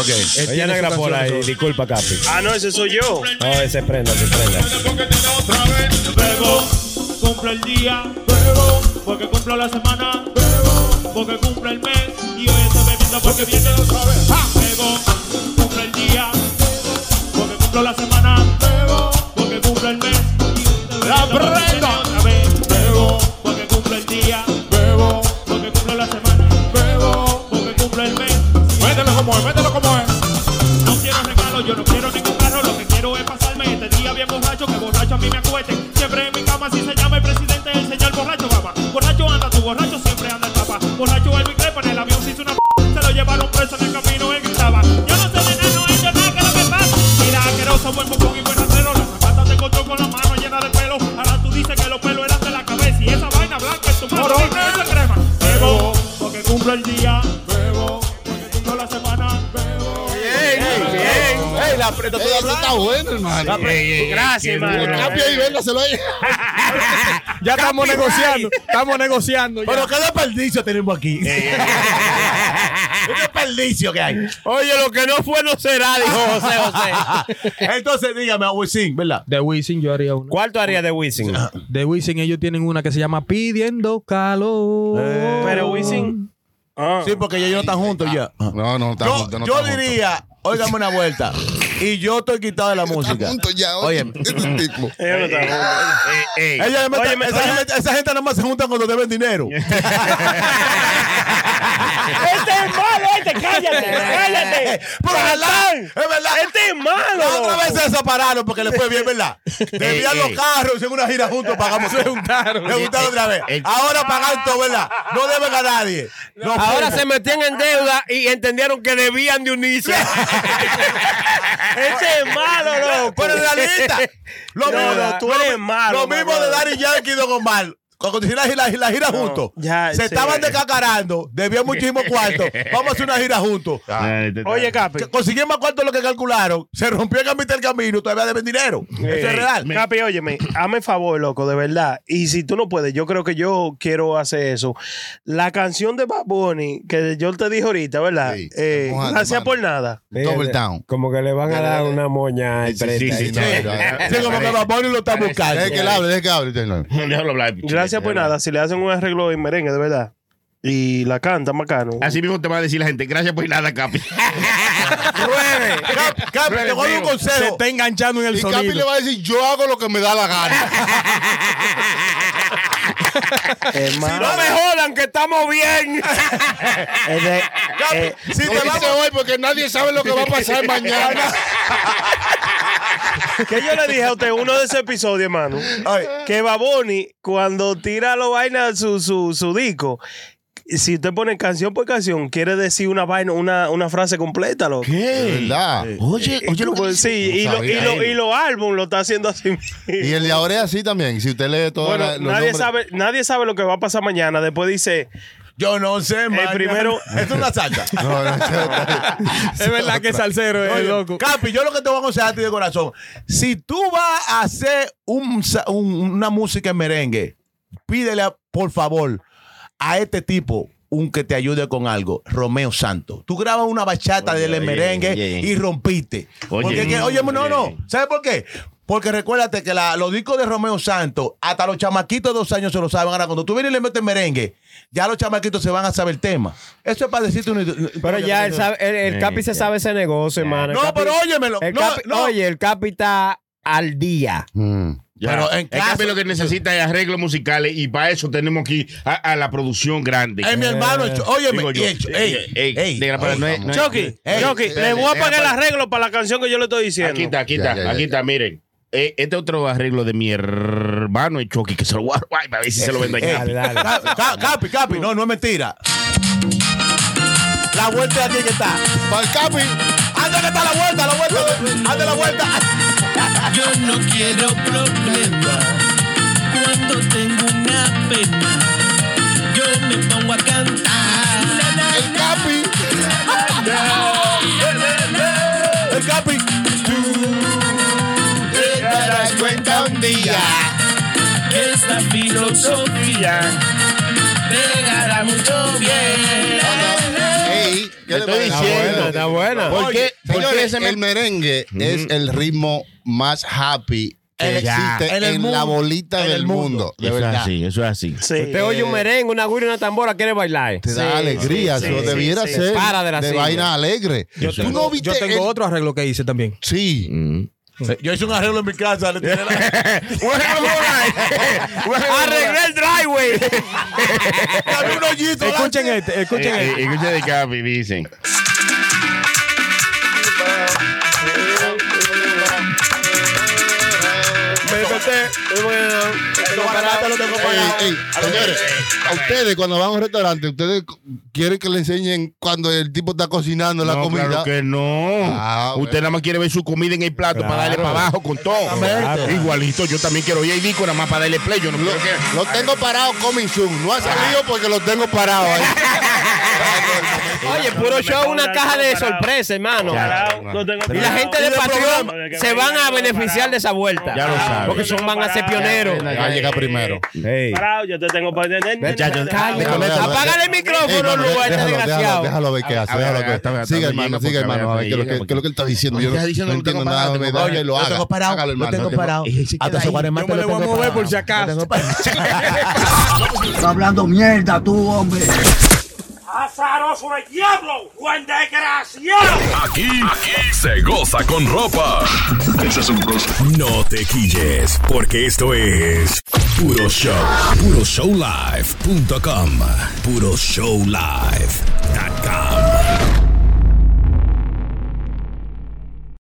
Speaker 7: Ok.
Speaker 14: Él
Speaker 3: Ella
Speaker 14: tiene
Speaker 3: negra
Speaker 14: su
Speaker 3: por
Speaker 14: canción
Speaker 3: ahí,
Speaker 14: solo.
Speaker 3: disculpa, Capi.
Speaker 6: Ah, no, ese soy yo.
Speaker 3: No, ese prenda, ese prenda.
Speaker 10: Bebo, cumple el día. Bebo, porque cumple la semana. Bebo, porque cumple el mes. Y hoy estoy bebiendo porque viene otra vez. ¡Ja! Bebo, cumple el día. Porque cumple la semana. Bebo, porque cumple el mes. La prenda. Bebo, porque cumple el día. Bebo, porque cumple la semana. Bebo, porque cumple el mes. Mételo como es, mételo como es. No quiero regalo, yo no quiero ningún carro. Lo que quiero es pasarme este día bien borracho, que borracho a mí me acuete. Siempre en mi cama, si se llama el presidente, el señor borracho, papá. Borracho anda tu borracho, siempre anda el papá. Borracho el mi crepa, en el avión se hizo una p. Se lo llevaron preso en el camino, él gritaba. Yo no sé de nada, no he hecho nada, que lo que pasa. Mira, asqueroso, buen bocón y buen acero. La zapata te cortó con la mano llena de pelo. Ahora tú dices que los pelos eran de la cabeza y esa vaina blanca es tu mano. ¿sí? Eso es crema. Bebo, porque cumplo el día. Bebo, porque cumplo la semana. Bebo.
Speaker 7: Ey, la prenda,
Speaker 5: Ey, eso está bueno, hermano.
Speaker 6: Gracias, hermano.
Speaker 5: Cambia ahí, véndaselo ahí.
Speaker 14: Ya estamos negociando, estamos negociando. ya.
Speaker 7: Pero qué desperdicio tenemos aquí. qué desperdicio que hay.
Speaker 12: Oye, lo que no fue no será, dijo José José.
Speaker 7: Entonces, dígame a Wisin, ¿verdad?
Speaker 14: De Wisin yo haría una.
Speaker 3: ¿Cuál tú harías de Wisin?
Speaker 5: Ah.
Speaker 14: De Wisin ellos tienen una que se llama Pidiendo Calor.
Speaker 6: Pero Wisin. Ah.
Speaker 7: Sí, porque ya ellos no están juntos ya.
Speaker 5: No, no,
Speaker 7: yo,
Speaker 5: estamos, no
Speaker 7: yo
Speaker 5: estamos
Speaker 7: diría, óigame una vuelta. Y yo estoy quitado de la música.
Speaker 5: juntos ya, oye.
Speaker 7: Oye,
Speaker 5: Este tipo.
Speaker 6: Ella no está junta.
Speaker 7: ella me-
Speaker 6: Óyeme,
Speaker 7: esa,
Speaker 6: óyeme.
Speaker 7: gente- esa gente nada más se junta cuando deben dinero.
Speaker 6: Este es malo, este, cállate, cállate.
Speaker 7: Pero es verdad, es verdad.
Speaker 6: Este es malo.
Speaker 7: La otra vez se
Speaker 6: loco.
Speaker 7: separaron porque le fue bien, ¿verdad? Debían
Speaker 4: Ey,
Speaker 7: los
Speaker 4: ey.
Speaker 7: carros, hicieron una gira juntos, pagamos. Se juntaron. Se juntaron otra vez.
Speaker 4: Ey, ey.
Speaker 7: Ahora pagan todo, ¿verdad? No deben a nadie. Nos
Speaker 3: Ahora
Speaker 7: fuimos.
Speaker 3: se metían en deuda y entendieron que debían de unirse.
Speaker 6: Este es malo, loco.
Speaker 7: Pero realista. Lo
Speaker 6: No,
Speaker 7: mismo,
Speaker 6: no, tú eres malo,
Speaker 7: Lo mismo de
Speaker 6: mamá.
Speaker 7: Daddy Yankee y Don Omar. Cuando hicieron la, gira- la, gira
Speaker 6: No,
Speaker 7: juntos,
Speaker 6: ya,
Speaker 7: se
Speaker 6: sí.
Speaker 7: estaban descacarando, debían muchísimo cuarto. Vamos a hacer una gira juntos.
Speaker 6: Oye, Capi.
Speaker 7: Consiguieron más cuarto de lo que calcularon. Se rompió el camino del camino, todavía deben dinero. Eso es real.
Speaker 6: Capi, óyeme, hazme el favor, loco, de verdad. Y si tú no puedes, yo creo que yo quiero hacer eso. La canción de Bad Bunny, que yo te dije ahorita, ¿verdad? Eh,
Speaker 3: mojando,
Speaker 6: gracias
Speaker 3: mano.
Speaker 6: por nada.
Speaker 3: Mira, Como que le van a dar una moña al preta.
Speaker 6: sí, sí, no, no, no.
Speaker 7: lo está buscando.
Speaker 5: Deja que él hable, deja que hable. Déjalo hablar.
Speaker 6: Gracias por nada. Si le hacen un arreglo en merengue, de verdad. Y la canta macano.
Speaker 4: Así mismo te va a decir la gente, gracias por nada, Capi.
Speaker 7: Ruede. Cap, Capi, te voy a dar un consejo.
Speaker 11: Se está enganchando en el
Speaker 7: Y Capi
Speaker 11: sonido.
Speaker 7: le va a decir, yo hago lo que me da la gana.
Speaker 6: Eh,
Speaker 3: Si no me jodan, que estamos bien.
Speaker 7: Capi,
Speaker 6: eh,
Speaker 7: si te vamos hoy porque nadie sabe lo que va a pasar mañana.
Speaker 6: que yo le dije a usted uno de ese episodio, hermano, que Baboni, cuando tira los vainas su, su, su disco, si usted pone canción por canción, quiere decir una vaina, una, una frase completa, loco.
Speaker 5: ¿Qué? ¿Verdad? Oye, oye lo
Speaker 6: Sí, y,
Speaker 5: No
Speaker 6: lo, y,
Speaker 5: sabía.
Speaker 6: lo, y los álbumes lo está haciendo así mismo.
Speaker 5: Y el de ahora es así también. Si usted lee todo.
Speaker 6: Bueno,
Speaker 5: la- los
Speaker 6: nadie
Speaker 5: nombres-
Speaker 6: sabe, nadie sabe lo que va a pasar mañana. Después dice.
Speaker 7: Yo no sé,
Speaker 6: El primero.
Speaker 7: Esto es una salsa.
Speaker 5: No, no,
Speaker 7: Es verdad que es salsero, es loco. Capi, yo lo que te voy a aconsejar a ti de corazón. Si tú vas a hacer un sa- un- una música en merengue, pídele, a- por favor, a este tipo un que te ayude con algo, Romeo Santos. Tú grabas una bachata del
Speaker 4: oye,
Speaker 7: merengue
Speaker 4: oye.
Speaker 7: y rompiste.
Speaker 4: Oye. mm,
Speaker 7: Porque, que- oye, no, no. ¿Sabes por qué? Porque recuérdate que la- los discos de Romeo Santos, hasta los chamaquitos de dos años se lo saben. Ahora, cuando tú vienes y le metes merengue, ya los chamaquitos se van a saber el tema. Eso es para decirte un...
Speaker 3: Pero ya él sabe- el, el Capi se sabe ese negocio, hermano. El
Speaker 7: No,
Speaker 3: Capi-
Speaker 7: pero óyemelo.
Speaker 3: el
Speaker 7: No,
Speaker 3: Capi-
Speaker 7: no.
Speaker 3: Oye, el Capi está al día.
Speaker 5: Mm.
Speaker 4: Ya.
Speaker 7: Pero en
Speaker 4: El
Speaker 7: caso-
Speaker 4: Capi lo que necesita es arreglos musicales y para eso tenemos aquí a, a la producción grande.
Speaker 7: Ey, mi hermano, yo- óyeme,
Speaker 4: Eh, Digo yo,
Speaker 7: y hecho, ey,
Speaker 4: eh, eh,
Speaker 7: ey,
Speaker 4: deja para-
Speaker 7: ey,
Speaker 4: no es- no es-
Speaker 6: Chucky,
Speaker 4: Ey,
Speaker 6: Chucky,
Speaker 4: espérate,
Speaker 6: le voy a
Speaker 4: deja
Speaker 6: pagar el
Speaker 4: para-
Speaker 6: arreglo para la canción que yo le estoy diciendo.
Speaker 4: Aquí está, aquí está,
Speaker 6: Ya, ya, ya.
Speaker 4: aquí está, miren. Eh, Este otro arreglo de mi hermano, el Chucky, que se lo voy a robar para ver si se lo vende
Speaker 7: Ey,
Speaker 4: a Capi.
Speaker 7: Eh, Ca- ca- Capi, Capi, no, no es mentira. La vuelta de aquí que está.
Speaker 5: Para el Capi.
Speaker 7: Anda que está la vuelta, la vuelta. Anda la vuelta.
Speaker 15: Yo no quiero problemas cuando tengo una pena. Yo me pongo a cantar.
Speaker 7: El Capi. El Eh, Capi.
Speaker 15: Tú te darás cuenta un día. Esta filosofía pegará mucho bien.
Speaker 5: Ey, ¿qué le parece?
Speaker 3: Está buena.
Speaker 5: ¿Por qué?
Speaker 4: ¿Por qué
Speaker 5: Señores,
Speaker 4: ese me-
Speaker 5: el merengue es el ritmo más happy que
Speaker 4: Ya.
Speaker 5: existe
Speaker 4: En
Speaker 5: en,
Speaker 4: el
Speaker 5: la
Speaker 4: mundo.
Speaker 5: bolita
Speaker 4: En el
Speaker 5: del
Speaker 4: mundo.
Speaker 5: mundo. De
Speaker 4: Eso es
Speaker 5: verdad.
Speaker 4: así, eso es así.
Speaker 3: Te oye un merengue, una guira y una tambora, quiere bailar.
Speaker 5: Te da alegría, eso debiera ser
Speaker 3: Para de la
Speaker 5: de
Speaker 3: silla.
Speaker 5: vaina alegre.
Speaker 14: Yo
Speaker 5: Tú
Speaker 14: tengo,
Speaker 5: no viste
Speaker 14: yo tengo
Speaker 5: el-
Speaker 14: otro arreglo que hice también.
Speaker 5: Sí.
Speaker 4: Mm.
Speaker 7: Yo hice un arreglo en mi casa. le tiré la-
Speaker 3: Arreglé el driveway.
Speaker 7: Dame un hoyito.
Speaker 14: Escuchen este, escuchen
Speaker 4: Eh,
Speaker 14: este.
Speaker 4: eh, Escucha de Capi, dicen.
Speaker 5: Eh, Ey, ey, señores, a ustedes cuando van a un restaurante, ustedes c- quieren que le enseñen cuando el tipo está cocinando la
Speaker 4: No,
Speaker 5: comida.
Speaker 4: claro que no.
Speaker 5: Ah,
Speaker 4: Usted nada más quiere ver su comida en el plato para darle para abajo con todo.
Speaker 5: Exactamente.
Speaker 4: Igualito, yo también quiero ir al disco nada más para darle play. Yo no
Speaker 5: Lo,
Speaker 4: quiero que-
Speaker 5: lo tengo parado coming soon. No ha salido porque lo tengo parado ahí.
Speaker 3: Oye, puro show, una caja de sorpresa, hermano. Y la gente de Patreon se van a beneficiar de esa vuelta.
Speaker 4: Ya lo saben.
Speaker 3: Porque son van a ser pioneros.
Speaker 5: Va a llegar primero.
Speaker 6: Parado, yo te tengo para.
Speaker 4: Muchachos,
Speaker 3: Cállate.
Speaker 5: Déjalo,
Speaker 3: Apágale el
Speaker 5: Ey,
Speaker 3: micrófono,
Speaker 5: mano,
Speaker 3: Lugo, a este
Speaker 5: déjalo, déjalo,
Speaker 3: desgraciado.
Speaker 5: déjalo ver qué hace.
Speaker 4: A ver,
Speaker 5: Déjalo
Speaker 4: a ver,
Speaker 5: que-
Speaker 4: hasta- hasta
Speaker 5: Siga,
Speaker 4: donde
Speaker 5: hermano,
Speaker 4: llega,
Speaker 5: siga,
Speaker 4: porque
Speaker 5: hermano.
Speaker 4: a
Speaker 5: A
Speaker 4: ver,
Speaker 5: ver qué es lo
Speaker 4: llega,
Speaker 5: que- qué es lo que él está diciendo.
Speaker 4: Porque
Speaker 5: Yo no
Speaker 4: está diciendo
Speaker 5: no
Speaker 4: lo tengo
Speaker 5: entiendo
Speaker 4: parado,
Speaker 5: nada. Me da que lo haga.
Speaker 7: tengo parado,
Speaker 5: Hágalo,
Speaker 7: lo
Speaker 5: hermano.
Speaker 7: tengo
Speaker 5: que-
Speaker 7: parado. Hasta su
Speaker 14: Yo me le voy a mover por si acaso.
Speaker 16: Está hablando mierda tú, hombre.
Speaker 10: ¡Azaroso del diablo! ¡Juan desgraciado!
Speaker 1: Aquí, aquí se goza con ropa. No te quilles, porque esto es Puro Show. PuroShowLive.com. PuroShowLive.com.